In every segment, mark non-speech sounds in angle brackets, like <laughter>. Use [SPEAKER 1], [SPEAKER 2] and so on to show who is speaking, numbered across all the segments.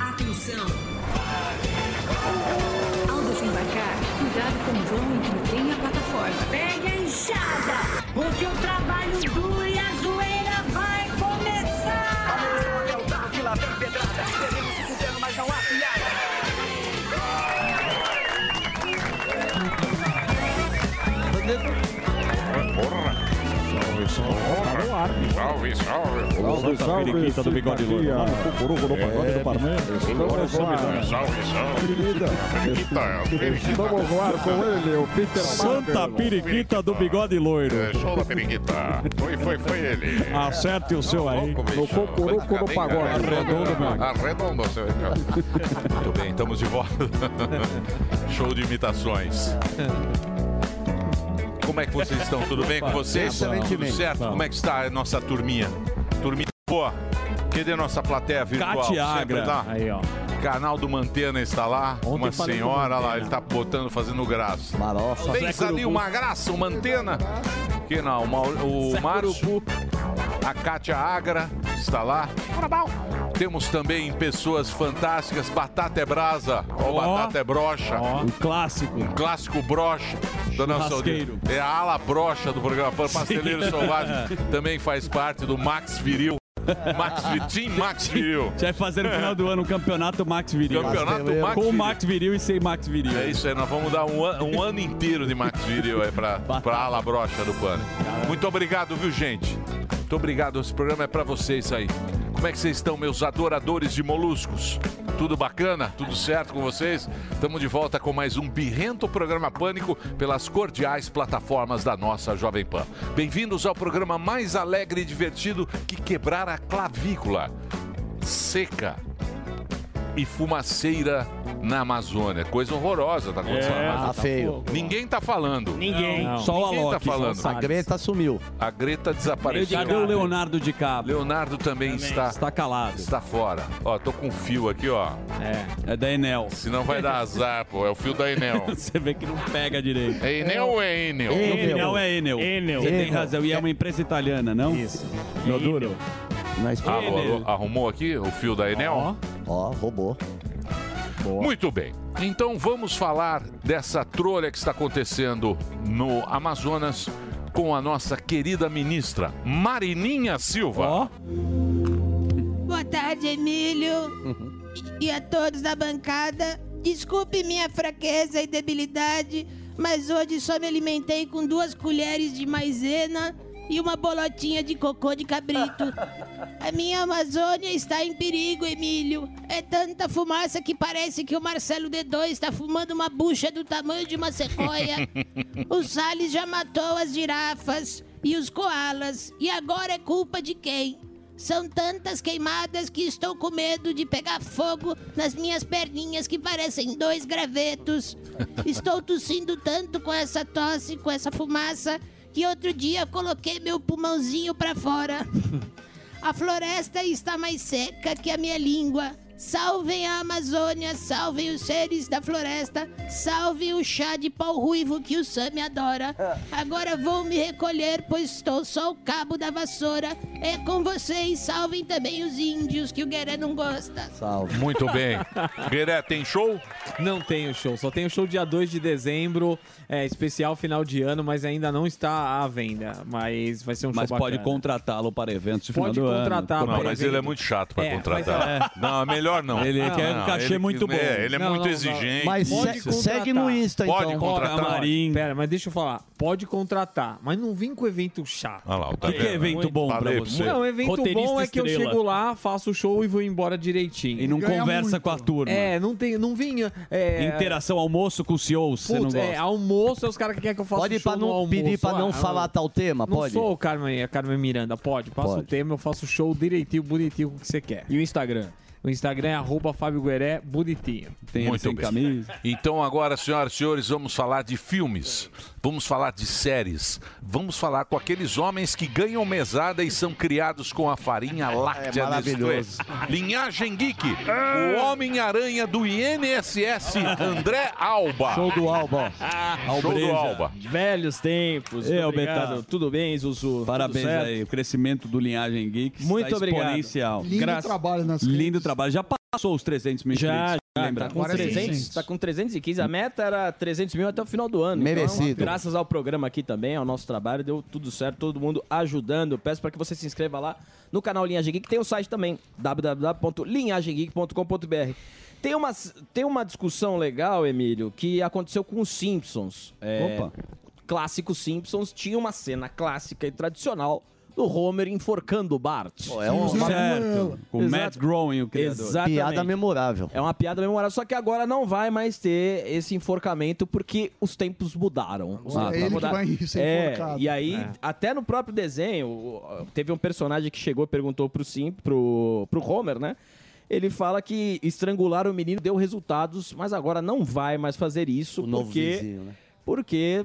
[SPEAKER 1] Atenção! Ao desembarcar, cuidado com o vão entre o trem e a plataforma. Pegue a enxada, porque o trabalho duro e a zoeira vai começar!
[SPEAKER 2] Salve, salve.
[SPEAKER 3] Salve, salve,
[SPEAKER 4] periquita do bigode loiro.
[SPEAKER 3] simpatia.
[SPEAKER 4] Mano,
[SPEAKER 3] Coruco no pagode do Parmê.
[SPEAKER 2] Agora
[SPEAKER 3] Estamos no
[SPEAKER 2] sobe, né?
[SPEAKER 3] ar.
[SPEAKER 2] Salve, salve.
[SPEAKER 3] Querida,
[SPEAKER 2] Periquita, é o periquita.
[SPEAKER 3] Estamos no ar com ele, o Peter
[SPEAKER 4] Santa
[SPEAKER 3] Parker.
[SPEAKER 4] Periquita do Bigode Loiro.
[SPEAKER 2] É, Show da periquita. Foi, foi, foi ele.
[SPEAKER 4] Acerte o seu aí.
[SPEAKER 2] Louco, bicho.
[SPEAKER 3] No cucuruco, no pagode.
[SPEAKER 2] Arredondo,
[SPEAKER 4] Arredondo,
[SPEAKER 2] meu.
[SPEAKER 4] meu.
[SPEAKER 2] Arredondo, seu Muito bem, estamos de
[SPEAKER 4] <laughs>
[SPEAKER 2] volta. Show de imitações. Como é que vocês estão? Tudo bem com vocês? Tudo certo?
[SPEAKER 4] Bom.
[SPEAKER 2] Como é que está a nossa turminha? Turminha boa. Cadê nossa plateia virtual? Sempre tá. lá?
[SPEAKER 4] Catiagra. Aí, ó.
[SPEAKER 2] Canal do Mantena está lá.
[SPEAKER 4] Ontem
[SPEAKER 2] uma
[SPEAKER 4] falei do
[SPEAKER 2] senhora lá,
[SPEAKER 4] Mantena.
[SPEAKER 2] ele tá botando, fazendo graça.
[SPEAKER 3] Marofa.
[SPEAKER 2] Fez
[SPEAKER 4] Zé
[SPEAKER 2] ali
[SPEAKER 4] Curubu.
[SPEAKER 2] uma graça, uma antena. Que não, o Mauro- o
[SPEAKER 4] Zé
[SPEAKER 2] Mário,
[SPEAKER 4] Curubu.
[SPEAKER 2] a Kátia Agra está lá. Temos também pessoas fantásticas. Batata é brasa, ou
[SPEAKER 4] Ó.
[SPEAKER 2] batata é brocha.
[SPEAKER 4] Ó, o clássico.
[SPEAKER 2] Um clássico brocha da nossa
[SPEAKER 4] Churrasqueiro.
[SPEAKER 2] audiência. É a ala brocha do programa Pan Pasteleiro Selvagem. Também faz parte do Max
[SPEAKER 4] <laughs>
[SPEAKER 2] Viril. Max, Vi- Team Max Viril.
[SPEAKER 4] Já vai fazer no final do ano o campeonato Max Viril.
[SPEAKER 2] Campeonato Max
[SPEAKER 4] Com
[SPEAKER 2] Viril.
[SPEAKER 4] o Max Viril e sem Max Viril.
[SPEAKER 2] É isso aí, nós vamos dar um, an- um ano inteiro de Max Viril aí pra, pra ala brocha do Pânico. Muito obrigado, viu, gente? Muito obrigado, esse programa é pra vocês aí. Como é que vocês estão, meus adoradores de moluscos? Tudo bacana? Tudo certo com vocês? Estamos de volta com mais um birrento programa Pânico pelas cordiais plataformas da nossa Jovem Pan. Bem-vindos ao programa mais alegre e divertido que quebrar a clavícula seca e fumaceira na Amazônia. Coisa horrorosa tá acontecendo. na Amazônia.
[SPEAKER 1] Tá feio.
[SPEAKER 2] Ninguém tá falando.
[SPEAKER 1] Ninguém.
[SPEAKER 4] Só o
[SPEAKER 2] Ninguém tá
[SPEAKER 4] Alok. só o
[SPEAKER 2] falando.
[SPEAKER 4] Salles.
[SPEAKER 1] A Greta sumiu.
[SPEAKER 2] A Greta desapareceu.
[SPEAKER 4] Cadê o Leonardo DiCaprio?
[SPEAKER 2] Leonardo também, está
[SPEAKER 4] Está calado.
[SPEAKER 2] está fora. Ó, tô com um fio aqui, ó.
[SPEAKER 4] É, é da Enel.
[SPEAKER 2] Senão vai dar azar, pô. É o fio da Enel.
[SPEAKER 4] <laughs> Você vê que não pega direito.
[SPEAKER 2] É Enel ou é Enel?
[SPEAKER 4] No final é Enel.
[SPEAKER 1] Enel.
[SPEAKER 4] Você tem
[SPEAKER 1] Enel.
[SPEAKER 4] razão. E é uma empresa italiana, não? Isso. Noduro.
[SPEAKER 1] Mas,
[SPEAKER 2] Ah,
[SPEAKER 4] Enel.
[SPEAKER 2] arru- arrumou aqui o fio da Enel?
[SPEAKER 4] Ó.
[SPEAKER 5] Ah,
[SPEAKER 1] ó, roubou.
[SPEAKER 2] Muito bem. Então vamos falar dessa trolha que está acontecendo no Amazonas com a nossa querida ministra Marininha Silva.
[SPEAKER 4] Ó.
[SPEAKER 6] Boa tarde, Emílio. E a todos da bancada. Desculpe minha fraqueza e debilidade, mas hoje só me alimentei com duas colheres de maisena e uma bolotinha de cocô de cabrito. A minha Amazônia está em perigo, Emílio. É tanta fumaça que parece que o Marcelo D2 está fumando uma bucha do tamanho de uma sequoia. o Salles já matou as girafas e os koalas. E agora é culpa de quem? São tantas queimadas que estou com medo de pegar fogo nas minhas perninhas que parecem dois gravetos. Estou tossindo tanto com essa tosse, com essa fumaça, que outro dia eu coloquei meu pulmãozinho para fora. A floresta está mais seca que a minha língua. Salvem a Amazônia, salvem os seres da floresta, salvem o chá de pau ruivo que o Sam adora. Agora vou me recolher, pois estou só o cabo da vassoura. É com vocês, salvem também os índios que o Gueré não gosta.
[SPEAKER 1] Salve.
[SPEAKER 2] Muito
[SPEAKER 4] <laughs>
[SPEAKER 2] bem. Gueré, tem show?
[SPEAKER 7] Não tem o show, só tem o show dia 2 de dezembro, é, especial final de ano, mas ainda não está à venda. Mas vai ser um
[SPEAKER 4] Mas
[SPEAKER 7] show
[SPEAKER 4] pode
[SPEAKER 7] bacana.
[SPEAKER 4] contratá-lo para eventos de
[SPEAKER 7] Pode
[SPEAKER 4] final do ano.
[SPEAKER 7] contratar,
[SPEAKER 2] Não, mas ele é muito chato pra
[SPEAKER 7] É,
[SPEAKER 2] contratar. Não, é melhor não.
[SPEAKER 4] Ele
[SPEAKER 2] Não,
[SPEAKER 4] quer um
[SPEAKER 2] não,
[SPEAKER 4] cachê
[SPEAKER 2] ele-
[SPEAKER 4] muito bom.
[SPEAKER 2] É, ele é
[SPEAKER 4] Não,
[SPEAKER 2] muito
[SPEAKER 4] não, não.
[SPEAKER 2] exigente.
[SPEAKER 4] Mas
[SPEAKER 2] Pode
[SPEAKER 4] se-
[SPEAKER 2] contratar.
[SPEAKER 4] segue no Insta,
[SPEAKER 2] Pode
[SPEAKER 4] então.
[SPEAKER 2] contratar.
[SPEAKER 4] Bora, Marinho.
[SPEAKER 7] Pera, mas deixa eu falar. Pode contratar, mas não vim com evento chato.
[SPEAKER 2] Olha lá, tá
[SPEAKER 4] Que que é
[SPEAKER 2] vendo?
[SPEAKER 4] evento bom pra
[SPEAKER 2] Falei
[SPEAKER 4] você?
[SPEAKER 7] Não, evento
[SPEAKER 4] Roteirista
[SPEAKER 7] bom é que eu
[SPEAKER 4] estrela.
[SPEAKER 7] chego lá, faço o show e vou embora direitinho.
[SPEAKER 4] E não Ganha conversa muito. com a turma.
[SPEAKER 7] É, não tem, não vinha. É,
[SPEAKER 4] Interação, almoço com o CEO, você não
[SPEAKER 7] Putz,
[SPEAKER 4] gosta.
[SPEAKER 7] é, almoço é os caras que querem que eu faça
[SPEAKER 8] Pode
[SPEAKER 7] show
[SPEAKER 8] pra
[SPEAKER 7] no
[SPEAKER 8] não-
[SPEAKER 7] almoço.
[SPEAKER 8] pedir pra não
[SPEAKER 7] Ah,
[SPEAKER 8] falar tal tema?
[SPEAKER 7] Não
[SPEAKER 8] Pode?
[SPEAKER 7] sou o Carmen, a Carmen Miranda, pode. Passa o tema, eu faço o show direitinho, bonitinho, com o que você quer. E o Instagram? O Instagram é arroba Fábio Gueré, bonitinho.
[SPEAKER 2] Muito bem. Então agora, senhoras e senhores, vamos falar de filmes, vamos falar de séries, vamos falar com aqueles homens que ganham mesada e são criados com a farinha láctea
[SPEAKER 8] maravilhoso.
[SPEAKER 2] Nestlé. Linhagem Geek, o Homem-Aranha do INSS, André Alba.
[SPEAKER 9] Show do Alba.
[SPEAKER 2] <laughs> Show
[SPEAKER 9] Albreza.
[SPEAKER 2] do Alba.
[SPEAKER 9] Velhos tempos.
[SPEAKER 4] É,
[SPEAKER 9] É,
[SPEAKER 4] o
[SPEAKER 9] obrigado.
[SPEAKER 4] Betão.
[SPEAKER 9] Tudo bem, Zuzu?
[SPEAKER 4] Parabéns
[SPEAKER 9] Tudo certo?
[SPEAKER 4] aí. O crescimento do Linhagem Geek
[SPEAKER 9] Muito
[SPEAKER 4] está
[SPEAKER 9] obrigado.
[SPEAKER 4] exponencial.
[SPEAKER 9] Lindo trabalho
[SPEAKER 4] nas Lindo trabalho. Já passou os 300 mil
[SPEAKER 9] Já,
[SPEAKER 4] inscritos.
[SPEAKER 9] já.
[SPEAKER 4] lembra?
[SPEAKER 9] Tá com, 300, tá com 315. A meta era 300 mil até o final do ano.
[SPEAKER 8] Merecido.
[SPEAKER 9] Então, graças ao programa aqui também, ao nosso trabalho, deu tudo certo, todo mundo ajudando. Peço para que você se inscreva lá no canal Linhagem Geek. Tem o site também, www.linhagemgeek.com.br. Tem uma, tem uma discussão legal, Emílio, que aconteceu com os Simpsons. É,
[SPEAKER 4] Opa.
[SPEAKER 9] Clássico Simpsons tinha uma cena clássica e tradicional do Homer enforcando o Bart.
[SPEAKER 4] é um- Certo. Com o Matt Groening, o criador.
[SPEAKER 9] Exatamente.
[SPEAKER 4] Piada
[SPEAKER 8] memorável.
[SPEAKER 9] É uma piada memorável, só que agora não vai mais ter esse enforcamento porque os tempos mudaram. Os
[SPEAKER 10] é
[SPEAKER 9] tempos
[SPEAKER 10] ele que
[SPEAKER 9] mudaram.
[SPEAKER 10] vai <laughs> ser
[SPEAKER 9] É,
[SPEAKER 10] enforcado.
[SPEAKER 9] E aí,
[SPEAKER 10] É.
[SPEAKER 9] até no próprio desenho, o- teve um personagem que chegou e perguntou pro, Sim, pro, pro Homer, né? Ele fala que estrangular o menino deu resultados, mas agora não vai mais fazer isso porque...
[SPEAKER 8] novo vizinho, né?
[SPEAKER 9] Porque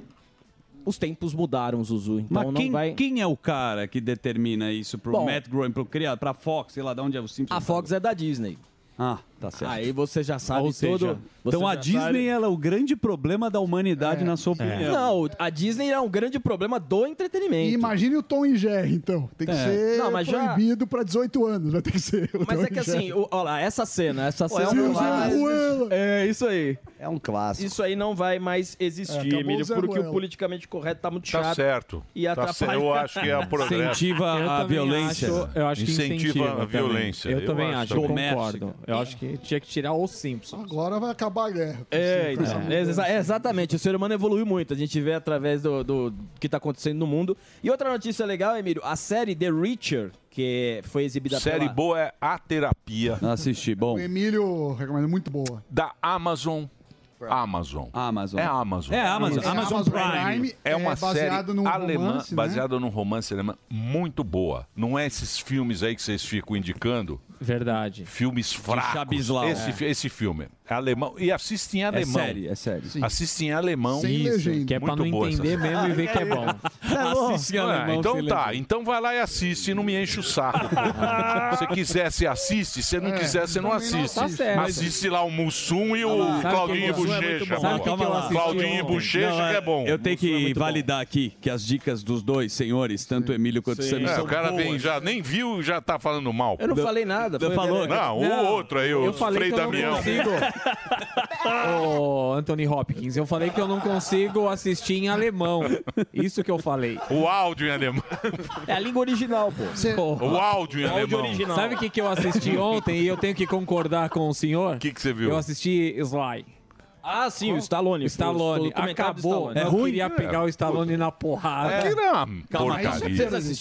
[SPEAKER 9] os tempos mudaram, Zuzu. Então
[SPEAKER 4] Mas
[SPEAKER 9] não
[SPEAKER 4] quem,
[SPEAKER 9] vai...
[SPEAKER 4] quem é o cara que determina isso pro
[SPEAKER 9] Bom.
[SPEAKER 4] Matt Groening, pro criado, pra Fox, sei lá, de onde é o Simpsons?
[SPEAKER 9] A Fox é da Disney.
[SPEAKER 4] Ah, tá certo.
[SPEAKER 9] Aí você já sabe
[SPEAKER 4] Ou seja,
[SPEAKER 9] todo- você
[SPEAKER 4] Então a
[SPEAKER 9] já
[SPEAKER 4] Disney
[SPEAKER 9] sabe- É.
[SPEAKER 4] ela é o grande problema da humanidade, na sua opinião.
[SPEAKER 9] Não, a Disney é um grande problema do entretenimento.
[SPEAKER 10] E imagine o Tom e Jerry, então. Tem que
[SPEAKER 9] É.
[SPEAKER 10] ser
[SPEAKER 9] Não, mas já-
[SPEAKER 10] proibido pra 18 anos. Vai ter que ser. o
[SPEAKER 9] Mas
[SPEAKER 10] Tom
[SPEAKER 9] é que
[SPEAKER 10] e Jerry.
[SPEAKER 9] assim, o- olha lá, essa cena, essa
[SPEAKER 10] Pô, é
[SPEAKER 9] cena.
[SPEAKER 10] um
[SPEAKER 9] não vai mais
[SPEAKER 10] clássico.
[SPEAKER 9] existir. É, isso aí.
[SPEAKER 8] É um clássico.
[SPEAKER 9] Isso aí não vai mais
[SPEAKER 2] É,
[SPEAKER 9] existir,
[SPEAKER 2] acabou o
[SPEAKER 9] Emílio,
[SPEAKER 2] Zé
[SPEAKER 9] porque
[SPEAKER 2] Ruela.
[SPEAKER 9] o politicamente correto tá muito chato.
[SPEAKER 2] Tá certo.
[SPEAKER 9] E
[SPEAKER 2] Tá
[SPEAKER 9] atrapalha.
[SPEAKER 2] certo. Eu acho que
[SPEAKER 9] <laughs>
[SPEAKER 2] é o progresso. Incentiva
[SPEAKER 7] Eu
[SPEAKER 2] a
[SPEAKER 7] também
[SPEAKER 2] violência.
[SPEAKER 7] acho- eu acho
[SPEAKER 2] Incentiva
[SPEAKER 7] que incentiva
[SPEAKER 2] a
[SPEAKER 7] também.
[SPEAKER 2] violência.
[SPEAKER 7] Eu,
[SPEAKER 2] Eu
[SPEAKER 7] também
[SPEAKER 2] acho
[SPEAKER 7] acho, eu
[SPEAKER 2] também.
[SPEAKER 7] concordo. Eu acho que tinha que tirar os Simpsons.
[SPEAKER 10] Agora vai acabar a guerra.
[SPEAKER 9] É,
[SPEAKER 10] Sim,
[SPEAKER 9] então,
[SPEAKER 10] pensamento.
[SPEAKER 9] é, exa- é, exatamente. O ser humano evoluiu muito. A gente vê através do, do que tá acontecendo no mundo. E outra notícia legal, Emílio, a série The Reacher, que foi exibida
[SPEAKER 2] Série
[SPEAKER 9] pela...
[SPEAKER 2] boa é A Terapia.
[SPEAKER 4] Assisti, bom.
[SPEAKER 10] O Emílio recomenda muito boa.
[SPEAKER 2] Da Amazon. Amazon.
[SPEAKER 4] Amazon.
[SPEAKER 2] É Amazon.
[SPEAKER 4] É Amazon.
[SPEAKER 10] É
[SPEAKER 4] Amazon,
[SPEAKER 10] Amazon
[SPEAKER 4] Prime.
[SPEAKER 10] Prime.
[SPEAKER 2] É uma
[SPEAKER 10] É baseado
[SPEAKER 2] série
[SPEAKER 10] num
[SPEAKER 2] alemã,
[SPEAKER 10] romance, né?
[SPEAKER 2] baseada num romance alemão muito boa. Não é esses filmes aí que vocês ficam indicando.
[SPEAKER 7] Verdade.
[SPEAKER 2] Filmes fracos.
[SPEAKER 4] Chabislau.
[SPEAKER 2] Esse,
[SPEAKER 4] É.
[SPEAKER 2] fi- esse filme é alemão e assiste em alemão.
[SPEAKER 4] série, é série. Sim.
[SPEAKER 2] Assiste em alemão.
[SPEAKER 4] Sem Isso, legenda.
[SPEAKER 7] que é pra
[SPEAKER 2] Muito
[SPEAKER 7] não
[SPEAKER 2] boa essa
[SPEAKER 7] entender
[SPEAKER 2] série.
[SPEAKER 7] mesmo e ver que é bom. Assiste em
[SPEAKER 2] Ah,
[SPEAKER 7] alemão,
[SPEAKER 2] então
[SPEAKER 7] sem
[SPEAKER 2] tá,
[SPEAKER 7] legenda.
[SPEAKER 2] então vai lá e assiste e não me enche o saco.
[SPEAKER 4] <laughs>
[SPEAKER 2] porra. se quiser, você assiste. Se não
[SPEAKER 7] É,
[SPEAKER 2] quiser, você não
[SPEAKER 7] também não
[SPEAKER 2] assiste.
[SPEAKER 7] assiste. Tá certo.
[SPEAKER 2] Assiste lá o Mussum e o
[SPEAKER 4] Olha lá. Sabe
[SPEAKER 2] Claudinho
[SPEAKER 4] que
[SPEAKER 2] e
[SPEAKER 4] o Mussum é muito
[SPEAKER 2] Bochecha.
[SPEAKER 4] bom. Sabe
[SPEAKER 2] porra.
[SPEAKER 4] o que que eu assisti
[SPEAKER 2] Claudinho e
[SPEAKER 4] ontem?
[SPEAKER 2] Bochecha
[SPEAKER 4] Não,
[SPEAKER 2] que é bom.
[SPEAKER 4] Eu tenho que validar aqui que as dicas dos dois senhores, tanto o Emílio quanto o Samir,
[SPEAKER 2] É,
[SPEAKER 4] são
[SPEAKER 2] o cara
[SPEAKER 4] boas.
[SPEAKER 2] vem, já nem viu, já tá falando mal.
[SPEAKER 9] Eu não falei nada.
[SPEAKER 2] Você
[SPEAKER 9] foi-
[SPEAKER 2] falou? Não, o outro aí, o
[SPEAKER 7] eu falei
[SPEAKER 2] Frei
[SPEAKER 7] que eu não
[SPEAKER 2] Damião.
[SPEAKER 9] <laughs>
[SPEAKER 7] consigo. Ô, Anthony Hopkins, eu falei que eu não consigo assistir em alemão. Isso que eu falei.
[SPEAKER 2] O áudio em alemão.
[SPEAKER 9] É a língua original, pô.
[SPEAKER 7] Porra.
[SPEAKER 2] O áudio em
[SPEAKER 7] O áudio
[SPEAKER 2] alemão.
[SPEAKER 7] original. Sabe o que, que eu
[SPEAKER 9] <laughs>
[SPEAKER 7] assisti ontem e eu tenho que concordar com o senhor? O
[SPEAKER 2] que, você viu?
[SPEAKER 7] Eu assisti Sly.
[SPEAKER 9] Ah, sim, o Stallone.
[SPEAKER 7] Stallone.
[SPEAKER 9] O documentário do
[SPEAKER 7] Acabou.
[SPEAKER 9] Stallone. É
[SPEAKER 7] eu
[SPEAKER 9] ruim?
[SPEAKER 7] queria
[SPEAKER 9] É.
[SPEAKER 7] pegar o Stallone na
[SPEAKER 2] né?
[SPEAKER 7] porrada.
[SPEAKER 9] É. Aquilo é uma
[SPEAKER 4] Ah, Calma, calma.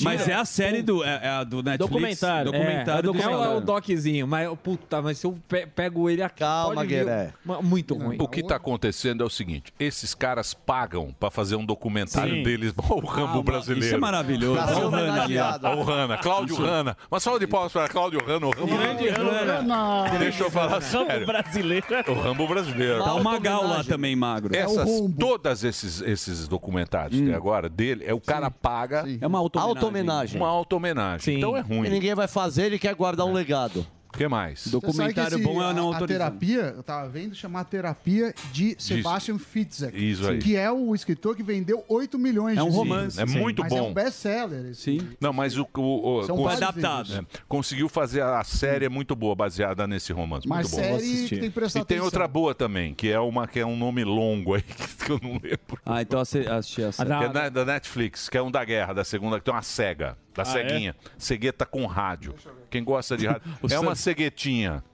[SPEAKER 4] Mas é a série do, é, é a do Netflix.
[SPEAKER 7] Documentário.
[SPEAKER 4] Documentário
[SPEAKER 7] é,
[SPEAKER 4] do
[SPEAKER 7] é, o- é o
[SPEAKER 4] Stallone.
[SPEAKER 7] doczinho, mas puta, mas se eu pe- pego ele aqui, pode vir-
[SPEAKER 2] Gueré.
[SPEAKER 7] Ma- Muito ruim.
[SPEAKER 4] então
[SPEAKER 2] O que tá acontecendo é o seguinte: esses caras pagam pra fazer um documentário
[SPEAKER 4] Sim.
[SPEAKER 2] deles. <laughs> Olha o Rambo
[SPEAKER 4] Ah, uma-
[SPEAKER 2] brasileiro.
[SPEAKER 4] isso é maravilhoso. Pra ser
[SPEAKER 2] Olha o Hanna ali, ó.
[SPEAKER 4] homenageado.
[SPEAKER 2] Olha o Hanna, Cláudio
[SPEAKER 4] Isso.
[SPEAKER 2] Hanna. Uma salva de palmas para Cláudio Hanna. O Rambo
[SPEAKER 4] Grande Hanna.
[SPEAKER 2] Deixa eu falar sério.
[SPEAKER 9] brasileiro.
[SPEAKER 2] <laughs> O Rambo brasileiro.
[SPEAKER 4] Tá o Magal lá também, magro.
[SPEAKER 10] É
[SPEAKER 2] Essas, todas esses, esses documentários que tem agora dele, é o cara paga.
[SPEAKER 8] É uma auto-homenagem. Auto-homenagem.
[SPEAKER 2] Uma auto-homenagem. Então é ruim.
[SPEAKER 8] E ninguém vai fazer, ele quer guardar um
[SPEAKER 2] <laughs>
[SPEAKER 8] legado.
[SPEAKER 2] O que mais?
[SPEAKER 10] Você sabe que esse- a, a terapia, eu tava vendo, chamar terapia de Sebastian Fitzek.
[SPEAKER 2] Isso aí.
[SPEAKER 10] Que é o escritor que vendeu 8 milhões
[SPEAKER 2] É um
[SPEAKER 10] de
[SPEAKER 2] romance,
[SPEAKER 10] livros.
[SPEAKER 2] é muito
[SPEAKER 10] Mas
[SPEAKER 2] bom.
[SPEAKER 10] é um best-seller. esse.
[SPEAKER 2] Não, mas o. o, o
[SPEAKER 10] São
[SPEAKER 2] cons-
[SPEAKER 10] vários Adaptado. livros.
[SPEAKER 2] É, Conseguiu fazer a série é muito boa, baseada nesse romance.
[SPEAKER 10] Mas
[SPEAKER 2] muito boa.
[SPEAKER 10] série Vou assistir. que tem que prestar
[SPEAKER 2] E tem
[SPEAKER 10] atenção.
[SPEAKER 2] outra boa também, que é uma que é um nome longo aí, <laughs> que eu não lembro.
[SPEAKER 4] Ah, então assi- assisti a
[SPEAKER 2] Que é
[SPEAKER 4] série.
[SPEAKER 2] da, da Netflix, que é um da guerra, da segunda, que tem uma cega, da
[SPEAKER 4] Ah,
[SPEAKER 2] ceguinha. Cegueta com rádio. Quem gosta de rádio.
[SPEAKER 4] O
[SPEAKER 2] é uma
[SPEAKER 4] Sam-
[SPEAKER 2] ceguetinha.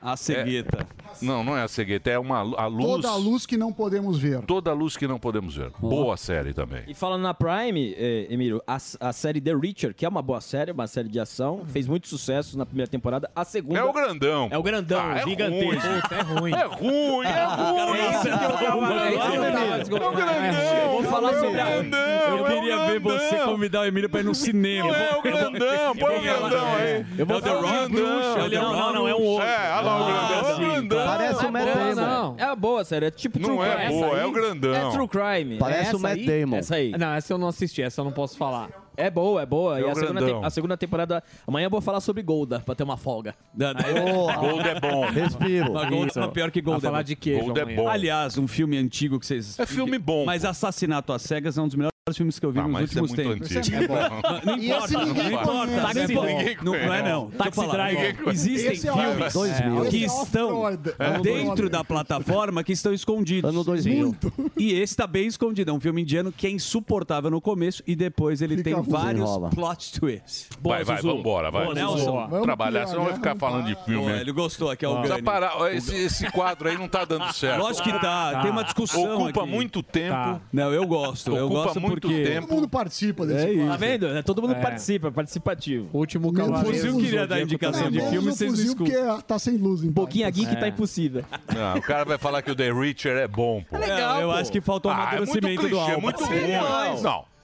[SPEAKER 4] A cegueta.
[SPEAKER 2] Não, não é a cegueta, é uma, lu- a luz.
[SPEAKER 10] Toda a luz que não podemos ver.
[SPEAKER 2] toda a luz que não podemos ver. Boa série também.
[SPEAKER 9] E falando na Prime, eh, Emílio, a, a série The Reacher, que é uma boa série, uma série de ação, fez muito sucesso na primeira temporada. A segunda.
[SPEAKER 2] É o grandão.
[SPEAKER 9] É o grandão,
[SPEAKER 2] Ah, é
[SPEAKER 9] gigantesco.
[SPEAKER 2] ruim.
[SPEAKER 9] Puta, é ruim.
[SPEAKER 2] É ruim, é ruim.
[SPEAKER 11] É o
[SPEAKER 4] grandão.
[SPEAKER 11] Vou falar sobre a-
[SPEAKER 4] Eu queria ver você convidar o Emílio pra ir no cinema.
[SPEAKER 11] É o grandão, põe o grandão aí.
[SPEAKER 4] Eu vou The Rock.
[SPEAKER 9] Olha, não, não, não, é um outro. É, olha
[SPEAKER 4] Ah,
[SPEAKER 9] lá o grandão. é o grandão. Parece o Matt Damon. É uma boa série, é tipo
[SPEAKER 2] Não
[SPEAKER 9] True
[SPEAKER 2] é
[SPEAKER 9] Crime.
[SPEAKER 2] boa,
[SPEAKER 9] Essa
[SPEAKER 2] é
[SPEAKER 9] aí
[SPEAKER 2] o grandão.
[SPEAKER 9] É True Crime.
[SPEAKER 7] Parece
[SPEAKER 9] Essa
[SPEAKER 7] o Matt
[SPEAKER 9] aí-
[SPEAKER 7] Damon.
[SPEAKER 9] Essa aí.
[SPEAKER 7] Não, essa eu não assisti, essa eu não posso falar.
[SPEAKER 9] É boa, é boa.
[SPEAKER 7] É
[SPEAKER 9] e
[SPEAKER 7] o
[SPEAKER 9] a segunda,
[SPEAKER 7] grandão.
[SPEAKER 9] tem- a segunda temporada. Amanhã eu vou falar sobre é Golda, pra ter uma folga.
[SPEAKER 4] Gold é bom. Respiro. Mas Gold
[SPEAKER 9] Isso.
[SPEAKER 4] é pior que Gold.
[SPEAKER 9] Vai falar de queijo
[SPEAKER 4] Gold é
[SPEAKER 9] amanhã.
[SPEAKER 4] bom. Aliás, um filme antigo que vocês. É filme bom. Mas Assassinato às Cegas é um dos melhores filmes que eu vi nos
[SPEAKER 2] mas isso é
[SPEAKER 4] últimos
[SPEAKER 2] muito
[SPEAKER 4] tempos.
[SPEAKER 2] antigo.
[SPEAKER 4] <laughs> Não
[SPEAKER 2] E esse
[SPEAKER 4] importa, não
[SPEAKER 2] ninguém conhece.
[SPEAKER 4] importa.
[SPEAKER 2] Taxi
[SPEAKER 4] Não,
[SPEAKER 2] Driver.
[SPEAKER 4] não, não é não.
[SPEAKER 2] Taxi
[SPEAKER 4] Deixa eu falar.
[SPEAKER 2] Driver. Ninguém conhece.
[SPEAKER 4] Existem
[SPEAKER 2] Esse é o
[SPEAKER 4] filmes
[SPEAKER 2] ano 2000.
[SPEAKER 4] é, que
[SPEAKER 2] Esse é o
[SPEAKER 4] estão
[SPEAKER 2] Freud. Ano
[SPEAKER 4] dentro
[SPEAKER 2] 2000.
[SPEAKER 4] da plataforma que estão escondidos. Ano
[SPEAKER 2] 2000. Muito.
[SPEAKER 4] E esse está bem escondido. É um filme indiano que é insuportável no começo e depois ele tem
[SPEAKER 2] ruim.
[SPEAKER 4] vários
[SPEAKER 2] Enrola.
[SPEAKER 4] plot twists.
[SPEAKER 2] Vai, vai, vambora, vai.
[SPEAKER 4] Boa, Nelson.
[SPEAKER 2] Vamos trabalhar, senão vai ficar falando de filme.
[SPEAKER 4] Ele gostou aqui, é o
[SPEAKER 2] Precisa parar. Ó, Esse, esse quadro aí não tá
[SPEAKER 4] <laughs>
[SPEAKER 2] dando certo.
[SPEAKER 4] Lógico que tá, tem uma discussão
[SPEAKER 2] Ocupa
[SPEAKER 4] aqui.
[SPEAKER 2] muito tempo.
[SPEAKER 4] Tá. Não, eu gosto. eu
[SPEAKER 2] Ocupa
[SPEAKER 4] gosto
[SPEAKER 2] muito
[SPEAKER 4] porque...
[SPEAKER 2] tempo.
[SPEAKER 10] Todo mundo participa desse
[SPEAKER 4] É isso.
[SPEAKER 9] Tá vendo? Todo mundo
[SPEAKER 4] É.
[SPEAKER 9] participa, é participativo. O
[SPEAKER 10] último
[SPEAKER 4] Cavaleiro fuzil do queria dar Zodíaco indicação também. de
[SPEAKER 10] Menos
[SPEAKER 4] filme,
[SPEAKER 10] o
[SPEAKER 4] vocês
[SPEAKER 10] fuzil,
[SPEAKER 4] desculpem.
[SPEAKER 10] porque tá sem luz. Então.
[SPEAKER 9] Pouquinho aqui que tá impossível.
[SPEAKER 2] Não, o cara vai falar que o The Reacher é bom, pô. É
[SPEAKER 4] legal, Eu pô. acho que faltou
[SPEAKER 2] ah, é muito
[SPEAKER 4] amadurecimento
[SPEAKER 2] clichê,
[SPEAKER 4] do Alba.
[SPEAKER 2] É muito
[SPEAKER 4] Sim,
[SPEAKER 2] ruim.
[SPEAKER 4] mas-
[SPEAKER 2] Não.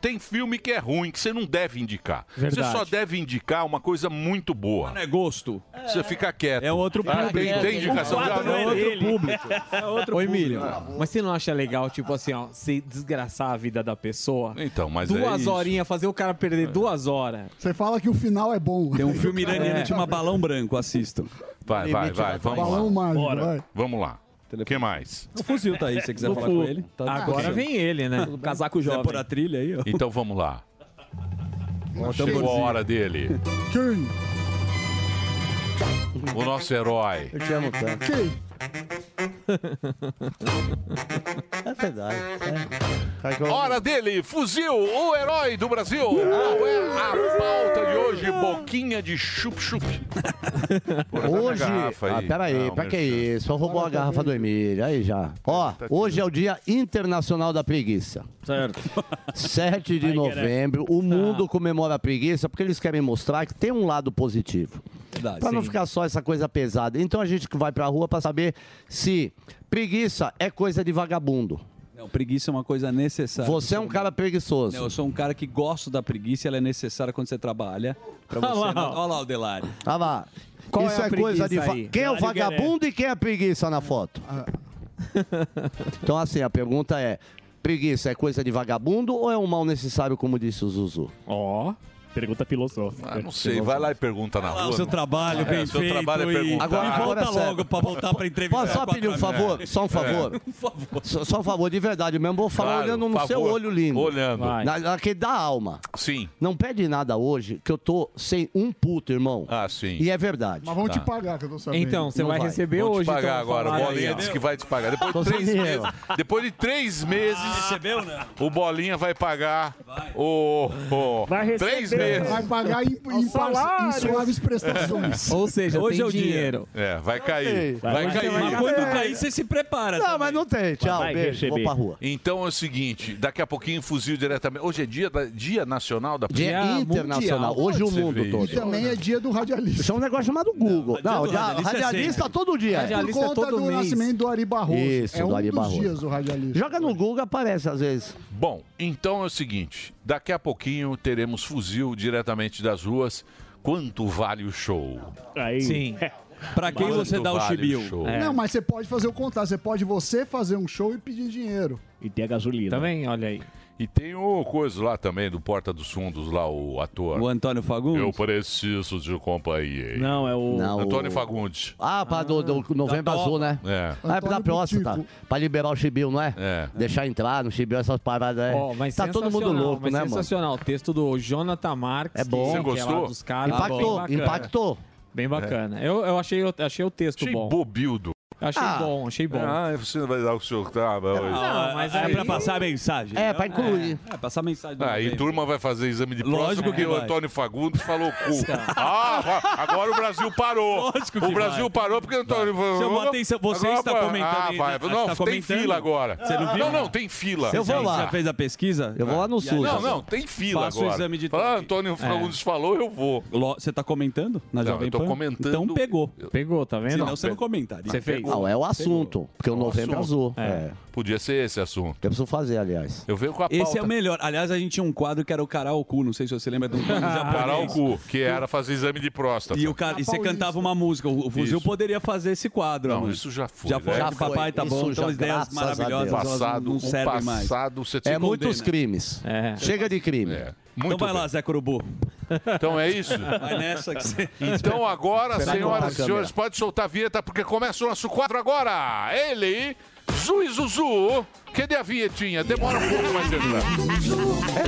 [SPEAKER 2] Tem filme que é ruim, que você não deve indicar.
[SPEAKER 4] Verdade.
[SPEAKER 2] Você só deve indicar uma coisa muito boa.
[SPEAKER 4] Não é gosto.
[SPEAKER 2] Você fica quieto. É
[SPEAKER 4] outro um
[SPEAKER 2] ah, tem, tem indicação de ah, não,
[SPEAKER 7] é
[SPEAKER 4] <laughs>
[SPEAKER 7] outro público.
[SPEAKER 4] É outro
[SPEAKER 7] Ô, Emílio,
[SPEAKER 4] público.
[SPEAKER 7] mas você não acha legal, tipo assim, ó, você desgraçar a vida da pessoa?
[SPEAKER 2] Então, mas é
[SPEAKER 7] Duas
[SPEAKER 2] isso.
[SPEAKER 7] horinhas, fazer o cara perder duas horas.
[SPEAKER 10] Você fala que o final é bom. É.
[SPEAKER 7] Tem
[SPEAKER 4] Um filme iraniano chama Balão Branco, assistam.
[SPEAKER 2] Vai, vai, vai. Vamos lá.
[SPEAKER 10] Balão mágico,
[SPEAKER 2] Bora.
[SPEAKER 10] vai.
[SPEAKER 2] Vamos lá. O que mais?
[SPEAKER 4] O fuzil tá aí, se você quiser
[SPEAKER 2] O
[SPEAKER 4] falar
[SPEAKER 2] fu-
[SPEAKER 4] com ele. Tá
[SPEAKER 2] Agora
[SPEAKER 4] disponível.
[SPEAKER 2] vem
[SPEAKER 7] ele, né?
[SPEAKER 9] Casaco
[SPEAKER 4] Se quiser
[SPEAKER 9] jovem.
[SPEAKER 4] pôr a trilha aí, ó.
[SPEAKER 2] Então vamos lá. Chegou a
[SPEAKER 4] tamborzinho.
[SPEAKER 2] hora dele.
[SPEAKER 10] Quem?
[SPEAKER 2] O nosso herói.
[SPEAKER 11] Eu te amo tanto.
[SPEAKER 10] Quem?
[SPEAKER 11] É verdade. é.
[SPEAKER 2] Hora dele, fuzil, o herói do Brasil.
[SPEAKER 11] Ah.
[SPEAKER 2] Qual é a pauta de hoje? Boquinha de chup-chup.
[SPEAKER 5] Hoje.
[SPEAKER 2] garrafa aí.
[SPEAKER 5] Ah, peraí,
[SPEAKER 2] Não, Tá
[SPEAKER 5] pra que isso? Só roubou a
[SPEAKER 2] Fala,
[SPEAKER 5] garrafa do Emílio. Aí já. Ó, hoje é o Dia Internacional da Preguiça. <laughs>
[SPEAKER 9] Certo.
[SPEAKER 5] 7 de novembro, o mundo comemora a preguiça porque eles querem mostrar que tem um lado positivo. Pra não
[SPEAKER 9] sim.
[SPEAKER 5] ficar só essa coisa pesada. Então a gente que vai pra rua pra saber se preguiça é coisa de vagabundo.
[SPEAKER 4] Não, preguiça é uma coisa necessária.
[SPEAKER 5] Você é um cara preguiçoso.
[SPEAKER 4] Não, eu sou um cara que gosto da preguiça, ela é necessária quando você trabalha. Pra você.
[SPEAKER 5] Olha lá, ó.
[SPEAKER 4] Olha lá o Delari.
[SPEAKER 5] Olha lá.
[SPEAKER 4] Qual
[SPEAKER 5] Isso
[SPEAKER 4] é a
[SPEAKER 5] é, coisa
[SPEAKER 4] preguiça
[SPEAKER 5] de. va-
[SPEAKER 4] aí? Ah.
[SPEAKER 5] Quem é o
[SPEAKER 4] Claro que é.
[SPEAKER 5] vagabundo e quem é a preguiça na foto? <laughs> então, assim, a pergunta é: preguiça é coisa de vagabundo ou é um mal necessário, como disse o Zuzu?
[SPEAKER 12] Ó, pergunta filosófica.
[SPEAKER 2] Ah, não sei, vai lá e pergunta na
[SPEAKER 4] lá
[SPEAKER 2] rua.
[SPEAKER 4] o seu trabalho
[SPEAKER 2] É,
[SPEAKER 4] bem
[SPEAKER 2] o seu
[SPEAKER 4] feito
[SPEAKER 2] trabalho é
[SPEAKER 4] e-
[SPEAKER 2] perguntar.
[SPEAKER 4] Agora- E volta agora, logo sério. pra voltar pra entrevista.
[SPEAKER 5] Posso só pedir um favor?
[SPEAKER 4] É.
[SPEAKER 5] Só um favor.
[SPEAKER 4] <laughs> É.
[SPEAKER 5] Só, só um favor, de verdade mesmo. Vou falar
[SPEAKER 2] Claro,
[SPEAKER 5] olhando no
[SPEAKER 2] favor.
[SPEAKER 5] seu olho lindo.
[SPEAKER 2] Olhando. Vai.
[SPEAKER 5] Na, naquele da alma.
[SPEAKER 2] Sim.
[SPEAKER 5] Não pede nada hoje, que eu tô sem um puto, irmão.
[SPEAKER 2] Ah, sim. Tá.
[SPEAKER 5] E é verdade.
[SPEAKER 10] Mas vão te pagar, que eu tô sabendo.
[SPEAKER 2] Não Vou te pagar agora. O Bolinha
[SPEAKER 5] então, aí, ó.
[SPEAKER 2] disse que vai te pagar. Depois
[SPEAKER 5] Tô
[SPEAKER 2] de três
[SPEAKER 5] sem
[SPEAKER 2] meses.
[SPEAKER 5] dinheiro. Ah,
[SPEAKER 2] Depois de três meses.
[SPEAKER 4] recebeu, né?
[SPEAKER 2] O Bolinha vai pagar o. o-
[SPEAKER 10] Vai receber.
[SPEAKER 2] Três meses.
[SPEAKER 10] Vai pagar em, em, par- em
[SPEAKER 2] <laughs>
[SPEAKER 10] suaves prestações.
[SPEAKER 7] Ou seja,
[SPEAKER 2] Hoje
[SPEAKER 7] tem
[SPEAKER 2] é o dia.
[SPEAKER 7] dinheiro.
[SPEAKER 2] É, vai cair.
[SPEAKER 7] Vai
[SPEAKER 2] Vai,
[SPEAKER 7] cair.
[SPEAKER 2] cair.
[SPEAKER 7] Mas quando
[SPEAKER 4] cair, você se prepara.
[SPEAKER 5] Não, mas não tem. Tchau,
[SPEAKER 2] Vai
[SPEAKER 5] Tá, um beijo. Vou
[SPEAKER 2] receber.
[SPEAKER 5] pra rua.
[SPEAKER 2] Então é o seguinte, daqui a pouquinho fuzil diretamente. Hoje é dia, da- dia nacional da
[SPEAKER 5] Dia internacional. Hoje o mundo todo.
[SPEAKER 2] Isso?
[SPEAKER 10] Também é dia do radialista.
[SPEAKER 5] Isso é um negócio chamado Google.
[SPEAKER 10] Não,
[SPEAKER 5] Não,
[SPEAKER 10] dia do
[SPEAKER 5] dia-
[SPEAKER 10] radialista
[SPEAKER 5] radialista,
[SPEAKER 10] é sempre.
[SPEAKER 5] todo dia.
[SPEAKER 10] Radialista Por é conta todo do mês. nascimento do Ari Barroso.
[SPEAKER 5] Isso,
[SPEAKER 10] É
[SPEAKER 5] do
[SPEAKER 10] um
[SPEAKER 5] Ari
[SPEAKER 10] dos
[SPEAKER 5] Barroso.
[SPEAKER 10] dias o radialista.
[SPEAKER 5] Joga no Google, aparece às vezes.
[SPEAKER 2] Bom, então é o seguinte, daqui a pouquinho teremos fuzil diretamente das ruas. Quanto vale o show?
[SPEAKER 4] Sim. Pra quem
[SPEAKER 2] Quanto
[SPEAKER 4] você dá o
[SPEAKER 2] vale
[SPEAKER 4] chibiu?
[SPEAKER 2] show?
[SPEAKER 10] Não, mas você pode fazer o contrário. Você pode você fazer um show e pedir dinheiro.
[SPEAKER 12] E tem a gasolina.
[SPEAKER 7] Também, olha aí.
[SPEAKER 2] E tem o coisa lá também, do Porta dos Fundos, lá o ator.
[SPEAKER 4] O Antônio Fagundes?
[SPEAKER 2] Eu preciso de companhia.
[SPEAKER 12] Não, é o...
[SPEAKER 5] Não, o-
[SPEAKER 2] Antônio Fagundes.
[SPEAKER 5] Ah, pra do, do novembro
[SPEAKER 2] Da
[SPEAKER 5] azul,
[SPEAKER 2] toba.
[SPEAKER 5] né?
[SPEAKER 2] É.
[SPEAKER 5] Ah, é pra
[SPEAKER 2] Antônio
[SPEAKER 5] próstata. Pra liberar o chibiu, não é?
[SPEAKER 2] É.
[SPEAKER 5] Deixar entrar no chibiu, essas paradas. É.
[SPEAKER 7] Ó, mas
[SPEAKER 5] tá todo mundo
[SPEAKER 7] sensacional,
[SPEAKER 5] louco,
[SPEAKER 7] mas
[SPEAKER 5] né, mano?
[SPEAKER 7] sensacional. O texto do Jonathan Marques.
[SPEAKER 5] É bom.
[SPEAKER 7] que-
[SPEAKER 5] Você
[SPEAKER 7] que é lá
[SPEAKER 5] gostou?
[SPEAKER 7] dos caras,
[SPEAKER 5] Impactou,
[SPEAKER 7] bem bacana.
[SPEAKER 5] impactou.
[SPEAKER 7] Bem bacana. Eu, eu achei, eu achei o texto bom.
[SPEAKER 2] Bobildo.
[SPEAKER 7] Achei
[SPEAKER 2] Ah.
[SPEAKER 7] bom, achei bom.
[SPEAKER 2] Ah, você não vai dar o seu tava hoje.
[SPEAKER 7] Não,
[SPEAKER 5] Ah,
[SPEAKER 7] mas
[SPEAKER 4] é
[SPEAKER 7] aí-
[SPEAKER 4] pra passar a mensagem.
[SPEAKER 7] É, pra incluir.
[SPEAKER 4] É, é, passar a mensagem. do
[SPEAKER 2] Ah, e
[SPEAKER 4] evento.
[SPEAKER 2] turma vai fazer exame de
[SPEAKER 4] Lógico
[SPEAKER 2] próstata
[SPEAKER 4] que
[SPEAKER 2] porque o
[SPEAKER 4] vai.
[SPEAKER 2] Antônio Fagundes falou cu. Ah, agora o Brasil parou.
[SPEAKER 4] que
[SPEAKER 2] o Brasil
[SPEAKER 4] vai.
[SPEAKER 2] parou porque o Antônio falou.
[SPEAKER 4] Seu Botense, você
[SPEAKER 2] Agora,
[SPEAKER 4] está
[SPEAKER 2] pô,
[SPEAKER 4] comentando
[SPEAKER 2] Ah,
[SPEAKER 4] aí,
[SPEAKER 2] vai.
[SPEAKER 4] né?
[SPEAKER 2] Não,
[SPEAKER 4] Você
[SPEAKER 2] tem
[SPEAKER 4] tá comentando?
[SPEAKER 2] fila agora.
[SPEAKER 4] Você não viu?
[SPEAKER 2] Não, não, tem fila.
[SPEAKER 4] Você já- Você já fez a pesquisa?
[SPEAKER 2] Eu vou lá no
[SPEAKER 4] E aí-
[SPEAKER 2] SUS. Não, não, tem fila
[SPEAKER 4] Faço
[SPEAKER 2] agora.
[SPEAKER 4] o exame de É.
[SPEAKER 2] Fala, Antônio Fagundes falou, eu vou.
[SPEAKER 4] Você tá comentando na
[SPEAKER 2] Não,
[SPEAKER 4] Jovem
[SPEAKER 2] eu tô
[SPEAKER 4] Pan?
[SPEAKER 2] comentando-
[SPEAKER 4] Então pegou.
[SPEAKER 7] Pegou, tá
[SPEAKER 4] Senão você não comentaria.
[SPEAKER 5] Você fez? Não, é o assunto. Porque o novembro azul. É.
[SPEAKER 2] Podia ser esse assunto.
[SPEAKER 5] Eu preciso fazer, aliás.
[SPEAKER 2] Eu venho com a pauta.
[SPEAKER 4] Esse é o melhor. Aliás, a gente tinha um quadro que era o Karaoku, não sei se você lembra de um
[SPEAKER 2] <laughs>
[SPEAKER 4] quadro japonês.
[SPEAKER 2] Caralho, que era fazer exame de próstata.
[SPEAKER 4] E, o cara, e você
[SPEAKER 5] Ah,
[SPEAKER 2] Paulista.
[SPEAKER 4] cantava uma música. O o Fuzil
[SPEAKER 2] Tá Isso.
[SPEAKER 4] poderia fazer esse quadro.
[SPEAKER 2] Não,
[SPEAKER 4] amor.
[SPEAKER 2] isso já foi,
[SPEAKER 4] Já foi.
[SPEAKER 2] né? Já
[SPEAKER 4] que Papai
[SPEAKER 2] foi.
[SPEAKER 4] tá bom.
[SPEAKER 2] Isso
[SPEAKER 4] Então,
[SPEAKER 2] já,
[SPEAKER 4] as ideias
[SPEAKER 2] graças a Deus.
[SPEAKER 4] maravilhosas. elas
[SPEAKER 2] Passado-
[SPEAKER 4] não
[SPEAKER 2] o
[SPEAKER 4] servem mais.
[SPEAKER 2] passado você
[SPEAKER 5] É
[SPEAKER 2] te
[SPEAKER 5] muitos
[SPEAKER 2] condena.
[SPEAKER 5] crimes.
[SPEAKER 2] É.
[SPEAKER 5] Chega de crime.
[SPEAKER 4] Então vai lá, Zé Corubu.
[SPEAKER 2] Então é isso?
[SPEAKER 4] <laughs> Vai nessa que
[SPEAKER 2] <laughs>
[SPEAKER 4] você...
[SPEAKER 2] Então agora,
[SPEAKER 4] Espera botar a
[SPEAKER 2] senhoras e
[SPEAKER 4] câmera.
[SPEAKER 2] senhores, pode soltar a vinheta porque começa o nosso quadro agora. Ele, Zuizuzu. Cadê a vinhetinha? Demora um pouco, mas ele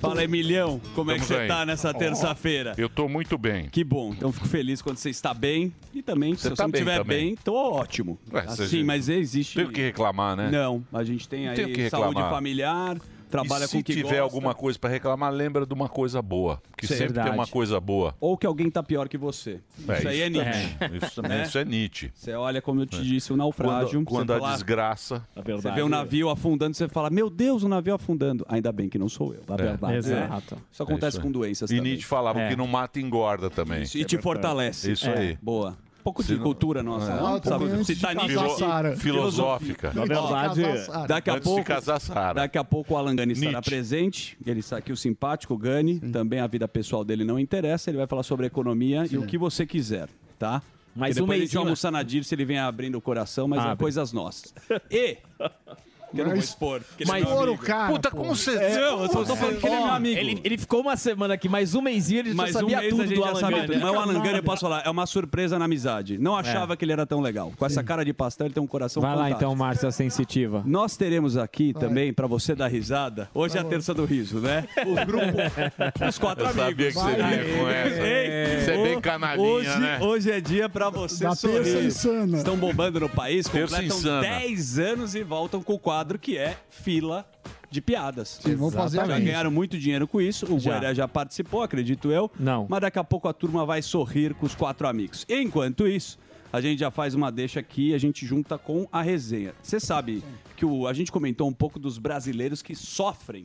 [SPEAKER 4] Fala, Emilhão. Como é que você tá nessa terça-feira?
[SPEAKER 2] Eu tô muito bem.
[SPEAKER 4] Que bom. Então fico feliz quando você está bem. E também,
[SPEAKER 2] Você
[SPEAKER 4] se
[SPEAKER 2] tá
[SPEAKER 4] você não
[SPEAKER 2] bem
[SPEAKER 4] estiver
[SPEAKER 2] também.
[SPEAKER 4] bem, tô ótimo.
[SPEAKER 2] Ué, É, você
[SPEAKER 4] assim,
[SPEAKER 2] já-
[SPEAKER 4] mas existe...
[SPEAKER 2] Tem o que reclamar, né?
[SPEAKER 4] Não, a gente tem
[SPEAKER 2] Não
[SPEAKER 4] aí
[SPEAKER 2] tem o que reclamar.
[SPEAKER 4] saúde familiar, trabalha
[SPEAKER 2] E
[SPEAKER 4] com o que
[SPEAKER 2] Se tiver
[SPEAKER 4] gosta.
[SPEAKER 2] alguma coisa pra reclamar, lembra de uma coisa boa. Que
[SPEAKER 4] Isso é
[SPEAKER 2] sempre tem
[SPEAKER 4] verdade.
[SPEAKER 2] uma coisa boa.
[SPEAKER 4] Ou que alguém tá pior que você.
[SPEAKER 2] É,
[SPEAKER 4] isso aí é
[SPEAKER 2] também.
[SPEAKER 4] Nietzsche. Né?
[SPEAKER 2] Isso, também, isso é Nietzsche. É.
[SPEAKER 4] Você olha, como eu te disse, o naufrágio.
[SPEAKER 2] Quando- quando
[SPEAKER 4] você
[SPEAKER 2] a
[SPEAKER 4] fala- "Ah,
[SPEAKER 2] desgraça- A verdade,
[SPEAKER 4] Você vê um
[SPEAKER 2] é.
[SPEAKER 4] navio afundando, você fala, meu Deus, o navio afundando. Ainda bem que não sou eu. A verdade.
[SPEAKER 2] É,
[SPEAKER 4] né? é.
[SPEAKER 2] Exato.
[SPEAKER 4] Isso acontece
[SPEAKER 2] É aí.
[SPEAKER 4] com doenças
[SPEAKER 2] E
[SPEAKER 4] também.
[SPEAKER 2] Nietzsche falava
[SPEAKER 4] É.
[SPEAKER 2] que não mata engorda também.
[SPEAKER 4] Isso, e te fortalece.
[SPEAKER 2] Isso
[SPEAKER 4] É.
[SPEAKER 2] aí.
[SPEAKER 4] Boa. Um pouco de cultura nossa.
[SPEAKER 2] É.
[SPEAKER 4] né?
[SPEAKER 2] Ah, eu também antes
[SPEAKER 4] se
[SPEAKER 2] de
[SPEAKER 4] tá
[SPEAKER 2] casar,
[SPEAKER 4] Nietzsche-
[SPEAKER 2] Sara. Filosófica. Na verdade,
[SPEAKER 4] Antes de casar, Sara. daqui a
[SPEAKER 2] Antes de
[SPEAKER 4] pouco,
[SPEAKER 2] casar, Sara.
[SPEAKER 4] daqui a pouco o Alan Gani estará presente. Ele está aqui o simpático Gani, também a vida pessoal dele não interessa, ele vai falar sobre economia e o que você quiser, tá?
[SPEAKER 7] Mas
[SPEAKER 4] Mas depois
[SPEAKER 7] um
[SPEAKER 4] a gente
[SPEAKER 7] meizinho-
[SPEAKER 4] vai almoçar na Dirce, ele vem abrindo o coração, mas é
[SPEAKER 7] Abre.
[SPEAKER 4] coisas nossas.
[SPEAKER 2] <laughs>
[SPEAKER 4] E que eu não vou expor. porque ele é
[SPEAKER 7] Mas-
[SPEAKER 4] meu amigo.
[SPEAKER 7] Expor o cara, Puta, pô. como você-
[SPEAKER 4] É, Não, eu só tô falando que ele é meu
[SPEAKER 7] Ó,
[SPEAKER 4] amigo.
[SPEAKER 7] ele-
[SPEAKER 4] ficou uma semana aqui, mais um mêsinho ele
[SPEAKER 7] já sabia tudo
[SPEAKER 4] a gente
[SPEAKER 7] do
[SPEAKER 4] já
[SPEAKER 7] Alan
[SPEAKER 4] sabia
[SPEAKER 7] Gunn,
[SPEAKER 4] tudo.
[SPEAKER 7] né?
[SPEAKER 4] Mas o Alan Gunn,
[SPEAKER 7] Camada.
[SPEAKER 4] eu posso falar, é uma surpresa na amizade. Não achava que ele era tão legal. Com essa cara de pastel, ele tem um coração
[SPEAKER 7] Vai lá
[SPEAKER 4] fantástico.
[SPEAKER 7] então, Márcia Sensitiva.
[SPEAKER 4] Nós teremos aqui também, pra você dar risada, hoje é a terça do riso, né? O grupo, os quatro
[SPEAKER 2] Eu sabia
[SPEAKER 4] amigos.
[SPEAKER 2] que você vinha
[SPEAKER 4] Ei,
[SPEAKER 2] com essa.
[SPEAKER 4] ei,
[SPEAKER 2] Você é bem
[SPEAKER 4] ho-
[SPEAKER 2] canalinha,
[SPEAKER 4] hoje,
[SPEAKER 2] né?
[SPEAKER 4] Hoje é dia pra você
[SPEAKER 2] Da
[SPEAKER 4] sorrir.
[SPEAKER 2] terça
[SPEAKER 10] insana.
[SPEAKER 4] Estão bombando no país,
[SPEAKER 2] Terça
[SPEAKER 4] completam
[SPEAKER 2] insana.
[SPEAKER 4] 10 anos e voltam com o quadro que é Fila de Piadas.
[SPEAKER 10] Sim, vamos fazer
[SPEAKER 4] Já
[SPEAKER 10] a
[SPEAKER 4] ganharam muito dinheiro com isso, o
[SPEAKER 7] Já.
[SPEAKER 4] Guaré já participou, acredito eu. Não. Mas daqui a pouco a turma vai sorrir com os quatro amigos. Enquanto isso, a gente já faz uma deixa aqui, a gente junta com a resenha. Você sabe que o, a gente comentou um pouco dos brasileiros que sofrem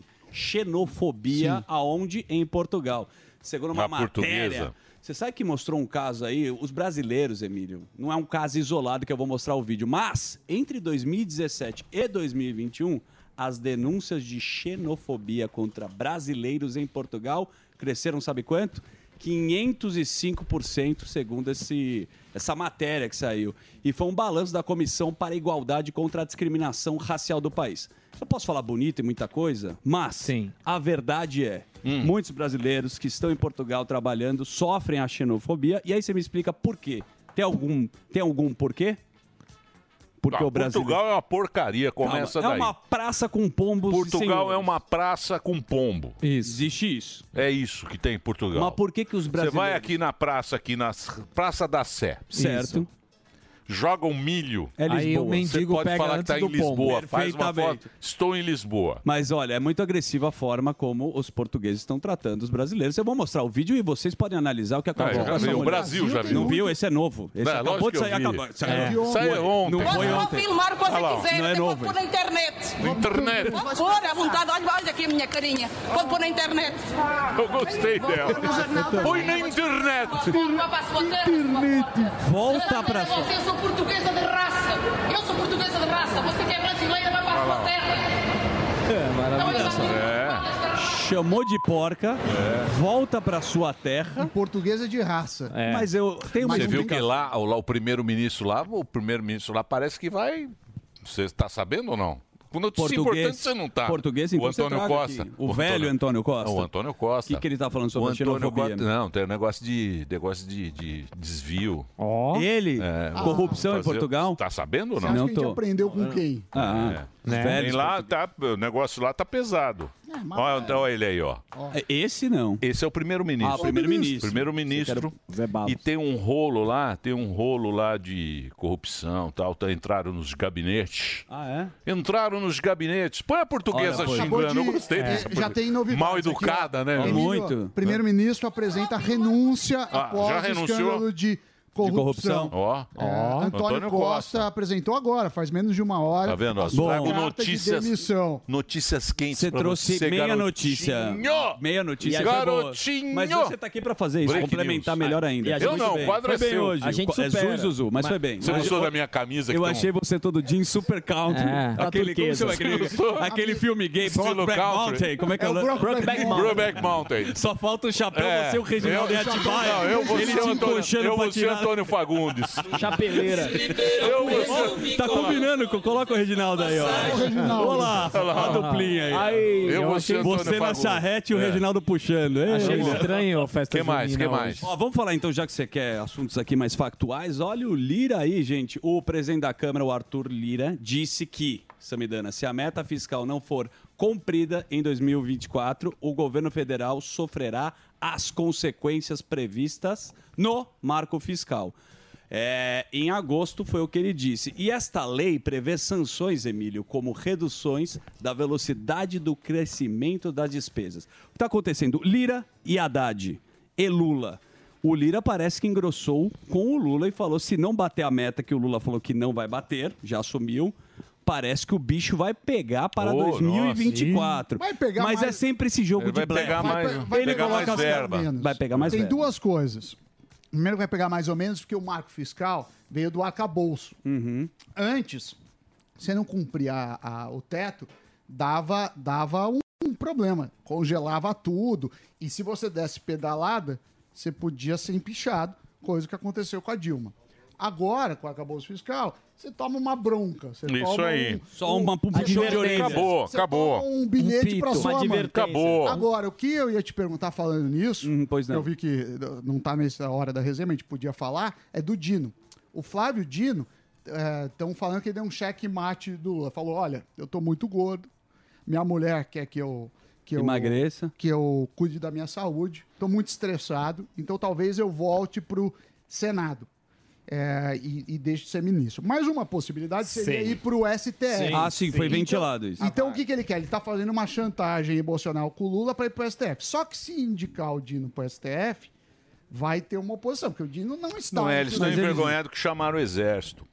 [SPEAKER 4] xenofobia aonde? Em Portugal. Segundo uma
[SPEAKER 2] A
[SPEAKER 4] matéria...
[SPEAKER 2] portuguesa.
[SPEAKER 4] Você sabe que mostrou um caso aí, os brasileiros, Emílio, não é um caso isolado que eu vou mostrar o vídeo, mas entre 2017 e 2021, as denúncias de xenofobia contra brasileiros em Portugal cresceram, sabe quanto? 505%, segundo esse, essa matéria que saiu. E foi um balanço da Comissão para a Igualdade contra a Discriminação Racial do país. Eu posso falar bonito e muita coisa, mas a verdade é,
[SPEAKER 2] Hum.
[SPEAKER 4] muitos brasileiros que estão em Portugal trabalhando sofrem a xenofobia. E aí você me explica por quê? Tem algum, tem algum porquê? Porque
[SPEAKER 2] Ah,
[SPEAKER 4] o Brasil.
[SPEAKER 2] Portugal é uma porcaria, começa
[SPEAKER 4] Calma,
[SPEAKER 2] daí.
[SPEAKER 4] É uma praça com pombos.
[SPEAKER 2] Portugal é
[SPEAKER 4] senhores.
[SPEAKER 2] uma praça com pombo.
[SPEAKER 4] Isso. Existe isso.
[SPEAKER 2] É isso que tem em Portugal.
[SPEAKER 4] Mas por que, que os
[SPEAKER 2] Você
[SPEAKER 4] brasileiros.
[SPEAKER 2] vai aqui na praça, aqui na Praça da Sé.
[SPEAKER 4] Certo. Isso.
[SPEAKER 2] Joga um milho.
[SPEAKER 4] É Lisboa. Aí o mendigo
[SPEAKER 2] Você pode
[SPEAKER 4] pega
[SPEAKER 2] falar que
[SPEAKER 4] antes
[SPEAKER 2] tá em
[SPEAKER 4] do pombo.
[SPEAKER 2] Lisboa. Faz uma
[SPEAKER 4] Perfeitamente.
[SPEAKER 2] foto. Estou em Lisboa. <laughs>
[SPEAKER 4] Mas olha, é muito agressiva a forma como os portugueses estão tratando os brasileiros. Eu vou mostrar o vídeo e vocês podem analisar o
[SPEAKER 2] Ah,
[SPEAKER 4] que aconteceu.
[SPEAKER 2] eu já
[SPEAKER 4] com essa
[SPEAKER 2] vi, o
[SPEAKER 4] mulher.
[SPEAKER 2] Brasil já viu.
[SPEAKER 4] Não viu? Esse é novo. Esse
[SPEAKER 2] É, lógico
[SPEAKER 4] acabou de
[SPEAKER 2] que eu
[SPEAKER 4] sair.
[SPEAKER 2] vi.
[SPEAKER 4] Acabou.
[SPEAKER 2] É. Saiu ontem.
[SPEAKER 4] Não foi
[SPEAKER 2] Vou
[SPEAKER 4] ontem.
[SPEAKER 13] filmar o que
[SPEAKER 4] Olha lá,
[SPEAKER 13] você quiser,
[SPEAKER 4] Não é
[SPEAKER 13] tem- pode
[SPEAKER 4] novo.
[SPEAKER 13] pôr na internet.
[SPEAKER 2] Na internet.
[SPEAKER 13] Pode pôr à vontade, olha, olha aqui a minha carinha. Pode pôr na internet.
[SPEAKER 2] Eu gostei dela. Põe na internet.
[SPEAKER 4] Volta pra
[SPEAKER 13] Você, eu sou portuguesa de raça. Eu sou portuguesa de raça. Você que é brasileira, vai para a sua terra.
[SPEAKER 4] É, maravilhoso.
[SPEAKER 2] É.
[SPEAKER 4] Chamou de porca, volta pra sua terra.
[SPEAKER 10] Portuguesa é de raça.
[SPEAKER 4] Mas eu tenho uma
[SPEAKER 2] É. Você viu que é
[SPEAKER 4] explicação.
[SPEAKER 2] lá, o, lá, o primeiro-ministro lá, o primeiro-ministro lá parece que vai. Você está sabendo ou não? Com notícia importante você não tá.
[SPEAKER 4] Português,
[SPEAKER 2] o
[SPEAKER 4] então você
[SPEAKER 2] Antônio
[SPEAKER 4] traga
[SPEAKER 2] Costa.
[SPEAKER 4] aqui. O, velho Antônio, Costa.
[SPEAKER 2] O Antônio Costa.
[SPEAKER 4] O que, que ele tá falando sobre
[SPEAKER 2] o
[SPEAKER 4] a
[SPEAKER 2] Antônio
[SPEAKER 4] xenofobia?
[SPEAKER 2] Costa. Não, tem um negócio de, negócio de, de desvio.
[SPEAKER 4] Ele?
[SPEAKER 2] É,
[SPEAKER 4] Corrupção em
[SPEAKER 2] fazer-
[SPEAKER 4] Portugal?
[SPEAKER 2] Tá sabendo ou
[SPEAKER 10] Você
[SPEAKER 2] não?
[SPEAKER 10] acha que a gente aprendeu com quem?
[SPEAKER 4] Ah,
[SPEAKER 7] Né?
[SPEAKER 2] Tem lá, tá, o negócio lá tá pesado. olha, olha ele aí, ó.
[SPEAKER 4] Esse não.
[SPEAKER 2] Esse é o primeiro-ministro.
[SPEAKER 4] Ah, o primeiro-ministro.
[SPEAKER 2] Primeiro-ministro. E tem um rolo lá, tem um rolo lá de corrupção e tal. Tá, entraram nos gabinetes.
[SPEAKER 4] Ah,
[SPEAKER 2] Entraram nos gabinetes. Põe a portuguesa
[SPEAKER 4] Olha, pois.
[SPEAKER 2] xingando.
[SPEAKER 4] Acabou
[SPEAKER 2] Eu
[SPEAKER 4] de-
[SPEAKER 2] gostei
[SPEAKER 4] é.
[SPEAKER 2] dessa
[SPEAKER 10] Já
[SPEAKER 2] portuguesa.
[SPEAKER 10] tem novidades.
[SPEAKER 2] Mal
[SPEAKER 10] aqui, ó.
[SPEAKER 2] educada, né?
[SPEAKER 10] Emílio, Primeiro-ministro apresenta renúncia
[SPEAKER 2] Ah,
[SPEAKER 10] após
[SPEAKER 2] já
[SPEAKER 10] o escândalo
[SPEAKER 2] renunciou?
[SPEAKER 10] de corrupção.
[SPEAKER 2] Ó,
[SPEAKER 10] É,
[SPEAKER 2] ó.
[SPEAKER 10] Antônio, Costa, apresentou agora, faz menos de uma hora.
[SPEAKER 2] Tá vendo? ó?
[SPEAKER 10] Bom.
[SPEAKER 2] Trago
[SPEAKER 10] Carta de
[SPEAKER 2] notícias,
[SPEAKER 10] demissão.
[SPEAKER 2] notícias quentes
[SPEAKER 4] Você
[SPEAKER 2] pra
[SPEAKER 4] trouxe
[SPEAKER 2] você,
[SPEAKER 4] meia
[SPEAKER 2] garotinho.
[SPEAKER 4] notícia. Meia notícia.
[SPEAKER 2] Garotinho!
[SPEAKER 4] Mas você tá aqui pra fazer isso,
[SPEAKER 2] Break
[SPEAKER 4] complementar
[SPEAKER 2] news.
[SPEAKER 4] melhor ainda.
[SPEAKER 2] E a gente- Eu não,
[SPEAKER 4] Foi bem.
[SPEAKER 2] o quadro
[SPEAKER 4] Foi
[SPEAKER 2] é
[SPEAKER 4] bem
[SPEAKER 2] seu.
[SPEAKER 4] hoje.
[SPEAKER 2] A gente
[SPEAKER 4] É
[SPEAKER 2] supera.
[SPEAKER 4] Zuzu, mas,
[SPEAKER 2] Mas-
[SPEAKER 4] foi bem.
[SPEAKER 2] Você
[SPEAKER 4] Mas-
[SPEAKER 2] gostou da minha camisa que um
[SPEAKER 4] Eu
[SPEAKER 2] tão-
[SPEAKER 4] achei você todo dia em Super Country. <laughs>
[SPEAKER 2] É.
[SPEAKER 4] Aquele, como
[SPEAKER 2] Turquesa.
[SPEAKER 4] chama aquele,
[SPEAKER 2] Você gostou?
[SPEAKER 4] aquele filme gay,
[SPEAKER 2] Estilo
[SPEAKER 4] Brokeback
[SPEAKER 2] country.
[SPEAKER 4] Mountain. Como é que
[SPEAKER 2] É o
[SPEAKER 4] nome?
[SPEAKER 2] Brokeback Mountain. Brokeback Mountain.
[SPEAKER 4] Só falta o chapéu,
[SPEAKER 2] É,
[SPEAKER 4] você e o Reginaldo
[SPEAKER 2] eu-
[SPEAKER 4] e Atibaia.
[SPEAKER 2] Não, eu vou
[SPEAKER 4] Ele
[SPEAKER 2] ser
[SPEAKER 4] te
[SPEAKER 2] o Antônio,
[SPEAKER 4] encoxando
[SPEAKER 2] eu
[SPEAKER 4] pra
[SPEAKER 2] vou ser
[SPEAKER 4] tirar-
[SPEAKER 2] Antônio Fagundes.
[SPEAKER 4] Chapeleira.
[SPEAKER 2] Eu vou ser...
[SPEAKER 4] Tá combinando, co- coloca o Reginaldo aí, ó. Olha lá,
[SPEAKER 7] Olha lá.
[SPEAKER 4] a duplinha aí.
[SPEAKER 7] Aí, eu
[SPEAKER 4] você
[SPEAKER 7] achei-
[SPEAKER 4] você na
[SPEAKER 7] Fagundes.
[SPEAKER 4] charrete e o
[SPEAKER 7] É.
[SPEAKER 4] Reginaldo puxando. Ei,
[SPEAKER 7] Achei
[SPEAKER 4] olha.
[SPEAKER 7] estranho a festa junina hoje.
[SPEAKER 4] Ó, vamos falar então, já que você quer assuntos aqui mais factuais. Olha o Lira aí, gente. O presidente da Câmara, o Arthur Lira, disse que, Samidana, se a meta fiscal não for cumprida em 2024, o governo federal sofrerá as consequências previstas no marco fiscal. É, em agosto foi o que ele disse. E esta lei prevê sanções, Emílio, como reduções da velocidade do crescimento das despesas. O que está acontecendo? Lira e Haddad e Lula. O Lira parece que engrossou com o Lula e falou: se não bater a meta que o Lula falou que não vai bater, já assumiu. Parece que o bicho vai pegar para
[SPEAKER 2] Oh,
[SPEAKER 4] 2024.
[SPEAKER 10] nossa. Vai pegar
[SPEAKER 4] Mas é
[SPEAKER 10] mais-
[SPEAKER 4] sempre esse jogo
[SPEAKER 2] Ele
[SPEAKER 4] de
[SPEAKER 2] vai
[SPEAKER 4] blefe.
[SPEAKER 2] pegar mais-
[SPEAKER 4] Ele
[SPEAKER 2] vai pegar
[SPEAKER 4] coloca
[SPEAKER 2] mais
[SPEAKER 4] as-
[SPEAKER 2] verba.
[SPEAKER 4] Vai pegar mais
[SPEAKER 10] Tem
[SPEAKER 4] verba.
[SPEAKER 10] duas coisas. Primeiro que vai pegar mais ou menos, porque o marco fiscal veio do arcabouço.
[SPEAKER 4] Uhum.
[SPEAKER 10] Antes, você não cumpria a- a- o teto, dava, dava um, um problema. Congelava tudo. E se você desse pedalada, você podia ser empichado, coisa que aconteceu com a Dilma. Agora, com o arcabouço fiscal, você toma uma bronca. Você
[SPEAKER 2] Isso
[SPEAKER 10] toma
[SPEAKER 2] aí.
[SPEAKER 10] um-
[SPEAKER 2] Só uma puxão de
[SPEAKER 10] advertência.
[SPEAKER 2] orelha. Acabou,
[SPEAKER 10] Você
[SPEAKER 2] acabou.
[SPEAKER 10] toma Um bilhete
[SPEAKER 2] Um
[SPEAKER 10] pra
[SPEAKER 2] pito.
[SPEAKER 10] sua
[SPEAKER 2] Uma
[SPEAKER 10] mãe.
[SPEAKER 2] advertência. Hum, Acabou.
[SPEAKER 10] Agora, o que eu ia te perguntar falando nisso,
[SPEAKER 4] pois
[SPEAKER 10] eu vi que eh, não tá nessa hora da resenha, mas a gente podia falar, é do Dino. O Flávio Dino, estão falando que ele deu um cheque mate do Lula. Falou, olha, eu tô muito gordo, minha mulher quer que eu... Que eu,
[SPEAKER 4] Emagreça.
[SPEAKER 10] Que eu cuide da minha saúde, tô muito estressado, então talvez eu volte pro Senado. eh, e, e deixe de ser ministro. Mais uma possibilidade seria
[SPEAKER 4] Sim.
[SPEAKER 10] ir pro STF.
[SPEAKER 4] Sim, Ah, sim, foi sim. ventilado isso.
[SPEAKER 10] Então, então o que, que ele quer? Ele tá fazendo uma chantagem emocional com o Lula para ir pro STF. Só que se indicar o Dino pro STF, vai ter uma oposição, porque o Dino não está.
[SPEAKER 2] Não é, eles estão
[SPEAKER 10] Mas ele-
[SPEAKER 2] envergonhados que chamaram o exército.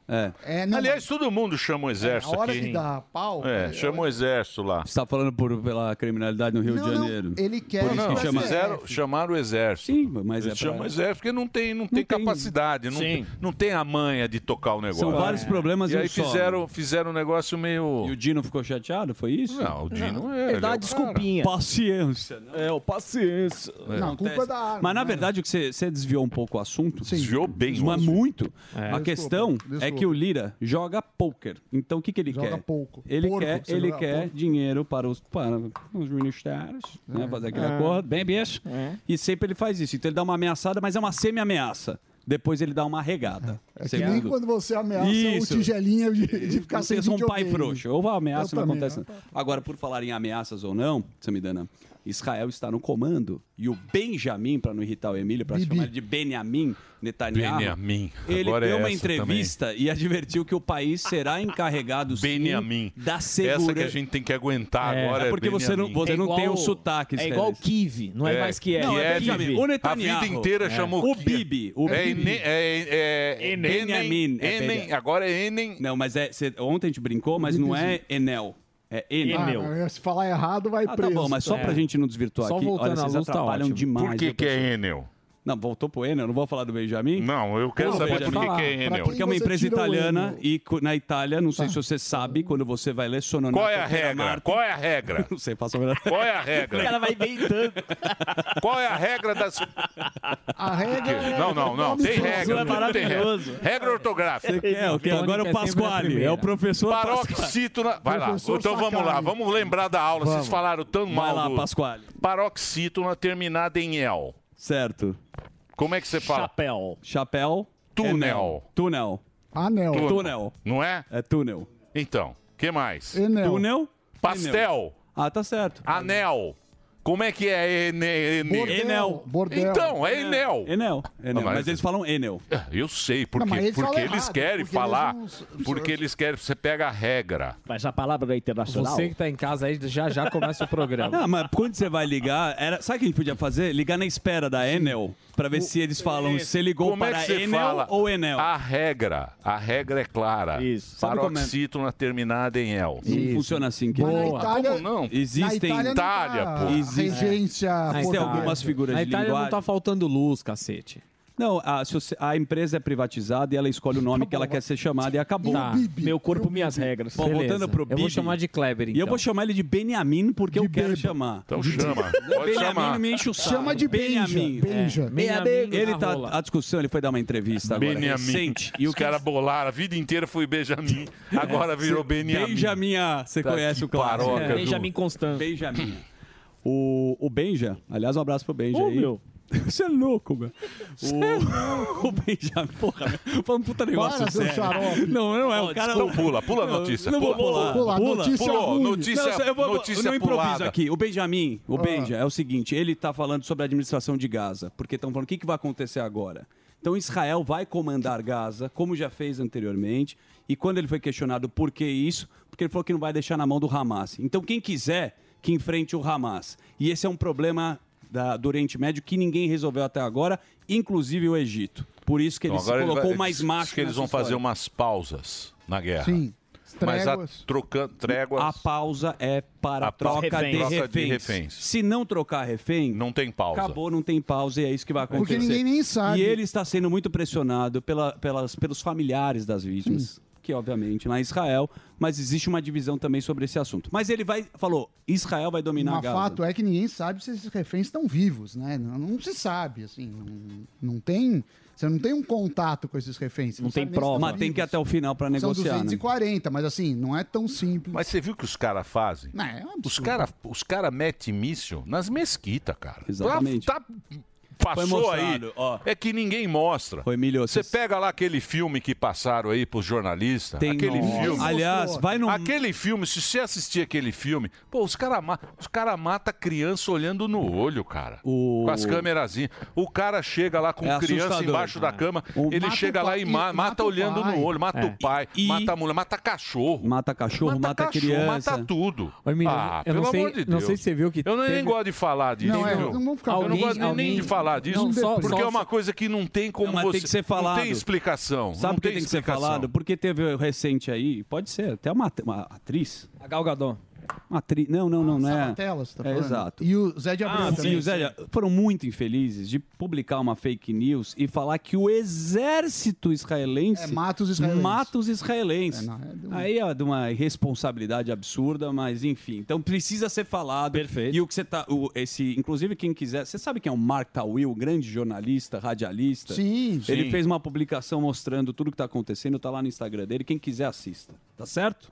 [SPEAKER 10] É, não,
[SPEAKER 2] Aliás, todo mundo chama o exército
[SPEAKER 10] É, a hora
[SPEAKER 2] aqui.
[SPEAKER 10] que dá pau,
[SPEAKER 2] É,
[SPEAKER 10] é,
[SPEAKER 2] chama o exército lá.
[SPEAKER 4] Você tá falando por, pela criminalidade no Rio
[SPEAKER 2] Não,
[SPEAKER 4] de
[SPEAKER 2] não,
[SPEAKER 4] Janeiro.
[SPEAKER 10] ele quer
[SPEAKER 4] Por isso
[SPEAKER 2] Não,
[SPEAKER 4] que chama.
[SPEAKER 2] fizeram- chamaram o exército.
[SPEAKER 4] Sim, mas
[SPEAKER 2] Eles
[SPEAKER 4] é pra-
[SPEAKER 2] chamam o exército porque não tem, não tem, capacidade, não,
[SPEAKER 4] Sim.
[SPEAKER 2] não tem a manha de tocar o negócio.
[SPEAKER 4] São
[SPEAKER 10] É.
[SPEAKER 4] vários problemas
[SPEAKER 2] E
[SPEAKER 4] em um
[SPEAKER 2] aí
[SPEAKER 4] só,
[SPEAKER 2] fizeram, fizeram um negócio meio...
[SPEAKER 4] E o Dino ficou chateado, foi isso?
[SPEAKER 2] Não, o Dino é...
[SPEAKER 4] Ele dá
[SPEAKER 2] é o
[SPEAKER 4] desculpinha. Paciência. É, o paciência.
[SPEAKER 10] Não, a culpa é da arma,
[SPEAKER 4] Mas, na
[SPEAKER 10] né?
[SPEAKER 4] verdade, o que você, você desviou um pouco o assunto.
[SPEAKER 2] Desviou bem o
[SPEAKER 4] Mas
[SPEAKER 2] assunto.
[SPEAKER 4] muito.
[SPEAKER 2] É.
[SPEAKER 4] A
[SPEAKER 2] Desculpa,
[SPEAKER 4] questão é
[SPEAKER 2] desculpa.
[SPEAKER 4] que o Lira joga poker. Então, o que, que ele
[SPEAKER 10] Joga
[SPEAKER 4] quer?
[SPEAKER 10] pouco.
[SPEAKER 4] Ele
[SPEAKER 10] Porco,
[SPEAKER 4] quer,
[SPEAKER 10] você
[SPEAKER 4] ele
[SPEAKER 10] joga
[SPEAKER 4] quer
[SPEAKER 10] porco.
[SPEAKER 4] dinheiro para os, para os ministérios, né,
[SPEAKER 10] É.
[SPEAKER 4] fazer aquele
[SPEAKER 10] É.
[SPEAKER 4] acordo. Bem, bicho. E sempre ele faz isso. Então, ele dá uma ameaçada, mas é uma semi-ameaça. Depois ele dá uma regada.
[SPEAKER 10] É que nem
[SPEAKER 4] Segundo-
[SPEAKER 10] quando você ameaça
[SPEAKER 4] Isso.
[SPEAKER 10] o tigelinha de, de ficar
[SPEAKER 4] não
[SPEAKER 10] sem
[SPEAKER 4] seja um pai
[SPEAKER 10] videogame.
[SPEAKER 4] frouxo. Ou a ameaça
[SPEAKER 10] Eu
[SPEAKER 4] não
[SPEAKER 10] também,
[SPEAKER 4] acontece.
[SPEAKER 10] né?
[SPEAKER 4] Agora, por falar em ameaças ou não, Samidana, Israel está no comando. E o Benjamin, para não irritar o Emílio, para chamar ele de Benjamin Netanyahu.
[SPEAKER 2] Benjamin.
[SPEAKER 4] Ele
[SPEAKER 2] Agora é
[SPEAKER 4] deu uma
[SPEAKER 2] essa
[SPEAKER 4] entrevista e advertiu que o país será encarregado sim,
[SPEAKER 2] Benjamin.
[SPEAKER 4] da segurança.
[SPEAKER 2] Essa que a gente tem que aguentar
[SPEAKER 4] É,
[SPEAKER 2] agora
[SPEAKER 4] é porque você não-
[SPEAKER 2] Benjamin.
[SPEAKER 4] você não É tem igual- o sotaque, é igual Félix. Kiev, não é mais Kiev. Não, é
[SPEAKER 2] Kiev.
[SPEAKER 4] Benjamin. O
[SPEAKER 2] A
[SPEAKER 4] Netanyahu.
[SPEAKER 2] vida inteira
[SPEAKER 4] É.
[SPEAKER 2] chamou
[SPEAKER 4] O
[SPEAKER 2] Kiev.
[SPEAKER 4] Bibi, o
[SPEAKER 2] é,
[SPEAKER 4] Bibi.
[SPEAKER 2] Enem- é, é, Enem.
[SPEAKER 4] Benjamin. é
[SPEAKER 2] Enem.
[SPEAKER 4] Benjamin.
[SPEAKER 2] Agora é Enem.
[SPEAKER 4] Não, mas é, cê- ontem a gente brincou, mas não é Enel. É Enel.
[SPEAKER 10] Ah, se falar errado,
[SPEAKER 2] É
[SPEAKER 10] vai
[SPEAKER 4] Ah, tá
[SPEAKER 10] preso.
[SPEAKER 4] bom, mas só pra gente não desvirtuar
[SPEAKER 10] É. Só
[SPEAKER 4] aqui,
[SPEAKER 10] voltando
[SPEAKER 4] olha,
[SPEAKER 10] à
[SPEAKER 4] vocês
[SPEAKER 10] luz, tá
[SPEAKER 4] atrapalham
[SPEAKER 10] ótimo.
[SPEAKER 4] demais.
[SPEAKER 10] Por que
[SPEAKER 4] eu
[SPEAKER 10] que
[SPEAKER 4] preciso-
[SPEAKER 2] é Enel?
[SPEAKER 4] Não, voltou pro Enel, não vou falar do Benjamin?
[SPEAKER 2] Não, eu quero saber por que que é Enel. Pra quem
[SPEAKER 4] Porque é uma
[SPEAKER 2] você
[SPEAKER 4] empresa
[SPEAKER 2] tirou o
[SPEAKER 4] italiana
[SPEAKER 2] Enel? Tá.
[SPEAKER 4] e co- na Itália, não sei se você sabe, quando você vai ler Sononata...
[SPEAKER 2] Qual é a
[SPEAKER 4] Opera
[SPEAKER 2] regra?
[SPEAKER 4] Martin-
[SPEAKER 2] Qual é a regra?
[SPEAKER 4] <laughs> Não sei, faço a
[SPEAKER 2] <laughs>
[SPEAKER 4] melhor...
[SPEAKER 2] Qual é a regra?
[SPEAKER 4] O cara vai
[SPEAKER 2] inventando. Qual é a regra das. A
[SPEAKER 4] regra é-
[SPEAKER 2] Não, não, não. Tem
[SPEAKER 4] Isso
[SPEAKER 2] regra.
[SPEAKER 4] é
[SPEAKER 2] tudo tem
[SPEAKER 4] maravilhoso.
[SPEAKER 2] regra. Regra ortográfica.
[SPEAKER 4] Você quer o quê? Agora é o Pasquale, é o professor
[SPEAKER 2] Paroxítona. Vai lá.
[SPEAKER 4] Professor
[SPEAKER 2] então vamos lá.
[SPEAKER 4] Sacani.
[SPEAKER 2] Vamos lembrar da aula.
[SPEAKER 4] Vamos.
[SPEAKER 2] Vocês falaram tão
[SPEAKER 4] Vai
[SPEAKER 2] mal.
[SPEAKER 4] lá,
[SPEAKER 2] do...
[SPEAKER 4] Pasquale.
[SPEAKER 2] Paroxítona terminada em el.
[SPEAKER 4] Certo.
[SPEAKER 2] Como é que você fala?
[SPEAKER 4] Chapéu. Chapéu.
[SPEAKER 2] Túnel.
[SPEAKER 4] Túnel.
[SPEAKER 10] Anel.
[SPEAKER 4] Túnel.
[SPEAKER 2] Não é?
[SPEAKER 4] É túnel.
[SPEAKER 2] Então, o que mais?
[SPEAKER 4] Enel. Túnel?
[SPEAKER 2] Pastel.
[SPEAKER 4] Ah, tá certo.
[SPEAKER 2] Anel. Como é que é ene, ene?
[SPEAKER 4] Bordel. Enel. Bordel.
[SPEAKER 2] Então, é Enel.
[SPEAKER 4] Enel.
[SPEAKER 2] Não,
[SPEAKER 4] Enel.
[SPEAKER 2] mas- Ah,
[SPEAKER 4] mas... eles falam Enel.
[SPEAKER 2] Eu sei, por
[SPEAKER 4] Não,
[SPEAKER 2] quê?
[SPEAKER 4] mas eles
[SPEAKER 2] porque
[SPEAKER 4] falam
[SPEAKER 2] eles
[SPEAKER 4] errado,
[SPEAKER 2] querem
[SPEAKER 4] porque
[SPEAKER 2] falar,
[SPEAKER 4] eles
[SPEAKER 2] porque eles querem, você pega a regra.
[SPEAKER 12] Mas a palavra é internacional.
[SPEAKER 7] Você que tá em casa aí, já já começa
[SPEAKER 2] <laughs>
[SPEAKER 7] o programa.
[SPEAKER 4] Não, mas quando você vai ligar, era... sabe o que a gente podia fazer? Ligar na espera da Enel, pra ver se eles falam se ligou
[SPEAKER 2] Como é
[SPEAKER 4] para
[SPEAKER 2] que você
[SPEAKER 4] Enel
[SPEAKER 2] fala?
[SPEAKER 4] ou Enel.
[SPEAKER 2] A regra, a regra é clara. Isso.
[SPEAKER 4] Sabe como é?
[SPEAKER 2] Paroxítona terminada em El.
[SPEAKER 4] Não Isso. funciona assim, querido. Mas na Itália-
[SPEAKER 2] como não?
[SPEAKER 4] Existem-
[SPEAKER 2] Na Itália,
[SPEAKER 4] Itália,
[SPEAKER 2] pô.
[SPEAKER 4] pô. Existe-
[SPEAKER 10] regência
[SPEAKER 4] Mas tem algumas figuras
[SPEAKER 7] Na
[SPEAKER 4] de
[SPEAKER 7] Itália não
[SPEAKER 4] linguagem.
[SPEAKER 7] tá faltando luz, cacete.
[SPEAKER 4] Não, a, se você- a empresa é privatizada e ela escolhe o nome que ela quer ser chamada e acabou.
[SPEAKER 7] Tá.
[SPEAKER 4] Meu corpo, minhas regras. Bom,
[SPEAKER 7] Beleza.
[SPEAKER 4] voltando pro
[SPEAKER 7] Eu vou
[SPEAKER 4] Bibi.
[SPEAKER 7] chamar de Kleber,
[SPEAKER 4] E eu
[SPEAKER 7] então.
[SPEAKER 4] vou chamar ele de Benjamin porque eu quero chamar.
[SPEAKER 2] Então chama.
[SPEAKER 4] <laughs>
[SPEAKER 2] Pode
[SPEAKER 4] Benjamin
[SPEAKER 2] chamar.
[SPEAKER 4] me enche o saco.
[SPEAKER 2] Chama de Benja,
[SPEAKER 4] Benjamin.
[SPEAKER 2] Benja.
[SPEAKER 4] É.
[SPEAKER 2] Benjamin na
[SPEAKER 4] Ele tá
[SPEAKER 2] rola.
[SPEAKER 4] a discussão, ele foi dar uma entrevista agora
[SPEAKER 2] Benjamin.
[SPEAKER 4] recente.
[SPEAKER 2] E os
[SPEAKER 4] <laughs>
[SPEAKER 2] caras bolaram. A vida inteira foi Benjamin. Agora virou Benjamin.
[SPEAKER 4] Benjamin, ah, você
[SPEAKER 2] Tá
[SPEAKER 4] conhece
[SPEAKER 2] que
[SPEAKER 4] o clássico.
[SPEAKER 7] É,
[SPEAKER 2] paroca, viu?
[SPEAKER 4] Constant. Benjamin.
[SPEAKER 7] <laughs>
[SPEAKER 4] O, o Benja, aliás, um abraço pro Benja
[SPEAKER 12] Ô,
[SPEAKER 4] aí.
[SPEAKER 12] meu.
[SPEAKER 4] <laughs> Você é louco, meu. O, o Benjamin, porra, meu. Foi um puta negócio
[SPEAKER 2] Para, seu
[SPEAKER 4] sério.
[SPEAKER 2] xarope.
[SPEAKER 4] Não, não é.
[SPEAKER 2] Ó,
[SPEAKER 4] O cara...
[SPEAKER 2] então pula, pula a
[SPEAKER 4] Não,
[SPEAKER 2] notícia,
[SPEAKER 4] Não,
[SPEAKER 2] pula,
[SPEAKER 4] vou pular.
[SPEAKER 2] pula, notícia Pulou, ruim. notícia-
[SPEAKER 4] Não, eu vou- eu
[SPEAKER 2] notícia
[SPEAKER 4] não improviso
[SPEAKER 2] pulada.
[SPEAKER 4] aqui. O Benjamin, o
[SPEAKER 2] Ah.
[SPEAKER 4] Benja, é o seguinte. Ele tá falando sobre a administração de Gaza. Porque estão falando o que, que vai acontecer agora. Então Israel vai comandar Gaza, como já fez anteriormente. E quando ele foi questionado por que isso, porque ele falou que não vai deixar na mão do Hamas. Então quem quiser que enfrente o Hamas. E esse é um problema da- do Oriente Médio que ninguém resolveu até agora, inclusive o Egito. Por isso que ele se
[SPEAKER 2] Então, ele
[SPEAKER 4] colocou
[SPEAKER 2] vai-
[SPEAKER 4] mais
[SPEAKER 2] diz
[SPEAKER 4] macho
[SPEAKER 2] que eles
[SPEAKER 4] nessa
[SPEAKER 2] vão fazer
[SPEAKER 4] história.
[SPEAKER 2] umas pausas na guerra.
[SPEAKER 4] Sim,
[SPEAKER 2] Mas a,
[SPEAKER 4] tréguas.
[SPEAKER 2] trocando tréguas.
[SPEAKER 4] A pausa é para
[SPEAKER 2] A
[SPEAKER 4] troca,
[SPEAKER 2] pausa- é
[SPEAKER 4] de,
[SPEAKER 2] Troca de
[SPEAKER 4] reféns.
[SPEAKER 2] reféns.
[SPEAKER 4] Se não trocar refém,
[SPEAKER 2] não tem pausa.
[SPEAKER 4] Acabou, não tem pausa e é isso que vai acontecer.
[SPEAKER 10] Porque ninguém nem sabe.
[SPEAKER 4] E ele está sendo muito pressionado pela- pelas, pelos familiares das vítimas, que obviamente lá em Israel, mas existe uma divisão também sobre esse assunto. Mas ele vai falou, Israel vai dominar
[SPEAKER 10] Mas
[SPEAKER 4] Gaza.
[SPEAKER 10] fato é que ninguém sabe se esses reféns estão vivos, né? Não, não se sabe, assim. Não, não tem... Você não tem um contato com esses reféns. você sabe nem se estão
[SPEAKER 4] mas tem
[SPEAKER 10] vivos.
[SPEAKER 4] que ir até o final para
[SPEAKER 10] São
[SPEAKER 4] negociar. né?
[SPEAKER 10] 240, mas assim, não é tão simples.
[SPEAKER 2] Mas você viu o que os caras fazem?
[SPEAKER 10] Não, é um absurdo.
[SPEAKER 2] os caras os cara metem míssil nas mesquitas, cara.
[SPEAKER 4] Exatamente.
[SPEAKER 2] Tá, tá- passou aí.
[SPEAKER 4] mostrado, ó.
[SPEAKER 2] É que ninguém mostra. você pega lá aquele filme que passaram aí pros jornalistas.
[SPEAKER 4] Tem
[SPEAKER 2] aquele
[SPEAKER 4] no-
[SPEAKER 2] filme.
[SPEAKER 4] Aliás, vai
[SPEAKER 2] no. Aquele filme, se você assistir aquele filme, pô, os caras ma os cara matam criança olhando no olho, cara. Com as câmerazinhas. O cara chega lá com
[SPEAKER 4] É
[SPEAKER 2] criança
[SPEAKER 4] assustador.
[SPEAKER 2] embaixo da
[SPEAKER 4] É.
[SPEAKER 2] cama,
[SPEAKER 4] O-
[SPEAKER 2] ele
[SPEAKER 4] mata o
[SPEAKER 2] chega lá
[SPEAKER 4] pai-
[SPEAKER 2] e ma-
[SPEAKER 4] e-
[SPEAKER 2] mata,
[SPEAKER 4] mata o
[SPEAKER 2] olhando
[SPEAKER 4] pai.
[SPEAKER 2] no olho, mata
[SPEAKER 4] É.
[SPEAKER 2] o pai,
[SPEAKER 4] E-
[SPEAKER 2] mata a mulher, mata cachorro.
[SPEAKER 4] Mata cachorro, mata,
[SPEAKER 2] cachorro,
[SPEAKER 4] criança.
[SPEAKER 2] mata tudo.
[SPEAKER 4] Ô, Emílio,
[SPEAKER 2] ah,
[SPEAKER 4] eu
[SPEAKER 2] pelo
[SPEAKER 4] não sei-
[SPEAKER 2] amor de Deus.
[SPEAKER 4] não sei se você viu que
[SPEAKER 2] Eu nem
[SPEAKER 4] teve-
[SPEAKER 2] gosto de falar disso.
[SPEAKER 4] Não, é,
[SPEAKER 2] viu?
[SPEAKER 4] não vamos ficar
[SPEAKER 2] eu não
[SPEAKER 4] falando.
[SPEAKER 2] gosto nem- nem
[SPEAKER 4] Alguém-
[SPEAKER 2] de falar disso,
[SPEAKER 4] Não, só-
[SPEAKER 2] porque
[SPEAKER 4] só-
[SPEAKER 2] é uma coisa que não tem como
[SPEAKER 4] Não, mas
[SPEAKER 2] você...
[SPEAKER 4] tem que ser falado.
[SPEAKER 2] Não tem explicação.
[SPEAKER 4] Sabe
[SPEAKER 2] não
[SPEAKER 4] por que tem, que ser
[SPEAKER 2] explicação.
[SPEAKER 4] falado? Porque teve recente aí, pode ser, até uma, at- uma atriz. A Gal Gadot. Uma atriz. Não, não, não, não é.
[SPEAKER 10] Tela, você tá
[SPEAKER 4] É,
[SPEAKER 10] falando.
[SPEAKER 4] exato.
[SPEAKER 10] E o Zé de Abreu
[SPEAKER 4] Ah,
[SPEAKER 10] também.
[SPEAKER 4] sim, o Zé, de- foram muito infelizes de publicar uma fake news e falar que o exército israelense
[SPEAKER 10] É, mata os israelenses.
[SPEAKER 4] mata os israelenses.
[SPEAKER 10] É, não, é de um-
[SPEAKER 4] Aí é de uma irresponsabilidade absurda, mas enfim. Então precisa ser falado. Perfeito. E o que você tá. o- esse, inclusive, quem quiser. Você sabe quem é o Mark Tawil, grande jornalista, radialista?
[SPEAKER 10] Sim,
[SPEAKER 4] Ele
[SPEAKER 10] sim.
[SPEAKER 4] fez uma publicação mostrando tudo que tá acontecendo, tá lá no Instagram dele. Quem quiser, assista. Tá certo?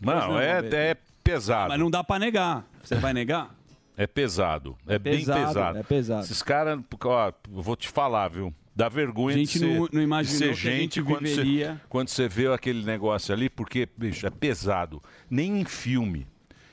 [SPEAKER 4] Mas
[SPEAKER 2] Não, é,
[SPEAKER 4] velho.
[SPEAKER 2] é pesado.
[SPEAKER 4] Mas não dá pra negar. Você vai negar?
[SPEAKER 2] É pesado. É, bem
[SPEAKER 4] pesado,
[SPEAKER 2] pesado.
[SPEAKER 4] é pesado.
[SPEAKER 2] Esses caras, ó, eu vou te falar, viu? Dá vergonha
[SPEAKER 4] A gente
[SPEAKER 2] de ser,
[SPEAKER 4] não-
[SPEAKER 2] de
[SPEAKER 4] não imaginou
[SPEAKER 2] ser
[SPEAKER 4] que a gente
[SPEAKER 2] gente quando você,
[SPEAKER 4] viveria.
[SPEAKER 2] quando você vê aquele negócio ali, porque, bicho, é pesado. Nem em filme.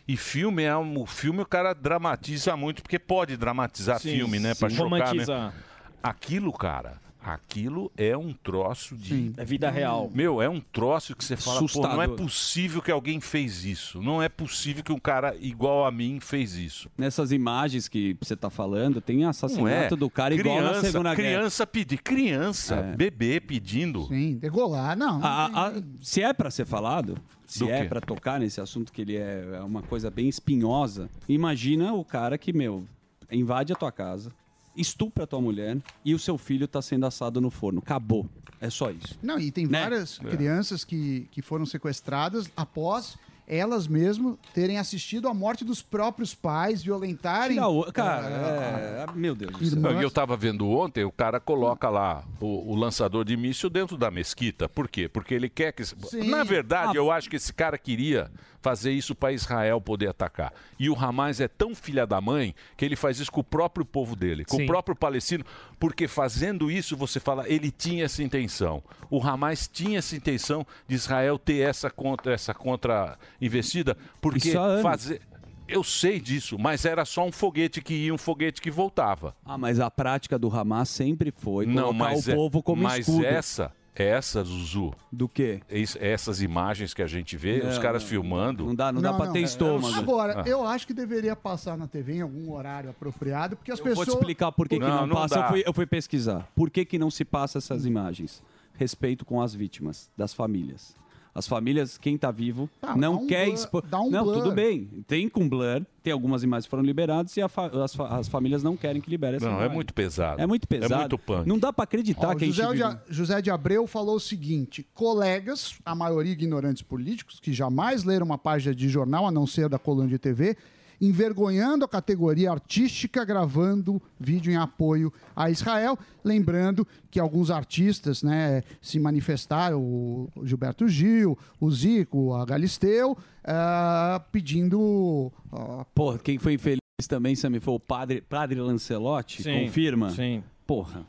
[SPEAKER 2] E filme é um. o Filme o cara dramatiza muito, porque pode dramatizar
[SPEAKER 12] Sim,
[SPEAKER 2] filme, né?
[SPEAKER 12] sim.
[SPEAKER 2] Pra chocar, né?
[SPEAKER 12] Romantizar.
[SPEAKER 2] Aquilo, cara. Aquilo é um troço de.
[SPEAKER 12] É vida real.
[SPEAKER 2] Meu, é um troço que você fala, pô, não é
[SPEAKER 12] Assustador.
[SPEAKER 2] possível que alguém fez isso. Não é possível que um cara igual a mim fez isso.
[SPEAKER 4] Nessas imagens que você tá falando, tem
[SPEAKER 2] Não é.
[SPEAKER 4] assassinato do cara
[SPEAKER 2] criança,
[SPEAKER 4] igual na Segunda Guerra. É.
[SPEAKER 2] Criança pedir, criança, bebê pedindo.
[SPEAKER 10] Sim, degolar, não.
[SPEAKER 4] A- a- se é pra ser falado, se
[SPEAKER 2] Do
[SPEAKER 4] é
[SPEAKER 2] quê?
[SPEAKER 4] pra tocar nesse assunto que ele é, é uma coisa bem espinhosa, imagina o cara que, meu, invade a tua casa, estupra a tua mulher e o seu filho tá sendo assado no forno. Acabou. É só isso.
[SPEAKER 10] Não, e tem
[SPEAKER 4] Né?
[SPEAKER 10] várias
[SPEAKER 4] É.
[SPEAKER 10] crianças que, que foram sequestradas após elas mesmo terem assistido à morte dos próprios pais, violentarem.
[SPEAKER 4] Tira o- cara,
[SPEAKER 10] ah,
[SPEAKER 4] é- meu Deus do
[SPEAKER 10] Irmãs.
[SPEAKER 2] E eu tava vendo ontem, o cara coloca lá o, o lançador de míssil dentro da mesquita. Por quê? Porque ele quer que. esse-
[SPEAKER 12] Sim.
[SPEAKER 2] Na verdade,
[SPEAKER 12] Ah.
[SPEAKER 2] eu acho que esse cara queria fazer isso para Israel poder atacar. E o Hamas é tão filha da mãe que ele faz isso com o próprio povo dele, com
[SPEAKER 12] Sim.
[SPEAKER 2] o próprio palestino. Porque fazendo isso, você fala, ele tinha essa intenção. O Hamas tinha essa intenção de Israel ter essa contra, essa contra investida, porque
[SPEAKER 4] Isso há anos.
[SPEAKER 2] fazer. Eu sei disso, mas era só um foguete que ia, um foguete que voltava.
[SPEAKER 4] Ah, mas a prática do Hamas sempre foi
[SPEAKER 2] Não,
[SPEAKER 4] colocar
[SPEAKER 2] mas
[SPEAKER 4] o
[SPEAKER 2] é-
[SPEAKER 4] povo como
[SPEAKER 2] mas
[SPEAKER 4] escudo.
[SPEAKER 2] essa, essa, Zuzu.
[SPEAKER 4] Do quê?
[SPEAKER 2] essas imagens que a gente vê,
[SPEAKER 4] Não,
[SPEAKER 2] os caras
[SPEAKER 4] não.
[SPEAKER 2] filmando.
[SPEAKER 4] Não dá, não dá pra ter estômago.
[SPEAKER 10] é, Agora,
[SPEAKER 2] Ah.
[SPEAKER 10] eu acho que deveria passar na TV em algum horário apropriado, porque as
[SPEAKER 4] Eu
[SPEAKER 10] pessoas.
[SPEAKER 4] vou te explicar por que que não, passa. Eu
[SPEAKER 2] dá.
[SPEAKER 4] fui, eu fui pesquisar. Por que, que não se passa essas imagens? Respeito com as vítimas, das famílias. As famílias, quem tá vivo,
[SPEAKER 10] Tá, dá
[SPEAKER 4] não
[SPEAKER 10] um
[SPEAKER 4] quer
[SPEAKER 10] blur-
[SPEAKER 4] expor.
[SPEAKER 10] dá um
[SPEAKER 4] não,
[SPEAKER 10] blur.
[SPEAKER 4] tudo bem. Tem com blur, tem algumas imagens que foram liberadas e a fa- as, fa- as famílias não querem que libere essa
[SPEAKER 2] Não, é
[SPEAKER 4] imagem.
[SPEAKER 2] muito pesado.
[SPEAKER 4] É muito pesado.
[SPEAKER 2] É muito punk.
[SPEAKER 4] Não dá pra acreditar
[SPEAKER 10] Ó,
[SPEAKER 4] que a gente
[SPEAKER 10] José, de,
[SPEAKER 4] vive-
[SPEAKER 10] A- José de Abreu falou o seguinte: colegas, a maioria ignorantes políticos, que jamais leram uma página de jornal, a não ser da coluna de TV, envergonhando a categoria artística, gravando vídeo em apoio a Israel. Lembrando que alguns artistas né, se manifestaram, o Gilberto Gil, o Zico, a Galisteu, ah, pedindo. ah,
[SPEAKER 4] Pô, quem foi infeliz também, Sammy, foi o padre, padre Lancelotti,
[SPEAKER 10] Sim,
[SPEAKER 4] confirma?
[SPEAKER 10] sim.
[SPEAKER 4] Porra.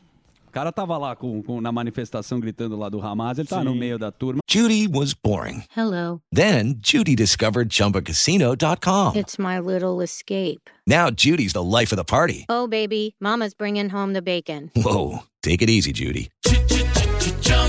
[SPEAKER 4] O cara tava lá com, com- na manifestação gritando lá do Hamas, ele tava
[SPEAKER 14] Sim.
[SPEAKER 4] no meio da turma.
[SPEAKER 14] Judy was boring.
[SPEAKER 15] Hello.
[SPEAKER 14] Then Judy discovered
[SPEAKER 16] Oh.
[SPEAKER 14] ChumbaCasino.com.
[SPEAKER 15] It's my little escape.
[SPEAKER 14] Now Judy's the life of the party.
[SPEAKER 15] Oh, baby, Mama's bringing home the bacon.
[SPEAKER 14] Whoa, take it easy, Judy.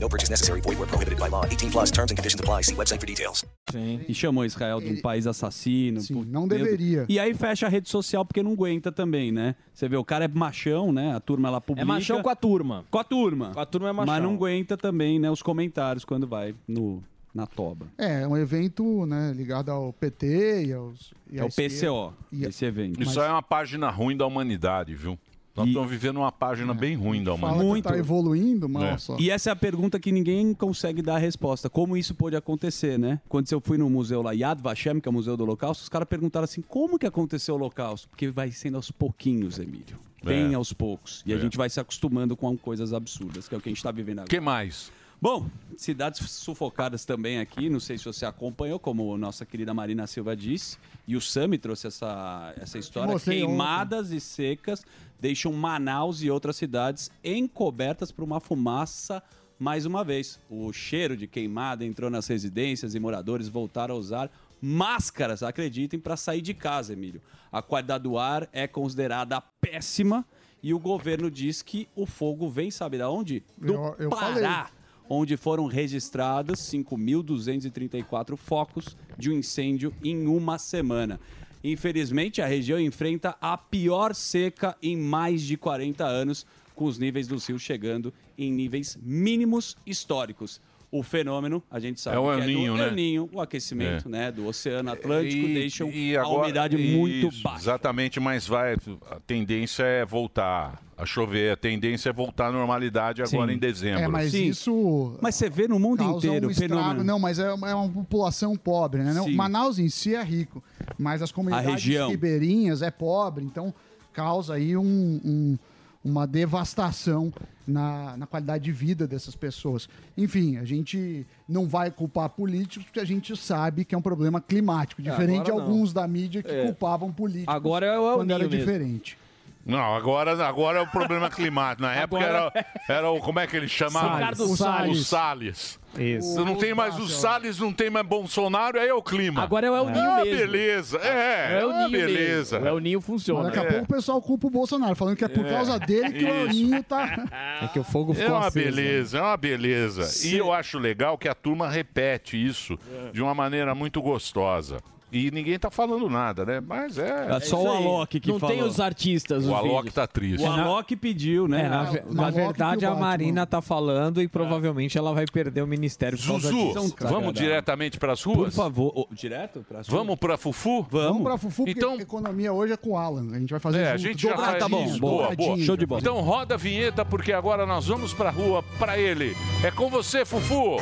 [SPEAKER 14] No purchase necessary. Void where prohibited by law. 18 plus terms and conditions apply. See website for details.
[SPEAKER 4] E chamou Israel de um país assassino. Sim,
[SPEAKER 10] não deveria.
[SPEAKER 4] E aí fecha a rede social porque não aguenta também, né? Você vê, o cara é machão, né? A turma lá publica.
[SPEAKER 12] machão com a
[SPEAKER 4] turma. Com a turma. Com a turma é
[SPEAKER 12] machão.
[SPEAKER 4] Mas não aguenta também, né? Os comentários quando vai no, na toba.
[SPEAKER 10] É, é um evento né, ligado ao PT e aos. e
[SPEAKER 4] É
[SPEAKER 10] à
[SPEAKER 4] o PCO,
[SPEAKER 10] E a-
[SPEAKER 4] esse evento.
[SPEAKER 2] Isso é uma página ruim da humanidade, viu? Nós estamos vivendo uma página bem ruim da
[SPEAKER 10] É. Fala
[SPEAKER 2] humanidade.
[SPEAKER 10] muito. tá evoluindo, mas olha só.
[SPEAKER 4] E essa é a pergunta que ninguém consegue dar a resposta. Como isso pôde acontecer, né? Quando eu fui no museu lá, Yad Vashem, que é o Museu do Holocausto, os caras perguntaram assim, como que aconteceu o Holocausto? Porque vai sendo aos pouquinhos, Emílio. Bem
[SPEAKER 2] É.
[SPEAKER 4] aos poucos. E a
[SPEAKER 2] É.
[SPEAKER 4] gente vai se acostumando com coisas absurdas, que é o que a gente está vivendo agora.
[SPEAKER 2] que mais?
[SPEAKER 4] Bom, cidades sufocadas também aqui, não sei se você acompanhou, como nossa querida Marina Silva disse, e o Sami trouxe essa, essa história.
[SPEAKER 12] mostrei ontem. né?
[SPEAKER 4] Queimadas e secas deixam Manaus e outras cidades encobertas por uma fumaça mais uma vez. O cheiro de queimada entrou nas residências e moradores voltaram a usar máscaras, acreditem, para sair de casa, Emílio. A qualidade do ar é considerada péssima e o governo diz que o fogo vem, sabe da onde? Do
[SPEAKER 10] Eu- eu
[SPEAKER 4] Pará, onde foram registrados 5.234 focos de um incêndio em uma semana. Infelizmente, a região enfrenta a pior seca em mais de 40 anos, com os níveis dos rios chegando em níveis mínimos históricos. O fenômeno, a gente sabe
[SPEAKER 2] É o
[SPEAKER 4] que
[SPEAKER 2] El Niño,
[SPEAKER 4] do
[SPEAKER 2] né?
[SPEAKER 4] El Niño, o aquecimento
[SPEAKER 2] É.
[SPEAKER 4] né, do Oceano Atlântico,
[SPEAKER 2] E-
[SPEAKER 4] deixam
[SPEAKER 2] e
[SPEAKER 4] a
[SPEAKER 2] agora-
[SPEAKER 4] umidade
[SPEAKER 2] isso,
[SPEAKER 4] muito baixa.
[SPEAKER 2] Exatamente, mas vai. A tendência é voltar a chover. A tendência é voltar à normalidade agora
[SPEAKER 4] Sim.
[SPEAKER 2] em dezembro.
[SPEAKER 10] É, mas isso.
[SPEAKER 4] Mas você vê no mundo
[SPEAKER 10] causa
[SPEAKER 4] inteiro
[SPEAKER 10] um
[SPEAKER 4] o
[SPEAKER 10] estrago.
[SPEAKER 4] fenômeno.
[SPEAKER 10] Não, mas é uma, é uma população pobre, né? Não,
[SPEAKER 4] Sim.
[SPEAKER 10] Manaus em si é rico, mas as
[SPEAKER 4] A
[SPEAKER 10] comunidades
[SPEAKER 4] região.
[SPEAKER 10] ribeirinhas é pobre, então causa aí um- um- uma devastação na, na qualidade de vida dessas pessoas. Enfim, a gente não vai culpar políticos, porque a gente sabe que é um problema climático,
[SPEAKER 9] É,
[SPEAKER 10] diferente de
[SPEAKER 9] agora não.
[SPEAKER 10] alguns da mídia que
[SPEAKER 9] É.
[SPEAKER 10] culpavam políticos
[SPEAKER 9] Agora é o El
[SPEAKER 10] quando era
[SPEAKER 9] Niño mesmo.
[SPEAKER 10] diferente.
[SPEAKER 2] Não, agora, agora é o problema climático. Na época
[SPEAKER 10] Agora-
[SPEAKER 2] era, era o. Como é que ele chamava?
[SPEAKER 10] Salles.
[SPEAKER 2] O
[SPEAKER 10] Ricardo Salles.
[SPEAKER 2] O Salles.
[SPEAKER 12] Isso.
[SPEAKER 2] Não tem mais o Salles, não tem mais Bolsonaro, aí é o clima.
[SPEAKER 12] Agora é o El Niño
[SPEAKER 2] ah,
[SPEAKER 12] mesmo.
[SPEAKER 2] beleza. É,
[SPEAKER 12] É o El
[SPEAKER 2] ah,
[SPEAKER 12] Niño
[SPEAKER 2] beleza.
[SPEAKER 12] mesmo. O El Niño funciona.
[SPEAKER 10] Daqui a pouco o pessoal culpa o Bolsonaro, falando que é por
[SPEAKER 2] É.
[SPEAKER 10] causa dele que o El
[SPEAKER 2] Isso.
[SPEAKER 10] Ninho tá.
[SPEAKER 9] É que o fogo
[SPEAKER 2] É uma
[SPEAKER 12] né?
[SPEAKER 2] beleza, é uma beleza. E eu acho legal que a turma repete isso de uma maneira muito gostosa. E ninguém tá falando nada, né? Mas é.
[SPEAKER 4] É só o Alok que
[SPEAKER 2] Não tem os
[SPEAKER 4] artistas.
[SPEAKER 2] O Alok tá triste.
[SPEAKER 4] O Alok pediu, né?
[SPEAKER 7] É, na, ve- na verdade, a Marina tá falando e provavelmente ela vai perder o ministério por causa
[SPEAKER 2] Zuzu,
[SPEAKER 7] disso. é um
[SPEAKER 2] vamos diretamente pras
[SPEAKER 7] Por
[SPEAKER 2] ruas?
[SPEAKER 7] favor.
[SPEAKER 4] direto? Pra
[SPEAKER 2] Vamos pra Fufu?
[SPEAKER 10] Vamos pra Fufu, porque a economia hoje é com o Alan. A gente vai fazer
[SPEAKER 2] É, a
[SPEAKER 10] junto, tá
[SPEAKER 2] gente já
[SPEAKER 10] dobradinho,
[SPEAKER 2] faz isso. Boa, boa.
[SPEAKER 10] dobradinho.
[SPEAKER 2] Então roda a vinheta, porque agora nós vamos pra rua pra ele. É com você, Fufu!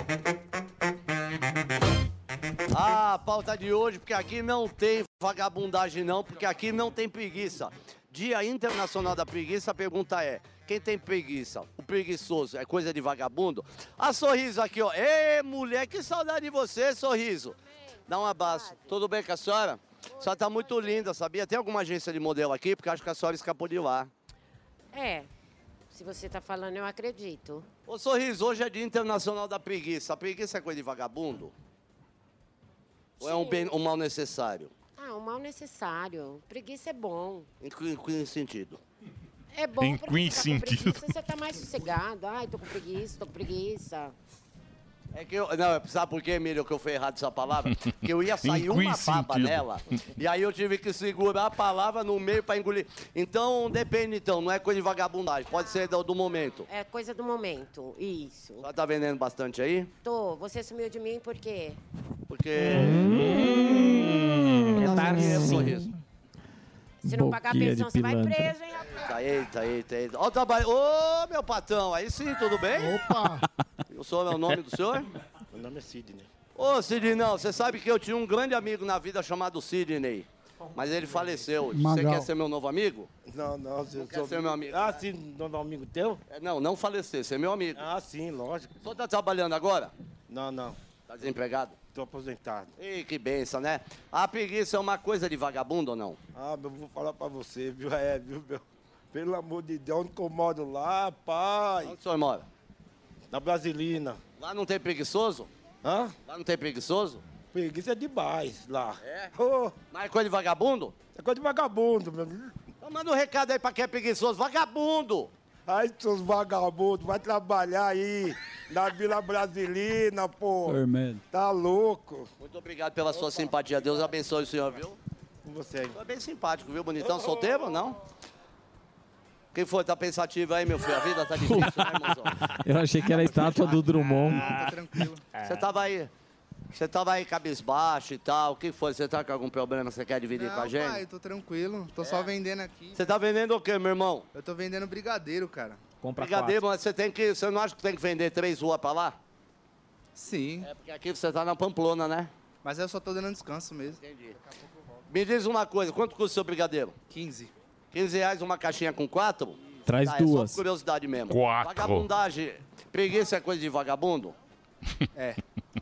[SPEAKER 5] Ah, a pauta de hoje, porque aqui não tem vagabundagem não, porque aqui não tem preguiça. Dia Internacional da Preguiça, a pergunta é, quem tem preguiça? O preguiçoso é coisa de vagabundo? A Sorriso aqui, ó. Ê, mulher, que saudade de você, Sorriso. Dá um abraço. Tudo bem com a senhora? A senhora tá muito linda, sabia? Tem alguma agência de modelo aqui? Porque acho que a senhora escapou de lá.
[SPEAKER 17] É. Se você tá falando, eu acredito.
[SPEAKER 5] Ô, Sorriso, hoje é Dia Internacional da Preguiça. A preguiça é coisa de vagabundo? Ou é um,
[SPEAKER 17] Sim.
[SPEAKER 5] bem, um mal necessário?
[SPEAKER 17] Ah, o mal necessário. Preguiça é bom.
[SPEAKER 5] Em que, em que sentido?
[SPEAKER 17] É bom
[SPEAKER 5] Em
[SPEAKER 17] porque você
[SPEAKER 5] que
[SPEAKER 17] tá com
[SPEAKER 5] sentido?
[SPEAKER 17] preguiça, você tá mais sossegado. Ai, tô com preguiça, tô com preguiça.
[SPEAKER 5] É que eu, não, sabe por que, Emílio, que eu fui errado essa palavra? Que eu
[SPEAKER 11] <laughs>
[SPEAKER 5] ia
[SPEAKER 11] Em
[SPEAKER 5] sair
[SPEAKER 11] que
[SPEAKER 5] uma baba
[SPEAKER 11] sentido?
[SPEAKER 5] nela, e aí eu tive que segurar a palavra no meio pra engolir. Então, depende, então, não é coisa de vagabundagem, pode ser do, do momento.
[SPEAKER 17] É coisa do momento. Isso.
[SPEAKER 5] Ela tá vendendo bastante aí?
[SPEAKER 17] Tô, você sumiu de mim por quê?
[SPEAKER 5] Porque.
[SPEAKER 17] é
[SPEAKER 5] Nossa,
[SPEAKER 17] tarde,
[SPEAKER 5] que é
[SPEAKER 17] sim.
[SPEAKER 5] sorriso.
[SPEAKER 17] Se não pagar a
[SPEAKER 5] Boquinha de
[SPEAKER 17] pensão, você vai
[SPEAKER 5] pilantra.
[SPEAKER 17] preso, hein?
[SPEAKER 5] Tá, eita, eita, eita. Ó o trabalho. Ô, meu patrão, aí sim, tudo bem? Opa! O senhor é o nome do
[SPEAKER 18] <laughs>
[SPEAKER 5] senhor?
[SPEAKER 18] Meu nome é Sidney.
[SPEAKER 5] Ô, Sidney, você sabe que eu tinha um grande amigo na vida chamado Sidney. Mas ele faleceu. Você
[SPEAKER 18] Magal.
[SPEAKER 5] quer ser meu novo amigo?
[SPEAKER 18] Não, não, você
[SPEAKER 5] Quer ser meu amigo? Ah, sim, novo amigo teu? Não, não falecer, ser meu amigo. Ah, sim, lógico. O senhor tá trabalhando agora? Não, não. Tá desempregado? Tô aposentado. Ih, que benção, né? A preguiça é uma coisa de vagabundo ou não?
[SPEAKER 18] Ah, meu, vou falar pra você, viu? É, viu, meu? Pelo amor de Deus, onde que eu moro lá, pai? Onde
[SPEAKER 5] o senhor mora?
[SPEAKER 18] Na Brasilina.
[SPEAKER 5] Lá não tem preguiçoso?
[SPEAKER 18] Hã?
[SPEAKER 5] Lá não tem preguiçoso?
[SPEAKER 18] Preguiça é demais lá.
[SPEAKER 5] É? Mas é coisa de vagabundo?
[SPEAKER 18] É coisa de vagabundo, meu.
[SPEAKER 5] Então manda um recado aí pra quem é preguiçoso. Vagabundo!
[SPEAKER 18] Ai, seus vagabundos, vai trabalhar aí na Vila Brasilina, pô.
[SPEAKER 5] Vermelho.
[SPEAKER 18] Tá louco.
[SPEAKER 5] Muito obrigado pela sua simpatia. Deus abençoe o senhor, viu?
[SPEAKER 18] Você aí.
[SPEAKER 5] Foi bem simpático, viu, bonitão? Solteiro ou não? Quem foi? Tá pensativo aí, meu filho? A vida tá difícil, né, irmãozão?
[SPEAKER 7] Eu achei que era a estátua do Drummond.
[SPEAKER 5] Ah, tá Você tava aí... Você tava aí cabisbaixo e tal. O que foi? Você tá com algum problema? Você quer dividir com a
[SPEAKER 16] Não,
[SPEAKER 5] gente? É.
[SPEAKER 16] pai, tô tranquilo. Tô só vendendo aqui.
[SPEAKER 5] Você tá vendendo o quê, meu irmão?
[SPEAKER 16] Eu tô vendendo brigadeiro, cara.
[SPEAKER 5] Brigadeiro, mas você tem que... Você não acha que tem que vender três ruas pra lá?
[SPEAKER 16] Sim.
[SPEAKER 5] É porque aqui você tá na Pamplona, né?
[SPEAKER 16] Mas eu só tô dando descanso mesmo.
[SPEAKER 5] Entendi. Me diz uma coisa, quanto custa o seu brigadeiro?
[SPEAKER 16] 15.
[SPEAKER 5] 15 reais uma caixinha com quatro?
[SPEAKER 16] Traz
[SPEAKER 5] Tá, É
[SPEAKER 16] duas.
[SPEAKER 5] só por curiosidade mesmo.
[SPEAKER 16] Quatro.
[SPEAKER 5] Vagabundagem. Preguiça é coisa de vagabundo?
[SPEAKER 16] É.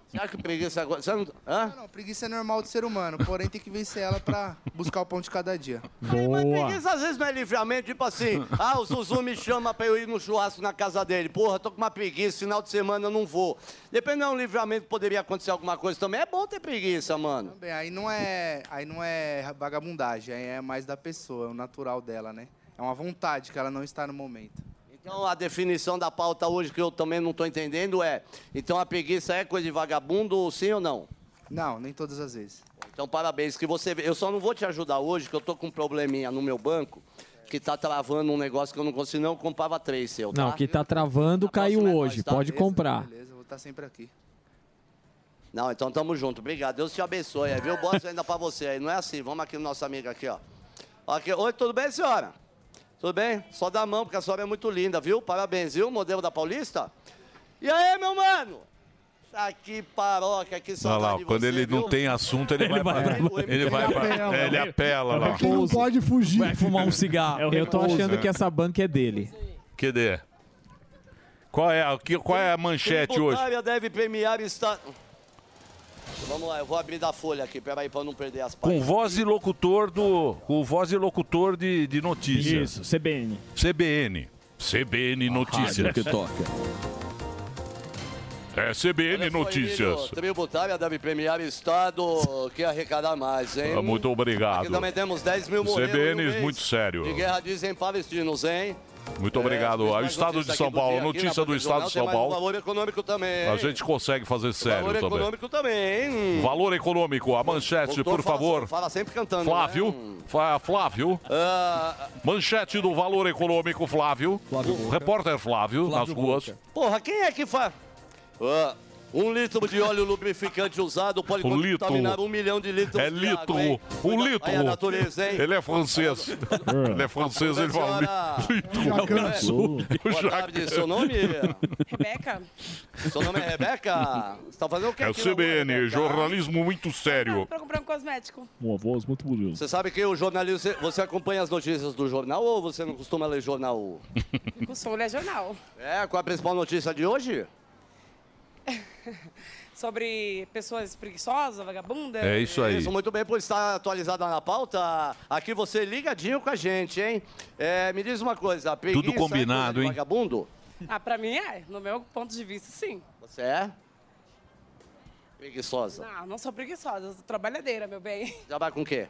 [SPEAKER 5] Você acha que preguiça é coisa. Você não... Hã?
[SPEAKER 16] Não, preguiça é normal do ser humano, porém tem que vencer ela pra buscar o pão de cada dia.
[SPEAKER 5] Boa. Preguiça às vezes não é livramento, tipo
[SPEAKER 16] <laughs>
[SPEAKER 5] assim, ah, o Zuzu me chama pra eu ir no churrasco na casa dele. Porra, tô com uma preguiça, final de semana eu não vou. Dependendo de um livramento, poderia acontecer alguma coisa também. É bom ter preguiça, mano.
[SPEAKER 16] Bem, aí não é, aí não é vagabundagem, aí é mais da pessoa, é o natural dela, né? É uma vontade que ela não está no momento.
[SPEAKER 5] Então a definição da pauta hoje que eu também não tô entendendo é, então a preguiça é coisa de vagabundo, sim ou não?
[SPEAKER 16] Não, nem todas as vezes.
[SPEAKER 5] Então, parabéns que você. Eu só não vou te ajudar hoje, que eu tô com um probleminha no meu banco que tá travando um negócio que eu não consigo. Não, eu comprava três seu, tá?
[SPEAKER 7] Não, que tá travando caiu hoje.
[SPEAKER 5] tá?
[SPEAKER 7] Pode
[SPEAKER 5] Beleza,
[SPEAKER 7] comprar.
[SPEAKER 16] Beleza, eu vou estar sempre aqui.
[SPEAKER 5] Não, então tamo junto. Obrigado. Deus te abençoe aí, viu? Boa ainda pra você aí. Não é assim. Vamos aqui no nosso amigo aqui, ó. Aqui. Oi, tudo bem, senhora? Tudo bem? Só dá a mão, porque a senhora é muito linda, viu? Parabéns, viu? Modelo da Paulista. E aí, meu mano? Tá que paroca, que
[SPEAKER 2] Olha
[SPEAKER 5] saudade
[SPEAKER 2] lá,
[SPEAKER 5] de
[SPEAKER 2] quando
[SPEAKER 5] você,
[SPEAKER 2] ele não
[SPEAKER 5] viu?
[SPEAKER 2] tem assunto, ele, vai, pra, Ele vai pra. é, Ele apela lá.
[SPEAKER 10] Quem não pode fugir.
[SPEAKER 2] Vai fumar um cigarro. É o
[SPEAKER 7] Eu tô
[SPEAKER 2] repouso,
[SPEAKER 7] achando
[SPEAKER 2] né?
[SPEAKER 7] que essa banca é dele.
[SPEAKER 2] Cadê? Qual é, a- que- qual é a manchete hoje?
[SPEAKER 5] Tributária deve premiar está... Então, Vamos lá, eu vou abrir da folha aqui, peraí, pra eu não perder as
[SPEAKER 2] Com
[SPEAKER 5] páginas.
[SPEAKER 2] voz e locutor do. Com voz e locutor de, de notícias.
[SPEAKER 12] Isso, CBN.
[SPEAKER 2] CBN. CBN Notícias.
[SPEAKER 4] rádio que toca.
[SPEAKER 2] É CBN Notícias. Ah,
[SPEAKER 5] Tributária deve premiar Estado que arrecadar mais, hein?
[SPEAKER 2] Ah, Muito
[SPEAKER 5] um Aqui
[SPEAKER 2] obrigado.
[SPEAKER 5] também temos 10 mil morreram
[SPEAKER 2] CBN
[SPEAKER 5] no mês
[SPEAKER 2] muito sério.
[SPEAKER 5] De guerra dizem palestinos, hein?
[SPEAKER 2] Muito obrigado.
[SPEAKER 5] É,
[SPEAKER 2] Ao Estado de
[SPEAKER 5] notícia
[SPEAKER 2] São
[SPEAKER 5] aqui do
[SPEAKER 2] Paulo,
[SPEAKER 5] dia, aqui na
[SPEAKER 2] notícia do
[SPEAKER 5] Folha
[SPEAKER 2] Estado
[SPEAKER 5] Jornal,
[SPEAKER 2] de
[SPEAKER 5] tem
[SPEAKER 2] São
[SPEAKER 5] mais um
[SPEAKER 2] Paulo.
[SPEAKER 5] valor econômico também.
[SPEAKER 2] A gente consegue fazer sério
[SPEAKER 5] valor
[SPEAKER 2] também.
[SPEAKER 5] econômico também, hein?
[SPEAKER 2] Valor econômico, a manchete,
[SPEAKER 5] Doutor
[SPEAKER 2] por
[SPEAKER 5] fala-
[SPEAKER 2] favor.
[SPEAKER 5] Fala sempre cantando. né? Um- Ah,
[SPEAKER 2] Flávio, Fa- Flávio. Manchete do valor econômico, Flávio. Repórter Flávio, nas ruas.
[SPEAKER 5] Porra, quem é que faz? Ah, um litro de óleo lubrificante usado pode
[SPEAKER 2] O
[SPEAKER 5] contaminar
[SPEAKER 2] litro.
[SPEAKER 5] um milhão de litros
[SPEAKER 2] É
[SPEAKER 5] de
[SPEAKER 2] litro,
[SPEAKER 5] água, hein?
[SPEAKER 2] o
[SPEAKER 5] Cuida-
[SPEAKER 2] litro.
[SPEAKER 5] Aí a natureza, hein?
[SPEAKER 2] Ele é francês. ele é francês, ele fala <laughs> litro.
[SPEAKER 5] Boa
[SPEAKER 2] Já
[SPEAKER 5] tarde, seu nome?
[SPEAKER 19] Rebeca?
[SPEAKER 5] Seu nome é Rebeca? Você tá fazendo o que
[SPEAKER 2] É o
[SPEAKER 5] aqui na rua,
[SPEAKER 2] CBN,
[SPEAKER 5] Rebeca?
[SPEAKER 2] jornalismo muito sério.
[SPEAKER 19] Pra comprar um cosmético.
[SPEAKER 12] Uma voz muito bonita.
[SPEAKER 5] Você sabe que o jornalismo, você- você acompanha as notícias do jornal ou você não costuma
[SPEAKER 2] <laughs>
[SPEAKER 5] ler jornal?
[SPEAKER 19] O Soul é jornal.
[SPEAKER 5] É, qual a principal notícia de hoje?
[SPEAKER 19] sobre pessoas preguiçosas, vagabundas.
[SPEAKER 2] É isso aí.
[SPEAKER 5] Isso, muito bem por estar atualizada na pauta. Aqui você ligadinho com a gente, hein? É, me diz uma coisa, preguiça é coisa de
[SPEAKER 2] combinado, hein?
[SPEAKER 5] Vagabundo?
[SPEAKER 19] Ah, pra mim é, no meu ponto de vista, sim.
[SPEAKER 5] Você é? Preguiçosa.
[SPEAKER 19] Não, não sou preguiçosa, eu sou trabalhadeira, meu bem.
[SPEAKER 5] Já vai com o quê?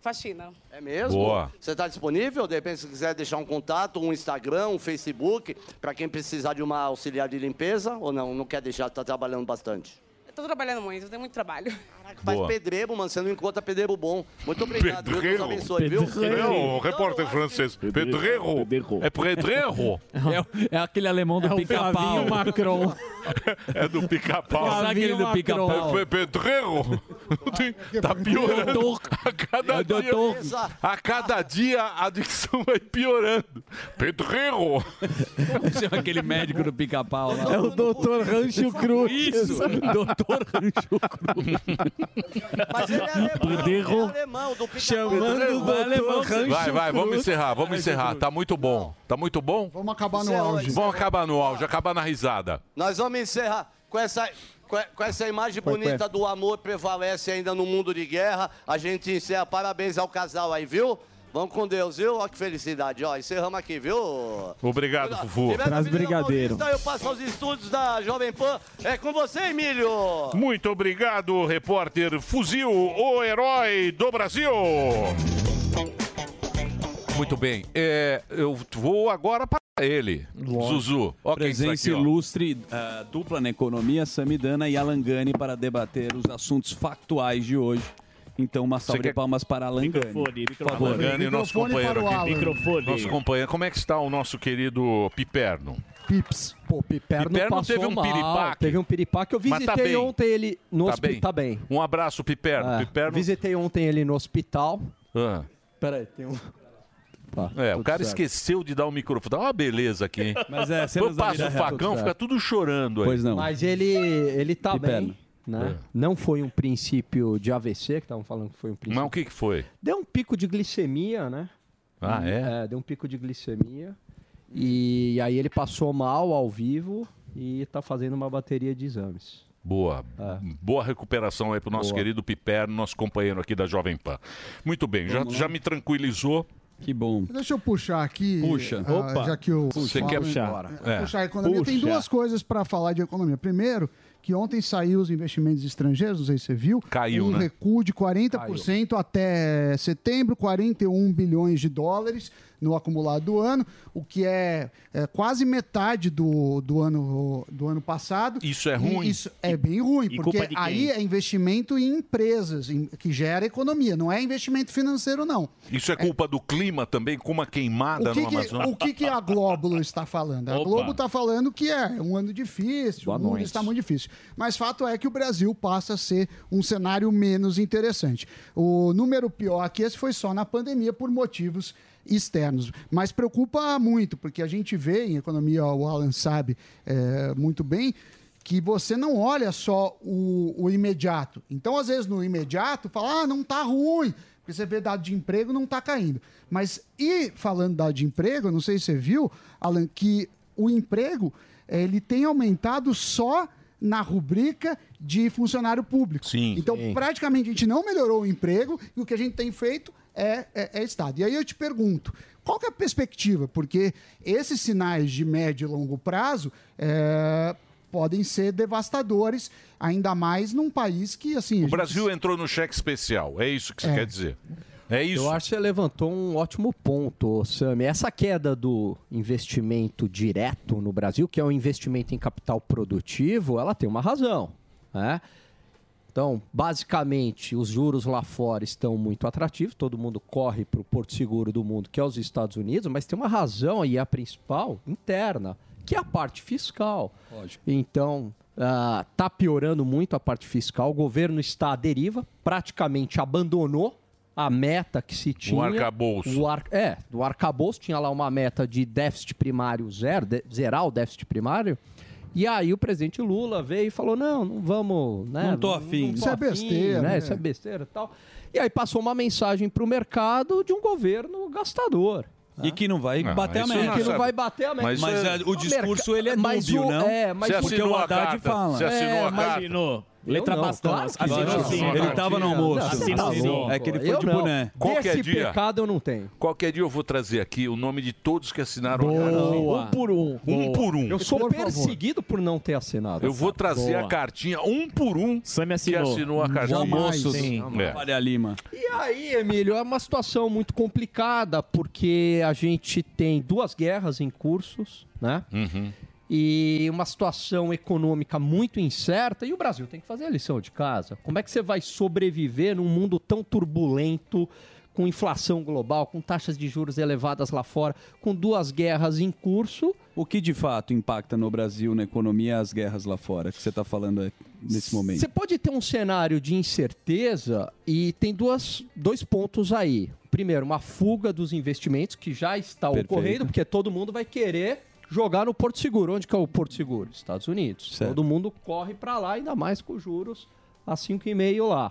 [SPEAKER 19] Faxina.
[SPEAKER 5] É mesmo?
[SPEAKER 2] Boa.
[SPEAKER 5] Você está disponível? De repente, se quiser deixar um contato, um Instagram, um Facebook, para quem precisar de uma auxiliar de limpeza ou não? Não quer deixar, está trabalhando bastante.
[SPEAKER 19] Eu tô trabalhando muito, eu tenho muito trabalho.
[SPEAKER 5] Mas pedreiro, mano, você não encontra pedreiro bom. Muito obrigado, Deus nos abençoe, viu?
[SPEAKER 2] Não, o repórter francês. Pedreiro. É pedreiro.
[SPEAKER 7] É, o- é aquele alemão do
[SPEAKER 2] o
[SPEAKER 7] pica-pau.
[SPEAKER 2] Flavinho
[SPEAKER 7] Macron.
[SPEAKER 2] <laughs> É do pica-pau.
[SPEAKER 7] Sabe aquele do pica-pau?
[SPEAKER 2] É pedreiro.
[SPEAKER 4] <laughs>
[SPEAKER 2] Não tem- Tá piorando. A
[SPEAKER 4] É
[SPEAKER 2] cada dia, a cada dia a adicção vai piorando. Pedreiro.
[SPEAKER 4] Chama aquele médico do pica-pau né? lá.
[SPEAKER 7] É o doutor Rancho Cruz.
[SPEAKER 4] Isso, doutor
[SPEAKER 19] <laughs>
[SPEAKER 4] Rancho Cruz.
[SPEAKER 5] Mas ele é
[SPEAKER 4] Pedreiro.
[SPEAKER 5] alemão, do é pica
[SPEAKER 7] Chamando o doutor Rancho
[SPEAKER 2] Vai, vai, vamos
[SPEAKER 7] Cruz.
[SPEAKER 2] encerrar, vamos encerrar. Tá muito bom. Tá muito bom? Vamos
[SPEAKER 10] acabar
[SPEAKER 5] é
[SPEAKER 10] no auge.
[SPEAKER 2] Vamos acabar no auge, acabar na risada.
[SPEAKER 5] Nós vamos encerrar com essa, com e- com essa imagem
[SPEAKER 2] Qual é,
[SPEAKER 5] bonita
[SPEAKER 2] qual é?
[SPEAKER 5] do amor prevalece ainda no mundo de guerra. A gente encerra. Parabéns ao casal aí, viu? Vamos com Deus, viu? Olha que felicidade. Ó, encerramos aqui, viu?
[SPEAKER 2] Obrigado, Fufu.
[SPEAKER 5] Tiver na Avenida Paulista, Eu passo aos estúdios da Jovem Pan. É com você, Emílio.
[SPEAKER 2] Muito obrigado, repórter Fuzil, o herói do Brasil. Muito bem, é, eu vou agora para ele, Zuzu. Ó quem está
[SPEAKER 4] Presença
[SPEAKER 2] aqui, ó.
[SPEAKER 4] ilustre, ah, dupla na economia, Samidana e Alangani para debater os assuntos factuais de hoje. Então, uma salva
[SPEAKER 2] Você
[SPEAKER 4] de
[SPEAKER 2] quer-
[SPEAKER 4] palmas para Alangani. Por favor.
[SPEAKER 2] Alangani, é nosso companheiro aqui. Nosso companheiro. Como é que está o nosso querido Piperno?
[SPEAKER 12] Pips. Pô, Piperno,
[SPEAKER 2] Piperno
[SPEAKER 12] passou
[SPEAKER 2] teve um
[SPEAKER 12] mal.
[SPEAKER 2] piripaque.
[SPEAKER 12] Teve um piripaque. Eu
[SPEAKER 2] Mas tá
[SPEAKER 12] visitei
[SPEAKER 2] bem.
[SPEAKER 12] ontem ele no
[SPEAKER 2] Tá
[SPEAKER 12] hospital.
[SPEAKER 2] bem?
[SPEAKER 12] Tá bem.
[SPEAKER 2] Um abraço, Piperno.
[SPEAKER 12] É,
[SPEAKER 2] Piperno.
[SPEAKER 12] Visitei ontem ele no hospital.
[SPEAKER 2] Ah.
[SPEAKER 12] Peraí, tem um...
[SPEAKER 2] É, o
[SPEAKER 12] tudo
[SPEAKER 2] cara
[SPEAKER 12] certo.
[SPEAKER 2] esqueceu de dar o microfone. Dá uma beleza aqui, hein?
[SPEAKER 12] Mas é, cenas
[SPEAKER 2] Eu
[SPEAKER 12] da
[SPEAKER 2] passo
[SPEAKER 12] vida
[SPEAKER 2] o
[SPEAKER 12] real,
[SPEAKER 2] facão,
[SPEAKER 12] tudo
[SPEAKER 2] fica
[SPEAKER 12] certo.
[SPEAKER 2] tudo chorando aí.
[SPEAKER 12] Mas ele, ele tá
[SPEAKER 2] Piperno.
[SPEAKER 12] bem,
[SPEAKER 4] É.
[SPEAKER 12] né?
[SPEAKER 2] É.
[SPEAKER 12] Não foi um princípio de AVC, que estavam falando que foi um princípio.
[SPEAKER 2] Mas o que, que foi?
[SPEAKER 12] Deu um pico de glicemia, né?
[SPEAKER 2] Ah, é?
[SPEAKER 12] deu um pico de glicemia. E aí ele passou mal ao vivo e tá fazendo uma bateria de exames. É.
[SPEAKER 2] Boa. Boa recuperação aí pro nosso
[SPEAKER 12] Boa.
[SPEAKER 2] querido Piperno, nosso companheiro aqui da Jovem Pan. Muito bem, já, já me tranquilizou.
[SPEAKER 4] Que bom.
[SPEAKER 10] Deixa eu puxar aqui.
[SPEAKER 2] Puxa.
[SPEAKER 10] ah,
[SPEAKER 2] Opa.
[SPEAKER 10] Já que eu
[SPEAKER 2] Puxa. Você quer puxar? É.
[SPEAKER 10] Puxar a economia. Tem
[SPEAKER 2] Puxa.
[SPEAKER 10] duas coisas para falar de economia. Primeiro, que ontem saiu os investimentos estrangeiros, não sei se você viu.
[SPEAKER 2] Caiu,
[SPEAKER 10] um
[SPEAKER 2] né?
[SPEAKER 10] recuo de 40% até setembro, 41 bilhões de dólares no acumulado do ano, o que é, é, quase metade do, do, ano, do ano passado.
[SPEAKER 2] Isso é
[SPEAKER 10] E
[SPEAKER 2] ruim?
[SPEAKER 10] Isso é bem ruim,
[SPEAKER 2] e culpa
[SPEAKER 10] porque
[SPEAKER 2] de quem?
[SPEAKER 10] aí é investimento em empresas, em- que gera economia, não é investimento financeiro, não.
[SPEAKER 2] Isso é culpa do clima também, com uma queimada
[SPEAKER 10] O que,
[SPEAKER 2] no
[SPEAKER 10] que,
[SPEAKER 2] Amazonas.
[SPEAKER 10] o que que a Globo está falando? A
[SPEAKER 2] Opa.
[SPEAKER 10] Globo está falando que é um ano difícil,
[SPEAKER 2] Boa
[SPEAKER 10] o mundo
[SPEAKER 2] noite.
[SPEAKER 10] está muito difícil. Mas fato é que o Brasil passa a ser um cenário menos interessante. O número pior aqui esse foi só na pandemia por motivos externos, mas preocupa muito porque a gente vê em economia, o Alan sabe é, muito bem que você não olha só o, o imediato. Então, às vezes, no imediato, fala, ah, não tá ruim, porque você vê dado de emprego, não tá caindo. Mas, e falando dado de emprego, eu não sei se você viu, Alan, que o emprego, eh, ele tem aumentado só na rubrica de funcionário público. Sim. Então, praticamente, a gente não melhorou o emprego e o que a gente tem feito é, é, é Estado. E aí eu te pergunto, qual que é a perspectiva? Porque esses sinais de médio e longo prazo... eh, podem ser devastadores, ainda mais num país que, assim... a
[SPEAKER 2] O
[SPEAKER 10] gente
[SPEAKER 2] Brasil entrou no cheque especial, é isso que você
[SPEAKER 10] É.
[SPEAKER 2] quer dizer. É isso.
[SPEAKER 12] Eu acho que você levantou um ótimo ponto, Sami. Essa queda do investimento direto no Brasil, que é o investimento em capital produtivo, ela tem uma razão. Né? Então, basicamente, os juros lá fora estão muito atrativos, todo mundo corre para o porto seguro do mundo, que é os Estados Unidos, mas tem uma razão, e a principal, interna, que é a parte fiscal.
[SPEAKER 4] Lógico.
[SPEAKER 12] Então, ah, tá piorando muito a parte fiscal, o governo está à deriva, praticamente abandonou a meta que se tinha.
[SPEAKER 2] arcabouço.
[SPEAKER 12] O ar, é, do arcabouço tinha lá uma meta de déficit primário zero, de- zerar o déficit primário. E aí o presidente Lula veio e falou: não, não vamos. Né,
[SPEAKER 4] Não tô afim.
[SPEAKER 12] tô
[SPEAKER 4] Isso é
[SPEAKER 12] afim,
[SPEAKER 4] besteira,
[SPEAKER 12] né,
[SPEAKER 4] né?
[SPEAKER 12] Isso é besteira e tal. E aí passou uma mensagem para o mercado de um governo gastador.
[SPEAKER 4] E que não vai
[SPEAKER 2] Não,
[SPEAKER 4] bater a
[SPEAKER 2] isso
[SPEAKER 4] meta.
[SPEAKER 2] não, Que não sabe. vai
[SPEAKER 12] bater a meta.
[SPEAKER 4] Mas,
[SPEAKER 2] Mas, eh,
[SPEAKER 4] é, o
[SPEAKER 12] o
[SPEAKER 4] discurso,
[SPEAKER 12] merca-
[SPEAKER 4] ele é
[SPEAKER 12] mas
[SPEAKER 4] núbio,
[SPEAKER 12] o-
[SPEAKER 4] não?
[SPEAKER 12] é, mas
[SPEAKER 4] Porque
[SPEAKER 12] Você
[SPEAKER 4] o
[SPEAKER 12] assinou a
[SPEAKER 4] Haddad
[SPEAKER 12] carta?
[SPEAKER 4] fala.
[SPEAKER 12] Você assinou
[SPEAKER 4] é,
[SPEAKER 12] a
[SPEAKER 4] mas-
[SPEAKER 12] carta? Assinou. Letra bastão, claro que
[SPEAKER 4] Assinou
[SPEAKER 12] assinou.
[SPEAKER 4] sim.
[SPEAKER 12] Assinou.
[SPEAKER 4] Ele tava no
[SPEAKER 12] Não,
[SPEAKER 4] almoço.
[SPEAKER 12] assinou sim.
[SPEAKER 4] É que ele foi
[SPEAKER 12] Eu
[SPEAKER 4] de
[SPEAKER 12] não.
[SPEAKER 4] boné.
[SPEAKER 2] Qualquer
[SPEAKER 12] Desse
[SPEAKER 2] dia.
[SPEAKER 12] pecado eu não tenho.
[SPEAKER 2] Qualquer dia eu vou trazer aqui o nome de todos que assinaram a carta.
[SPEAKER 12] Um por um.
[SPEAKER 2] Um
[SPEAKER 12] Boa.
[SPEAKER 2] por um.
[SPEAKER 12] Eu sou perseguido por não
[SPEAKER 4] Ah,
[SPEAKER 12] ter
[SPEAKER 4] tá
[SPEAKER 12] assinado.
[SPEAKER 2] Eu vou trazer
[SPEAKER 12] Boa.
[SPEAKER 2] a cartinha um por um que
[SPEAKER 12] assinou.
[SPEAKER 2] assinou a cartinha.
[SPEAKER 12] Jamais.
[SPEAKER 2] Moços.
[SPEAKER 12] Sim.
[SPEAKER 2] É.
[SPEAKER 4] Olha a Lima.
[SPEAKER 12] E aí, Emílio, é uma situação muito complicada, porque a gente tem duas guerras em cursos, né? E uma situação econômica muito incerta, e o Brasil tem que fazer a lição de casa. Como é que você vai sobreviver num mundo tão turbulento, com inflação global, com taxas de juros elevadas lá fora, com duas guerras em curso?
[SPEAKER 4] O que de fato impacta no Brasil, na economia, as guerras lá fora, que você está falando é, nesse momento?
[SPEAKER 12] Você pode ter um cenário de incerteza e tem duas, dois pontos aí. Primeiro, uma fuga dos investimentos que já está
[SPEAKER 4] Perfeito.
[SPEAKER 12] ocorrendo, porque todo mundo vai querer jogar no Porto Seguro. Onde que é o Porto Seguro? Estados Unidos. Todo mundo corre para lá, ainda mais com juros a 5,5 lá.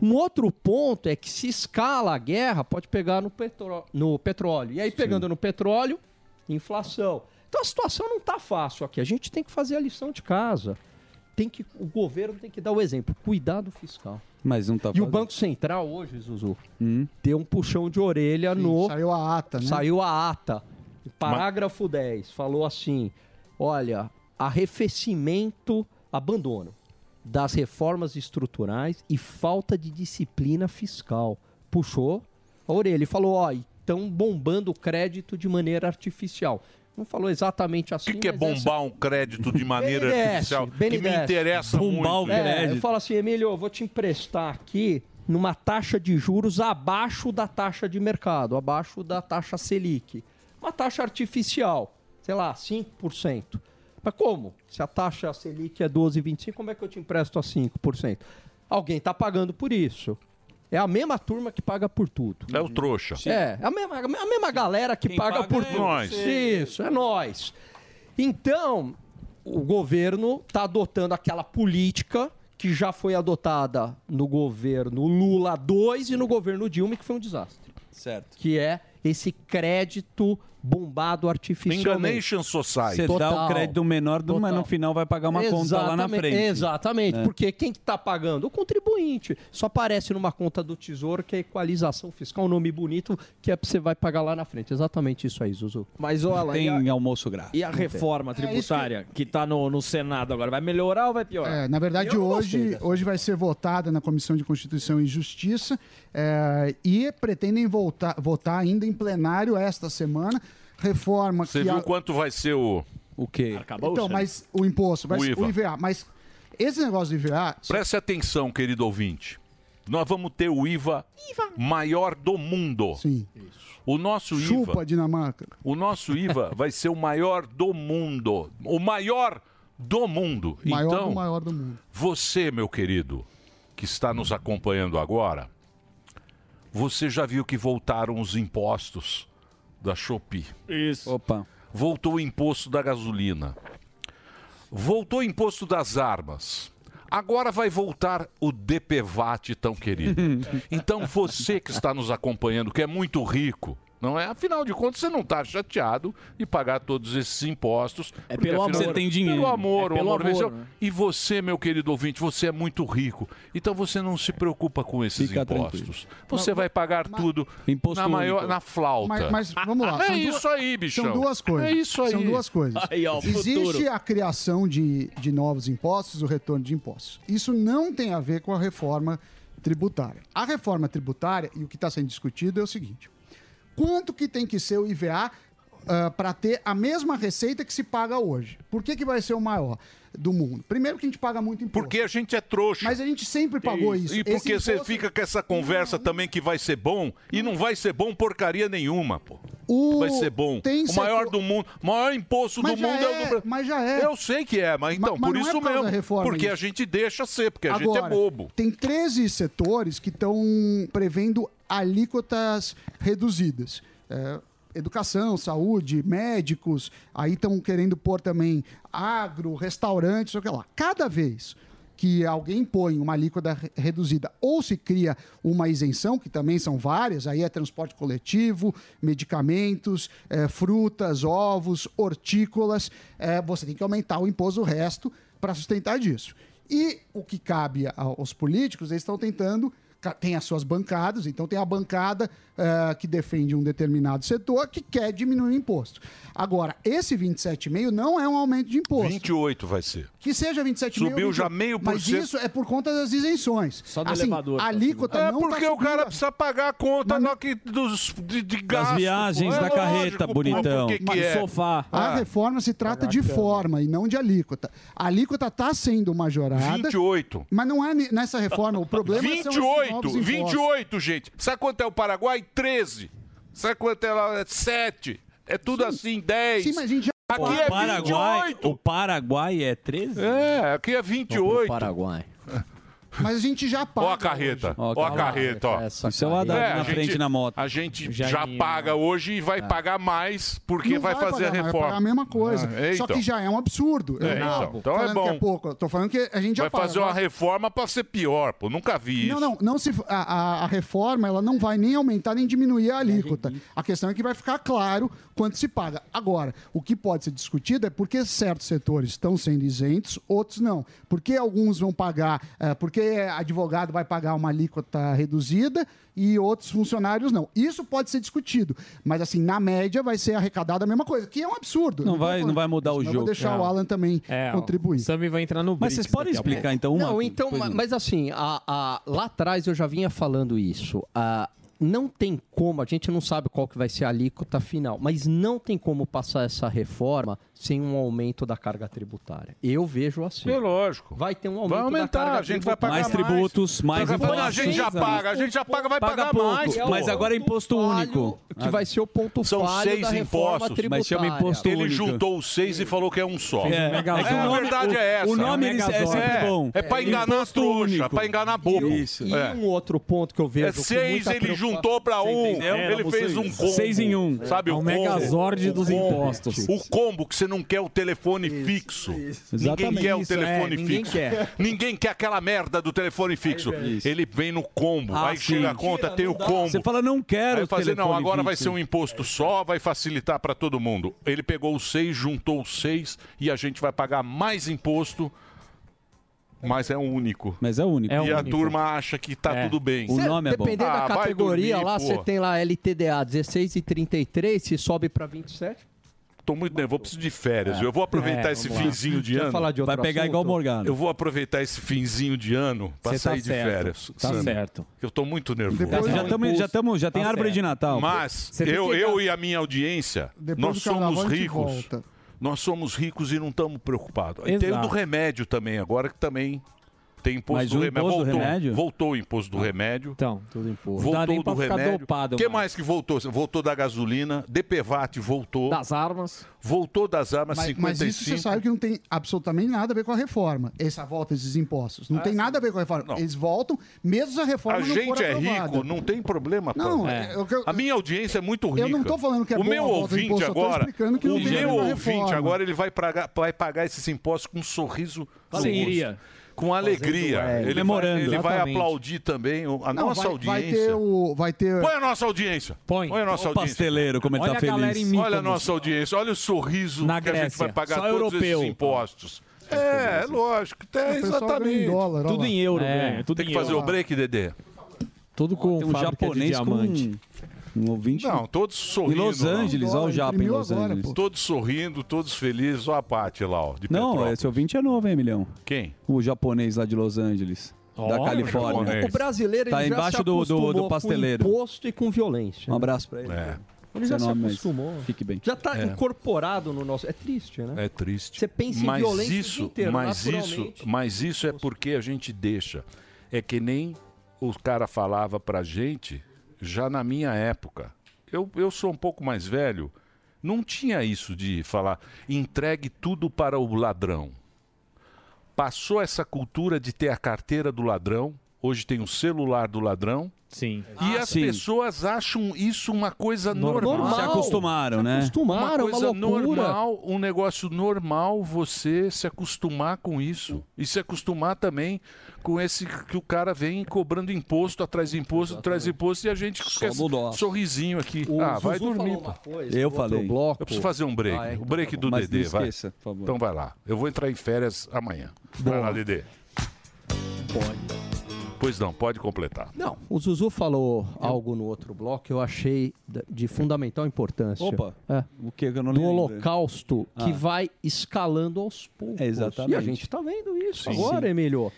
[SPEAKER 12] Um outro ponto é que se escala a guerra, pode pegar no, petró- no petróleo. E aí, pegando no petróleo, inflação. Então a situação não está fácil aqui. A gente tem que fazer a lição de casa. Tem que, o governo tem que dar o exemplo. Cuidado fiscal.
[SPEAKER 4] Mas não tá
[SPEAKER 12] E o Banco Central hoje, Zuzu,
[SPEAKER 2] Hum.
[SPEAKER 12] deu um puxão de orelha no.
[SPEAKER 10] Saiu a ata, né?
[SPEAKER 12] Saiu a ata. Parágrafo 10 falou assim: olha, arrefecimento, abandono das reformas estruturais e falta de disciplina fiscal. Puxou a orelha e falou: ó, estão bombando o crédito de maneira artificial. Não falou exatamente assim.
[SPEAKER 2] O que é
[SPEAKER 12] mas essa-
[SPEAKER 2] bombar um crédito de maneira
[SPEAKER 12] BNDES,
[SPEAKER 2] artificial? Que me
[SPEAKER 12] BNDES.
[SPEAKER 2] interessa muito.
[SPEAKER 12] É, eu falo assim, Emílio, eu vou te emprestar aqui numa taxa de juros abaixo da taxa de mercado, abaixo da taxa Selic. Uma taxa artificial, sei lá, 5%. Mas como? Se a taxa Selic é 12,25, como é que eu te empresto a 5%? Alguém está pagando por isso. É a mesma turma que paga por tudo.
[SPEAKER 2] É o trouxa.
[SPEAKER 12] É, a mesma, a mesma galera que
[SPEAKER 2] Quem
[SPEAKER 12] paga,
[SPEAKER 2] paga
[SPEAKER 12] por
[SPEAKER 2] é
[SPEAKER 12] tudo.
[SPEAKER 2] nós.
[SPEAKER 12] Isso, é nós. Então, o governo está adotando aquela política que já foi adotada no governo Lula 2 e no governo Dilma, que foi um desastre.
[SPEAKER 4] Certo.
[SPEAKER 12] Que é esse crédito bombado artificialmente.
[SPEAKER 2] Enganation Society.
[SPEAKER 4] Você dá o
[SPEAKER 12] Total.
[SPEAKER 4] crédito menor, do- mas no final vai pagar uma conta lá na
[SPEAKER 12] Exatamente,
[SPEAKER 4] frente.
[SPEAKER 12] Exatamente,
[SPEAKER 4] É.
[SPEAKER 12] porque quem que está pagando? O contribuinte. Só aparece numa conta do Tesouro que é equalização fiscal, um nome bonito que é, você vai pagar lá na frente. Exatamente isso aí, Zuzu.
[SPEAKER 7] Mas, ô, Alan,
[SPEAKER 4] Tem
[SPEAKER 7] e a-
[SPEAKER 4] almoço grátis.
[SPEAKER 7] E a
[SPEAKER 4] Não tem. É
[SPEAKER 7] reforma
[SPEAKER 10] isso
[SPEAKER 7] tributária que está no, no Senado agora, vai melhorar ou vai piorar?
[SPEAKER 10] É, na verdade,
[SPEAKER 7] Eu não gostei
[SPEAKER 10] hoje,
[SPEAKER 7] dessa.
[SPEAKER 10] hoje vai ser votada na Comissão de Constituição e Justiça é, e pretendem voltar, votar ainda em plenário esta semana reforma
[SPEAKER 2] Você
[SPEAKER 10] que
[SPEAKER 2] viu
[SPEAKER 10] a-
[SPEAKER 2] quanto vai ser o.
[SPEAKER 4] O quê?
[SPEAKER 12] né?
[SPEAKER 10] Então, mas o imposto, mas
[SPEAKER 2] né? O
[SPEAKER 10] o,
[SPEAKER 2] IVA.
[SPEAKER 10] IVA, mas esse negócio do IVA,
[SPEAKER 2] Preste atenção, querido ouvinte. Nós vamos ter o IVA, maior do mundo.
[SPEAKER 10] Sim.
[SPEAKER 2] O nosso
[SPEAKER 10] chupa
[SPEAKER 2] IVA.
[SPEAKER 10] a Dinamarca.
[SPEAKER 2] O nosso IVA vai ser o maior do mundo. O maior do mundo.
[SPEAKER 10] é Maior
[SPEAKER 2] então,
[SPEAKER 10] do maior do mundo.
[SPEAKER 2] você, meu querido, que está nos acompanhando agora, você já viu que voltaram os impostos da Shopee.
[SPEAKER 4] Isso. Opa.
[SPEAKER 2] Voltou o imposto da gasolina. Voltou o imposto das armas. Agora vai voltar o DPVAT tão querido. Então você que está nos acompanhando, que é muito rico, não é? Afinal de contas, você não está chateado de pagar todos esses impostos. É
[SPEAKER 7] pelo amor. Você tem dinheiro.
[SPEAKER 2] Pelo amor,
[SPEAKER 7] É
[SPEAKER 2] o
[SPEAKER 7] pelo
[SPEAKER 2] amor,
[SPEAKER 7] amor,
[SPEAKER 2] venceu.
[SPEAKER 7] né?
[SPEAKER 2] E você, meu querido ouvinte, você é muito rico. Então você não se preocupa com esses
[SPEAKER 4] Fica
[SPEAKER 2] impostos.
[SPEAKER 4] tranquilo.
[SPEAKER 2] Você vai pagar tudo
[SPEAKER 4] Imposto
[SPEAKER 2] na, maior,
[SPEAKER 4] único.
[SPEAKER 2] na flauta.
[SPEAKER 10] Mas, mas vamos lá.
[SPEAKER 2] É
[SPEAKER 10] são
[SPEAKER 2] isso
[SPEAKER 10] duas-
[SPEAKER 2] aí, bichão.
[SPEAKER 10] São duas coisas.
[SPEAKER 2] É isso aí.
[SPEAKER 10] São duas coisas.
[SPEAKER 2] Aí, ó, o
[SPEAKER 10] Existe
[SPEAKER 2] futuro.
[SPEAKER 10] a criação de, de novos impostos, o retorno de impostos. Isso não tem a ver com a reforma tributária. A reforma tributária, e o que está sendo discutido é o seguinte: quanto que tem que ser o IVA para ah, ter a mesma receita que se paga hoje? Por que, que vai ser o maior do mundo? Primeiro que a gente paga muito imposto.
[SPEAKER 2] Porque a gente é trouxa.
[SPEAKER 10] Mas a gente sempre pagou isso.
[SPEAKER 2] E
[SPEAKER 10] Esse
[SPEAKER 2] porque você
[SPEAKER 10] imposto-
[SPEAKER 2] fica com essa conversa também que vai ser bom e não vai ser bom porcaria nenhuma, pô.
[SPEAKER 10] O-
[SPEAKER 2] Vai ser bom.
[SPEAKER 10] tem
[SPEAKER 2] o maior do mundo, o maior imposto
[SPEAKER 10] Mas
[SPEAKER 2] do
[SPEAKER 10] já
[SPEAKER 2] mundo é, o do
[SPEAKER 10] é,
[SPEAKER 2] Brasil.
[SPEAKER 10] mas já é.
[SPEAKER 2] Eu sei que é, mas então,
[SPEAKER 10] mas
[SPEAKER 2] por
[SPEAKER 10] não é
[SPEAKER 2] isso
[SPEAKER 10] por causa da
[SPEAKER 2] mesmo.
[SPEAKER 10] reforma
[SPEAKER 2] Porque a
[SPEAKER 10] isso.
[SPEAKER 2] gente deixa ser, porque a gente é bobo.
[SPEAKER 10] Tem 13 setores que estão prevendo alíquotas reduzidas. É, educação, saúde, médicos, aí estão querendo pôr também agro, restaurantes, sei o que lá. Cada vez que alguém põe uma alíquota re- reduzida ou se cria uma isenção, que também são várias, aí é transporte coletivo, medicamentos, eh, frutas, ovos, hortícolas, eh, você tem que aumentar o imposto do resto para sustentar disso. E o que cabe a- aos políticos, eles estão tentando ca- tem as suas bancadas, então tem a bancada eh, que defende um determinado setor que quer diminuir o imposto. Agora, esse 27,5 não é um aumento de imposto.
[SPEAKER 2] 28 vai ser.
[SPEAKER 10] Que seja 27
[SPEAKER 2] Subiu já meio por
[SPEAKER 10] Mas
[SPEAKER 2] cento.
[SPEAKER 10] isso é por conta das isenções. Só
[SPEAKER 2] do elevador,
[SPEAKER 10] A alíquota
[SPEAKER 2] É
[SPEAKER 10] não tá
[SPEAKER 2] porque o
[SPEAKER 10] subindo.
[SPEAKER 2] cara precisa pagar a conta no que- dos, de, de gasto. pô.
[SPEAKER 4] viagens,
[SPEAKER 2] É
[SPEAKER 4] da carreta,
[SPEAKER 2] pô,
[SPEAKER 4] bonitão.
[SPEAKER 2] Por que que
[SPEAKER 4] Mas
[SPEAKER 2] é?
[SPEAKER 4] sofá.
[SPEAKER 10] A
[SPEAKER 2] Ah.
[SPEAKER 10] reforma se trata de
[SPEAKER 2] Caraca.
[SPEAKER 10] forma e não de alíquota. A alíquota está sendo majorada.
[SPEAKER 2] 28.
[SPEAKER 10] Mas não é ne- nessa reforma. O problema é são esses novos
[SPEAKER 2] 28,
[SPEAKER 10] impostos.
[SPEAKER 2] 28, gente. Sabe quanto é o Paraguai? 13. Sabe quanto é lá? É 7. É tudo assim, 10.
[SPEAKER 10] Sim, mas a gente já-
[SPEAKER 4] O
[SPEAKER 2] Aqui é
[SPEAKER 4] Paraguai,
[SPEAKER 2] 28.
[SPEAKER 4] o Paraguai é 13?
[SPEAKER 2] É, aqui é 28.
[SPEAKER 4] Paraguai.
[SPEAKER 10] Mas a gente já
[SPEAKER 2] Ó a
[SPEAKER 10] paga.
[SPEAKER 2] carreta, ó, a carreta, né? ó.
[SPEAKER 4] Isso é o Haddad
[SPEAKER 2] a
[SPEAKER 4] na
[SPEAKER 2] gente-
[SPEAKER 4] frente na moto.
[SPEAKER 2] A gente
[SPEAKER 4] Já
[SPEAKER 2] já,
[SPEAKER 4] em-
[SPEAKER 2] paga hoje e vai
[SPEAKER 4] É.
[SPEAKER 2] pagar mais porque
[SPEAKER 10] Não
[SPEAKER 2] vai, fazer
[SPEAKER 10] pagar mais,
[SPEAKER 2] a
[SPEAKER 10] Vai
[SPEAKER 2] reforma.
[SPEAKER 10] pagar a mesma coisa.
[SPEAKER 2] Ah, é,
[SPEAKER 10] Só
[SPEAKER 2] então.
[SPEAKER 10] que já é um absurdo. Eu
[SPEAKER 2] É,
[SPEAKER 10] não
[SPEAKER 2] então.
[SPEAKER 10] tô
[SPEAKER 2] Então é
[SPEAKER 10] falando Que é
[SPEAKER 2] bom.
[SPEAKER 10] pouco. Eu tô falando que a gente já
[SPEAKER 2] Vai
[SPEAKER 10] paga.
[SPEAKER 2] fazer
[SPEAKER 10] Agora-
[SPEAKER 2] uma reforma pra ser pior, pô. Nunca vi isso.
[SPEAKER 10] Não, não, não se, a, a- a reforma ela não vai nem aumentar nem diminuir a alíquota. A questão é que vai ficar claro quanto se paga. Agora, o que pode ser discutido é por que certos setores estão sendo isentos, outros não. Por que alguns vão pagar, eh, por que advogado vai pagar uma alíquota reduzida e outros funcionários não. Isso pode ser discutido, mas assim, na média vai ser arrecadada a mesma coisa, que é um absurdo.
[SPEAKER 4] Não
[SPEAKER 10] Eu tô
[SPEAKER 4] vai, não
[SPEAKER 10] falando
[SPEAKER 4] vai mudar
[SPEAKER 10] isso,
[SPEAKER 4] o
[SPEAKER 10] mas eu
[SPEAKER 4] jogo. É.
[SPEAKER 10] Vou deixar
[SPEAKER 7] É.
[SPEAKER 10] o Alan também contribuir.
[SPEAKER 7] Sammy vai entrar no
[SPEAKER 4] Mas vocês podem explicar, então, uma...
[SPEAKER 12] Não, então, ma- mas assim, a- a- lá atrás eu já vinha falando isso. A- não tem como, a gente não sabe qual que vai ser a alíquota final, mas não tem como passar essa reforma sem um aumento da carga tributária. Eu vejo assim.
[SPEAKER 2] É lógico.
[SPEAKER 12] Vai ter um aumento
[SPEAKER 2] Vai
[SPEAKER 12] da
[SPEAKER 2] aumentar,
[SPEAKER 12] carga
[SPEAKER 2] a gente vai
[SPEAKER 12] tributária.
[SPEAKER 2] pagar mais. Tá falando, A gente já paga, a gente já paga, vai pagar mais. pô.
[SPEAKER 4] Mas agora é imposto único.
[SPEAKER 12] que vai ser o ponto
[SPEAKER 2] São
[SPEAKER 12] falho
[SPEAKER 2] seis
[SPEAKER 12] da reforma
[SPEAKER 2] impostos.
[SPEAKER 12] tributária.
[SPEAKER 2] Ele juntou os seis e falou que é um só.
[SPEAKER 4] Fez um
[SPEAKER 2] É,
[SPEAKER 4] megazord.
[SPEAKER 2] é, a verdade
[SPEAKER 4] O-
[SPEAKER 2] é essa.
[SPEAKER 4] o nome, ele- é sempre bom.
[SPEAKER 2] É pra
[SPEAKER 4] É.
[SPEAKER 2] enganar a
[SPEAKER 4] Imposto
[SPEAKER 2] trouxa,
[SPEAKER 4] único.
[SPEAKER 2] pra enganar bobo.
[SPEAKER 4] Isso.
[SPEAKER 2] É.
[SPEAKER 12] Um outro ponto que eu vejo.
[SPEAKER 2] É
[SPEAKER 12] com
[SPEAKER 2] seis,
[SPEAKER 12] muita
[SPEAKER 2] ele
[SPEAKER 12] preocupação-
[SPEAKER 2] juntou pra
[SPEAKER 12] Você
[SPEAKER 2] um,
[SPEAKER 12] entendeu?
[SPEAKER 2] ele fez um combo.
[SPEAKER 7] Seis em um.
[SPEAKER 2] Sabe
[SPEAKER 7] É
[SPEAKER 2] o
[SPEAKER 7] um
[SPEAKER 2] combo?
[SPEAKER 7] megazord
[SPEAKER 2] O
[SPEAKER 7] dos
[SPEAKER 2] combo.
[SPEAKER 7] impostos.
[SPEAKER 2] O combo que você não quer o telefone fixo. Ninguém
[SPEAKER 7] Exatamente.
[SPEAKER 2] quer o
[SPEAKER 7] Isso, é,
[SPEAKER 2] telefone
[SPEAKER 7] ninguém
[SPEAKER 2] fixo.
[SPEAKER 7] quer.
[SPEAKER 2] Ninguém quer aquela merda do telefone fixo. Ele vem no combo,
[SPEAKER 4] Ah,
[SPEAKER 2] aí
[SPEAKER 4] sim.
[SPEAKER 2] chega a conta,
[SPEAKER 4] Mentira,
[SPEAKER 2] tem
[SPEAKER 4] não
[SPEAKER 2] o
[SPEAKER 4] dá.
[SPEAKER 2] combo.
[SPEAKER 4] Você fala, não quero
[SPEAKER 2] Aí
[SPEAKER 4] o
[SPEAKER 2] fazer, não,
[SPEAKER 4] telefone
[SPEAKER 2] agora vai
[SPEAKER 4] fixo.
[SPEAKER 2] ser um imposto só, vai facilitar pra todo mundo. Ele pegou os seis, juntou os seis e a gente vai pagar mais imposto. Mas é um único.
[SPEAKER 4] Mas é único.
[SPEAKER 2] e
[SPEAKER 4] É
[SPEAKER 2] a
[SPEAKER 4] único. É.
[SPEAKER 2] turma acha que tá tudo bem.
[SPEAKER 12] Cê- Dependendo da
[SPEAKER 2] Ah, vai
[SPEAKER 12] categoria
[SPEAKER 2] dormir,
[SPEAKER 12] lá,
[SPEAKER 2] pô.
[SPEAKER 12] você tem lá LTDA 16 e 33, se sobe pra 27.
[SPEAKER 2] Tô muito nervoso, preciso de férias.
[SPEAKER 12] É.
[SPEAKER 2] viu? Eu vou aproveitar
[SPEAKER 12] É,
[SPEAKER 2] esse
[SPEAKER 12] vamos lá.
[SPEAKER 2] finzinho de
[SPEAKER 12] Quer
[SPEAKER 2] ano.
[SPEAKER 12] falar de outro Vai pegar assunto? igual o Morgado.
[SPEAKER 2] Eu vou aproveitar esse finzinho de ano pra
[SPEAKER 4] Cê tá
[SPEAKER 2] sair de
[SPEAKER 4] certo,
[SPEAKER 2] férias.
[SPEAKER 4] tá
[SPEAKER 2] Sam.
[SPEAKER 4] certo.
[SPEAKER 2] Eu tô muito nervoso.
[SPEAKER 4] Depois Tá, Já do tamo- impulso, já tamo- já tem tá árvore certo. de Natal.
[SPEAKER 2] Mas
[SPEAKER 4] Cê tem
[SPEAKER 2] eu,
[SPEAKER 4] que-
[SPEAKER 2] eu e a minha audiência,
[SPEAKER 4] Depois
[SPEAKER 2] nós
[SPEAKER 4] do carnaval
[SPEAKER 2] somos
[SPEAKER 4] a gente
[SPEAKER 2] ricos.
[SPEAKER 4] volta.
[SPEAKER 2] Nós somos ricos e não estamos preocupados. E tem o do
[SPEAKER 4] Exato.
[SPEAKER 2] remédio também, agora que também tem imposto
[SPEAKER 4] Mas
[SPEAKER 2] do
[SPEAKER 4] o
[SPEAKER 2] remédio.
[SPEAKER 4] um imposto do
[SPEAKER 2] voltou,
[SPEAKER 4] remédio? Ah.
[SPEAKER 2] voltou o imposto do remédio.
[SPEAKER 7] Então, tudo imposto.
[SPEAKER 2] Voltou
[SPEAKER 7] Não dá nem
[SPEAKER 2] do
[SPEAKER 7] pra ficar
[SPEAKER 2] remédio.
[SPEAKER 7] dopado
[SPEAKER 2] O que mais que voltou? Voltou da gasolina, DPVAT voltou.
[SPEAKER 7] Das armas.
[SPEAKER 2] Voltou das armas,
[SPEAKER 10] Mas,
[SPEAKER 2] 55.
[SPEAKER 10] mas isso você sabe que não tem absolutamente nada a ver com a reforma, essa volta desses impostos. Não tem nada a ver com a reforma. Eles voltam, mesmo se a reforma
[SPEAKER 2] Ah, A
[SPEAKER 10] não for
[SPEAKER 2] gente é
[SPEAKER 10] aprovada.
[SPEAKER 2] rico, não tem problema. pô.
[SPEAKER 10] Não, é, eu-
[SPEAKER 2] A minha audiência é muito rica.
[SPEAKER 10] Eu não tô falando que é
[SPEAKER 2] O
[SPEAKER 10] boa
[SPEAKER 2] meu
[SPEAKER 10] a volta do
[SPEAKER 2] ouvinte
[SPEAKER 10] imposto, eu tô
[SPEAKER 2] agora,
[SPEAKER 10] explicando que
[SPEAKER 2] o
[SPEAKER 10] não tem
[SPEAKER 2] meu
[SPEAKER 10] nenhuma
[SPEAKER 2] ouvinte
[SPEAKER 10] reforma.
[SPEAKER 2] agora, ele vai, pragar- vai pagar esses impostos com um sorriso no
[SPEAKER 10] Alegria.
[SPEAKER 2] rosto. Com alegria.
[SPEAKER 10] é,
[SPEAKER 2] ele vai,
[SPEAKER 10] comemorando,
[SPEAKER 2] ele vai
[SPEAKER 10] exatamente.
[SPEAKER 2] aplaudir também o- a
[SPEAKER 10] Não,
[SPEAKER 2] nossa
[SPEAKER 10] vai,
[SPEAKER 2] audiência.
[SPEAKER 10] Vai ter o. Vai ter...
[SPEAKER 2] Põe a nossa audiência. Põe. a nossa
[SPEAKER 4] Olha o
[SPEAKER 2] audiência.
[SPEAKER 4] pasteleiro, como ele Olha tá a feliz. galera em Mykonos.
[SPEAKER 2] Olha a nossa audiência. Olha o sorriso
[SPEAKER 4] Na
[SPEAKER 2] que a gente
[SPEAKER 4] Grécia.
[SPEAKER 2] vai pagar
[SPEAKER 4] Só
[SPEAKER 2] todos
[SPEAKER 4] europeu.
[SPEAKER 2] esses impostos. É, é lógico. É,
[SPEAKER 4] O pessoal
[SPEAKER 2] exatamente.
[SPEAKER 4] ganha em dólar, olha Tudo lá. em euro,
[SPEAKER 2] É,
[SPEAKER 4] né? Tudo
[SPEAKER 2] tem que
[SPEAKER 4] em
[SPEAKER 2] fazer
[SPEAKER 4] euro.
[SPEAKER 2] o break, Dedê.
[SPEAKER 7] Tudo com
[SPEAKER 4] Tem um
[SPEAKER 7] fábrica de
[SPEAKER 4] japonês com
[SPEAKER 7] diamante.
[SPEAKER 4] um, um ouvinte.
[SPEAKER 2] Não, todos sorrindo.
[SPEAKER 4] Em Los
[SPEAKER 2] lá.
[SPEAKER 4] Angeles, ó, o Japa em Los Angeles.
[SPEAKER 2] Todos sorrindo, todos felizes. Ó a Paty lá, ó, de
[SPEAKER 4] Não,
[SPEAKER 2] Petrópolis.
[SPEAKER 4] esse ouvinte é novo, hein, Milhão?
[SPEAKER 2] Quem?
[SPEAKER 4] O japonês lá de Los Angeles. da
[SPEAKER 12] Olha,
[SPEAKER 4] Califórnia.
[SPEAKER 12] O brasileiro ele
[SPEAKER 4] tá
[SPEAKER 12] já
[SPEAKER 4] embaixo do,
[SPEAKER 12] se
[SPEAKER 4] do,
[SPEAKER 12] acostumou
[SPEAKER 4] do pasteleiro.
[SPEAKER 12] Com imposto e com violência.
[SPEAKER 4] Um abraço pra ele.
[SPEAKER 2] É.
[SPEAKER 4] Seu
[SPEAKER 12] Ele já se
[SPEAKER 4] nome, mas
[SPEAKER 12] acostumou.
[SPEAKER 4] Fique bem.
[SPEAKER 12] Já tá
[SPEAKER 4] É.
[SPEAKER 12] incorporado no nosso. É triste, né?
[SPEAKER 2] É triste.
[SPEAKER 12] Você pensa em
[SPEAKER 2] mas
[SPEAKER 12] violência o dia
[SPEAKER 2] isso,
[SPEAKER 12] inteiro,
[SPEAKER 2] mas isso,
[SPEAKER 12] naturalmente.
[SPEAKER 2] mas isso é porque a gente deixa. É que nem o cara falava pra gente já na minha época. Eu, eu sou um pouco mais velho. Não tinha isso de falar entregue tudo para o ladrão. Passou essa cultura de ter a carteira do ladrão. Hoje tem o celular do ladrão.
[SPEAKER 7] Sim.
[SPEAKER 2] E as pessoas acham isso uma coisa normal.
[SPEAKER 4] Se acostumaram, né?
[SPEAKER 12] é
[SPEAKER 2] uma coisa normal, um negócio normal você se acostumar com isso. E se acostumar também com esse que o cara vem cobrando imposto, atrás de imposto, atrás de imposto, e a gente com esse
[SPEAKER 4] do nosso.
[SPEAKER 2] sorrisinho aqui.
[SPEAKER 4] O
[SPEAKER 2] ah, vai
[SPEAKER 4] Zuzu
[SPEAKER 2] dormir.
[SPEAKER 4] falou uma
[SPEAKER 2] pô.
[SPEAKER 4] coisa Eu no outro falei. bloco.
[SPEAKER 2] Eu preciso fazer um break.
[SPEAKER 4] Ah, é,
[SPEAKER 2] o
[SPEAKER 4] então
[SPEAKER 2] break
[SPEAKER 4] tá bom.
[SPEAKER 2] do
[SPEAKER 4] Mas
[SPEAKER 2] Dedê,
[SPEAKER 4] não esqueça,
[SPEAKER 2] vai.
[SPEAKER 4] por favor.
[SPEAKER 2] Então vai lá. Eu vou <laughs> entrar em férias amanhã. Vai lá, Dedê. Pode. Pois não, pode completar.
[SPEAKER 12] Não, o Zuzu falou algo no outro bloco que eu achei da- de fundamental importância.
[SPEAKER 4] Opa,
[SPEAKER 12] É.
[SPEAKER 4] o que que eu não
[SPEAKER 12] Do
[SPEAKER 4] lembro?
[SPEAKER 12] holocausto que
[SPEAKER 4] Ah.
[SPEAKER 12] vai escalando aos poucos.
[SPEAKER 4] É, exatamente.
[SPEAKER 12] E a gente está vendo isso
[SPEAKER 4] Sim.
[SPEAKER 12] agora,
[SPEAKER 4] Sim.
[SPEAKER 12] Emílio.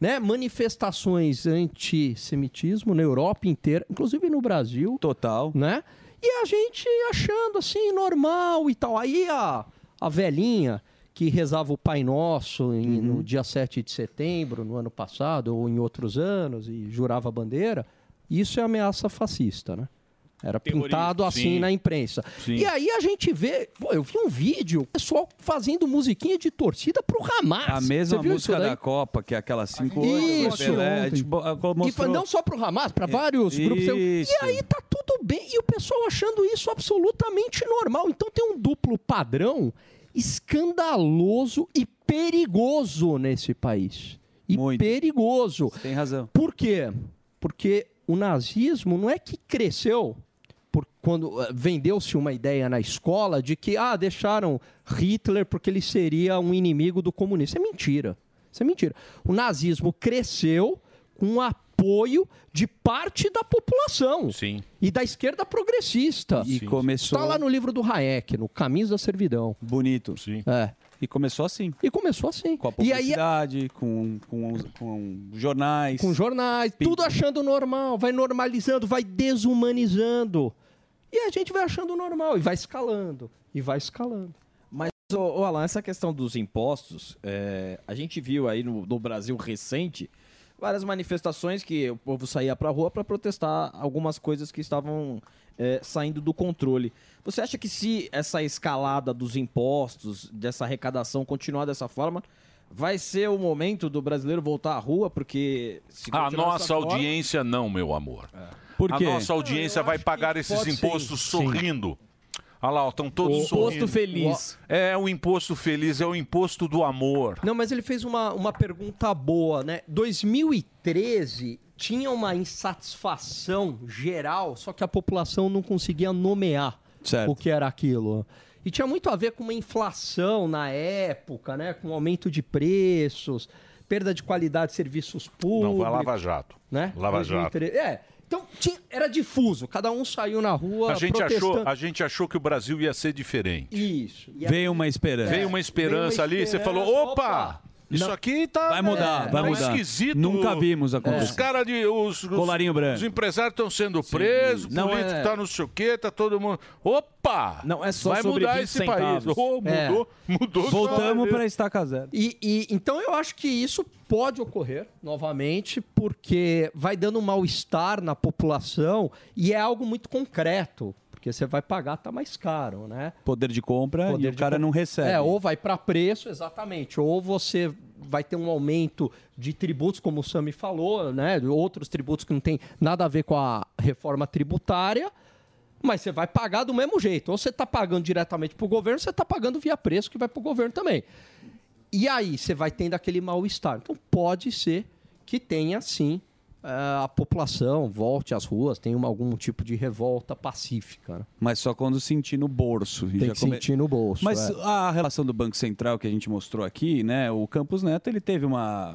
[SPEAKER 12] Né? Manifestações antissemitismo na Europa inteira, inclusive no Brasil.
[SPEAKER 4] Total.
[SPEAKER 12] Né? E a gente achando assim, normal e tal. Aí a, a velhinha que rezava o Pai Nosso em-
[SPEAKER 4] Uhum.
[SPEAKER 12] no dia 7 de setembro, no ano passado, ou em outros anos, e jurava a bandeira, isso é ameaça fascista, né? Era
[SPEAKER 20] Terrorismo.
[SPEAKER 12] pintado assim
[SPEAKER 20] Sim.
[SPEAKER 12] na imprensa.
[SPEAKER 20] Sim.
[SPEAKER 12] E aí a gente vê, pô, eu vi um vídeo, o pessoal fazendo musiquinha de torcida pro Hamas.
[SPEAKER 4] A
[SPEAKER 12] Você
[SPEAKER 4] mesma
[SPEAKER 12] viu isso
[SPEAKER 4] música
[SPEAKER 12] daí?
[SPEAKER 4] da Copa, que é aquela 5
[SPEAKER 12] Isso.
[SPEAKER 4] Pelé,
[SPEAKER 12] Ontem.
[SPEAKER 4] tipo, a-
[SPEAKER 12] E foi
[SPEAKER 4] mostrou-
[SPEAKER 12] não só pro Hamas, para
[SPEAKER 4] É,
[SPEAKER 12] vários grupos.
[SPEAKER 4] isso.
[SPEAKER 12] E aí tá tudo bem. E o pessoal achando isso absolutamente normal. Então tem um duplo padrão escandaloso e perigoso nesse país. E perigoso.
[SPEAKER 4] Tem razão.
[SPEAKER 12] Por quê? Porque o nazismo não é que cresceu por quando eh, vendeu-se uma ideia na escola de que ah, deixaram Hitler porque ele seria um inimigo do comunismo. Isso é mentira. Isso é mentira. O nazismo cresceu com o apoio de parte da população.
[SPEAKER 2] Sim.
[SPEAKER 12] E da esquerda progressista.
[SPEAKER 4] E Sim. começou-
[SPEAKER 12] Está lá no livro do Hayek, no Caminhos da Servidão.
[SPEAKER 4] Bonito.
[SPEAKER 2] Sim.
[SPEAKER 12] É.
[SPEAKER 4] E começou assim.
[SPEAKER 12] E começou assim.
[SPEAKER 4] Com a
[SPEAKER 12] E aí-
[SPEAKER 4] publicidade, com, com, os- com jornais.
[SPEAKER 12] Com jornais, tudo achando normal, vai normalizando, vai desumanizando. E a gente vai achando normal e vai escalando, e vai escalando.
[SPEAKER 9] Mas, ô, ô, Alan, essa questão dos impostos, é, a gente viu aí no, no Brasil recente várias manifestações que o povo saía pra rua para protestar algumas coisas que estavam é, saindo do controle. Você acha que se essa escalada dos impostos, dessa arrecadação continuar dessa forma, vai ser o momento do brasileiro voltar à rua? Porque se
[SPEAKER 4] Ah,
[SPEAKER 2] A
[SPEAKER 9] continuar
[SPEAKER 2] nossa
[SPEAKER 9] dessa forma-
[SPEAKER 2] audiência não, meu amor.
[SPEAKER 9] Por quê?
[SPEAKER 2] A nossa audiência vai pagar esses
[SPEAKER 9] pode ser.
[SPEAKER 2] impostos
[SPEAKER 9] Sim.
[SPEAKER 2] sorrindo. Olha lá, estão todos
[SPEAKER 12] O imposto
[SPEAKER 2] sorrindo.
[SPEAKER 12] feliz.
[SPEAKER 2] É o imposto feliz, é o imposto do amor.
[SPEAKER 12] Não, mas ele fez uma, uma pergunta boa, né? 2013 tinha uma insatisfação geral, só que a população não conseguia nomear o que era aquilo. E tinha muito a ver com uma inflação na época, né? Com aumento de preços, perda de qualidade de serviços públicos.
[SPEAKER 2] Não, vai Lava Jato.
[SPEAKER 12] Né?
[SPEAKER 2] Lava Jato.
[SPEAKER 12] 2013. É. Então tinha- era difuso, cada um saiu na rua
[SPEAKER 2] A gente,
[SPEAKER 12] protestando.
[SPEAKER 2] achou, a gente achou que o Brasil ia ser diferente. <laughs>
[SPEAKER 12] Isso. E É,
[SPEAKER 4] Veio uma esperança.
[SPEAKER 2] Veio uma esperança ali, você falou, opa! Isso aqui tá.
[SPEAKER 4] Vai mudar,
[SPEAKER 2] é,
[SPEAKER 4] vai
[SPEAKER 2] tá
[SPEAKER 4] mudar.
[SPEAKER 2] esquisito. É.
[SPEAKER 4] Nunca vimos acontecer.
[SPEAKER 2] Os caras de. Os, os,
[SPEAKER 4] Colarinho branco.
[SPEAKER 2] Os empresários estão sendo presos, o
[SPEAKER 4] Não,
[SPEAKER 2] político
[SPEAKER 4] é-
[SPEAKER 2] tá no sei o quê, tá todo mundo. Opa!
[SPEAKER 9] Não, é
[SPEAKER 12] só
[SPEAKER 2] Vai
[SPEAKER 12] sobre
[SPEAKER 2] mudar
[SPEAKER 12] 20
[SPEAKER 2] esse
[SPEAKER 12] centavos.
[SPEAKER 2] país. Oh,
[SPEAKER 12] É.
[SPEAKER 2] mudou, mudou.
[SPEAKER 4] Voltamos
[SPEAKER 2] só-
[SPEAKER 4] para estaca zero.
[SPEAKER 12] E, e- então eu acho que isso pode ocorrer novamente, porque vai dando um mal-estar na população e é algo muito concreto, porque você vai pagar, tá mais caro, né?
[SPEAKER 4] Poder de compra e o cara não recebe.
[SPEAKER 12] É, ou vai para preço, exatamente, ou você vai ter um aumento de tributos, como o Sami falou, né? de Outros tributos que não tem nada a ver com a reforma tributária, mas você vai pagar do mesmo jeito. Ou você está pagando diretamente para o governo, você está pagando via preço que vai para o governo também. E aí você vai tendo aquele mal-estar. Então pode ser que tenha sim eh, a população volte às ruas, tenha uma- algum tipo de revolta pacífica. né?
[SPEAKER 4] Mas só quando sentir no bolso.
[SPEAKER 12] Tem que sentir no bolso,
[SPEAKER 4] Mas
[SPEAKER 12] é.
[SPEAKER 4] a relação do Banco Central que a gente mostrou aqui, né? O Campos Neto, ele teve uma,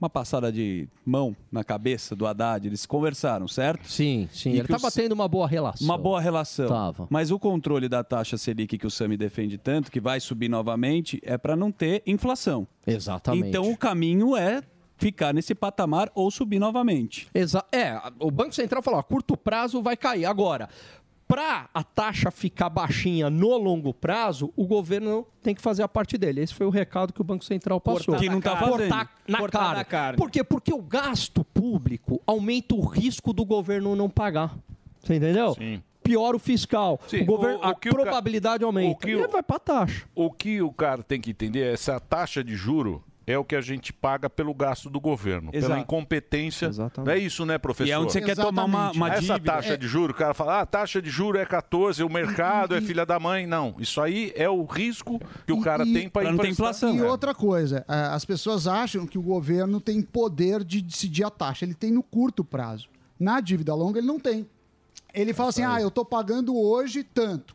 [SPEAKER 4] uma passada de mão na cabeça do Haddad. Eles conversaram, certo?
[SPEAKER 12] Sim, sim.
[SPEAKER 4] E
[SPEAKER 12] Ele tá
[SPEAKER 4] que
[SPEAKER 12] estava
[SPEAKER 4] os-
[SPEAKER 12] tendo uma boa relação.
[SPEAKER 4] Uma boa relação.
[SPEAKER 12] Tava.
[SPEAKER 4] Mas o controle da taxa Selic que o Sami defende tanto, que vai subir novamente, é para não ter inflação.
[SPEAKER 12] Exatamente.
[SPEAKER 4] Então o caminho é ficar nesse patamar ou subir novamente.
[SPEAKER 12] Exa é, a- o Banco Central falou, a curto prazo vai cair. Agora, para a taxa ficar baixinha no longo prazo, o governo tem que fazer a parte dele. Esse foi o recado que o Banco Central passou.
[SPEAKER 4] Que não tá
[SPEAKER 12] Cortar
[SPEAKER 4] fazendo.
[SPEAKER 12] na
[SPEAKER 4] Cortar
[SPEAKER 12] cara.
[SPEAKER 4] na carne.
[SPEAKER 12] Por quê? Porque o gasto público aumenta o risco do governo não pagar. Você entendeu? Pior o fiscal.
[SPEAKER 2] Sim,
[SPEAKER 12] o governo,
[SPEAKER 2] o- o
[SPEAKER 12] a
[SPEAKER 2] que o ca-
[SPEAKER 12] probabilidade aumenta.
[SPEAKER 2] o que
[SPEAKER 12] E
[SPEAKER 2] o-
[SPEAKER 12] aí vai para taxa.
[SPEAKER 2] O que o cara tem que entender é essa taxa de juro é o que a gente paga pelo gasto do governo, pela
[SPEAKER 4] Exato.
[SPEAKER 2] incompetência. Não é isso, né, professor?
[SPEAKER 4] E é onde você quer tomar uma- uma
[SPEAKER 2] Essa
[SPEAKER 4] dívida.
[SPEAKER 2] taxa
[SPEAKER 4] É.
[SPEAKER 2] de juros, o cara fala, ah, a taxa de juros é 14, o
[SPEAKER 10] <laughs>
[SPEAKER 2] mercado é filha da mãe. Não, isso aí é o risco que o cara tem para
[SPEAKER 10] E outra coisa, é, as pessoas acham que o governo tem poder de decidir a taxa. Ele tem no curto prazo. Na dívida longa, ele não tem. Ele
[SPEAKER 2] É
[SPEAKER 10] fala assim: ah, eu tô pagando hoje tanto.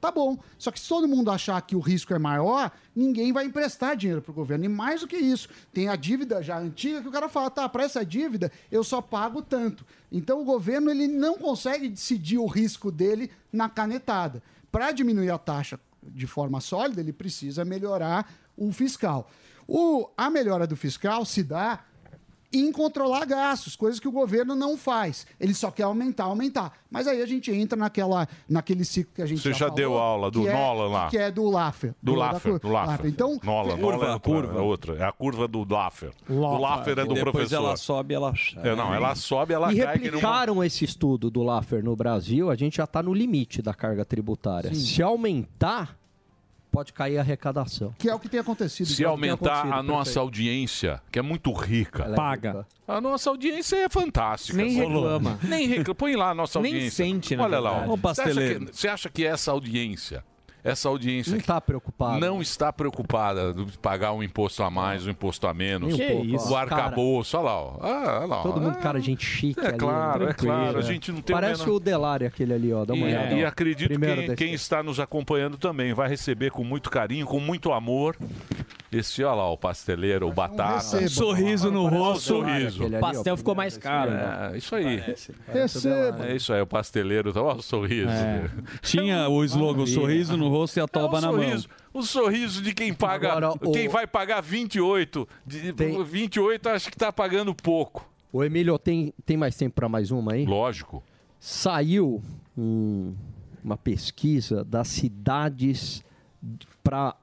[SPEAKER 10] Tá bom. Só que se todo mundo achar que o risco é maior, ninguém vai emprestar dinheiro pro governo. E mais do que isso, tem a dívida já antiga que o cara fala, tá, para essa dívida eu só pago tanto. Então o governo ele não consegue decidir o risco dele na canetada. Para diminuir a taxa de forma sólida, ele precisa melhorar o fiscal. O, a melhora do fiscal se dá em controlar gastos, coisas que o governo não faz. Ele só quer aumentar, aumentar. Mas aí a gente entra naquela, naquele ciclo que a gente
[SPEAKER 2] Você já
[SPEAKER 10] falou,
[SPEAKER 2] deu aula do
[SPEAKER 10] que é-
[SPEAKER 2] Nolan lá.
[SPEAKER 10] Que é do Laffer.
[SPEAKER 2] Do Laffer,
[SPEAKER 10] da-
[SPEAKER 2] do Laffer.
[SPEAKER 10] Então,
[SPEAKER 2] Nola,
[SPEAKER 10] curva,
[SPEAKER 2] Nola é outra,
[SPEAKER 4] curva.
[SPEAKER 2] é outra. É a curva do Laffer. O Laffer é do
[SPEAKER 4] Depois
[SPEAKER 2] professor.
[SPEAKER 4] ela sobe, ela...
[SPEAKER 2] É, não, ela sobe, ela
[SPEAKER 12] e
[SPEAKER 2] cai que numa-
[SPEAKER 12] replicaram esse estudo do Laffer no Brasil, a gente já está no limite da carga tributária.
[SPEAKER 10] Sim.
[SPEAKER 12] Se aumentar, pode cair a arrecadação.
[SPEAKER 10] que é o que tem acontecido.
[SPEAKER 2] Se
[SPEAKER 10] É o que tem
[SPEAKER 2] aumentar
[SPEAKER 10] acontecido,
[SPEAKER 2] a nossa
[SPEAKER 10] perfeito.
[SPEAKER 2] audiência, que é muito rica.
[SPEAKER 12] é Paga. rica.
[SPEAKER 2] A nossa audiência é fantástica.
[SPEAKER 7] Nem
[SPEAKER 2] Ô, Lu,
[SPEAKER 7] reclama.
[SPEAKER 2] Nem reclama. Põe lá a nossa
[SPEAKER 7] Nem
[SPEAKER 2] audiência.
[SPEAKER 7] sente, na
[SPEAKER 2] Olha lá.
[SPEAKER 7] verdade.
[SPEAKER 2] ó.
[SPEAKER 7] Ô, pasteleiro.
[SPEAKER 2] Você acha que- Você acha que essa audiência... Essa audiência
[SPEAKER 12] Não tá
[SPEAKER 2] aqui
[SPEAKER 12] está preocupado.
[SPEAKER 2] não está preocupada de pagar um imposto a mais, um imposto a menos.
[SPEAKER 12] Que isso,
[SPEAKER 2] o
[SPEAKER 12] cara.
[SPEAKER 2] arcabouço, olha lá. ó. Ah, olha lá ó.
[SPEAKER 12] Todo mundo, cara, gente chique
[SPEAKER 2] É
[SPEAKER 12] ali,
[SPEAKER 2] claro, é
[SPEAKER 12] tranquilo,
[SPEAKER 2] claro. A
[SPEAKER 12] né?
[SPEAKER 2] gente não tem o
[SPEAKER 12] Parece
[SPEAKER 2] menor-
[SPEAKER 12] o Delari aquele ali, ó, da
[SPEAKER 2] E,
[SPEAKER 12] manhã.
[SPEAKER 2] e acredito que
[SPEAKER 12] Primeiro
[SPEAKER 2] quem,
[SPEAKER 12] desse-
[SPEAKER 2] quem está nos acompanhando também vai receber com muito carinho, com muito amor. Esse, olha lá, o pasteleiro, o batata.
[SPEAKER 7] recebo. Sorriso no
[SPEAKER 2] Parece
[SPEAKER 7] rosto.
[SPEAKER 2] um Sorriso.
[SPEAKER 7] O pastel ficou mais caro.
[SPEAKER 9] né?
[SPEAKER 2] É, isso aí.
[SPEAKER 7] Parece o Delari.
[SPEAKER 2] É isso aí, o pasteleiro. Olha o sorriso. É,
[SPEAKER 4] É. Tinha o slogan, sorriso no rosto e a toba
[SPEAKER 2] o
[SPEAKER 4] na
[SPEAKER 2] sorriso. O
[SPEAKER 4] mão.
[SPEAKER 2] sorriso de quem paga.
[SPEAKER 4] Agora, o-
[SPEAKER 2] Quem vai pagar 28. De, 28 acho que está pagando pouco.
[SPEAKER 12] Ô, Emílio, tem, tem mais tempo para mais uma aí?
[SPEAKER 2] Lógico.
[SPEAKER 12] Saiu um- uma pesquisa das cidades para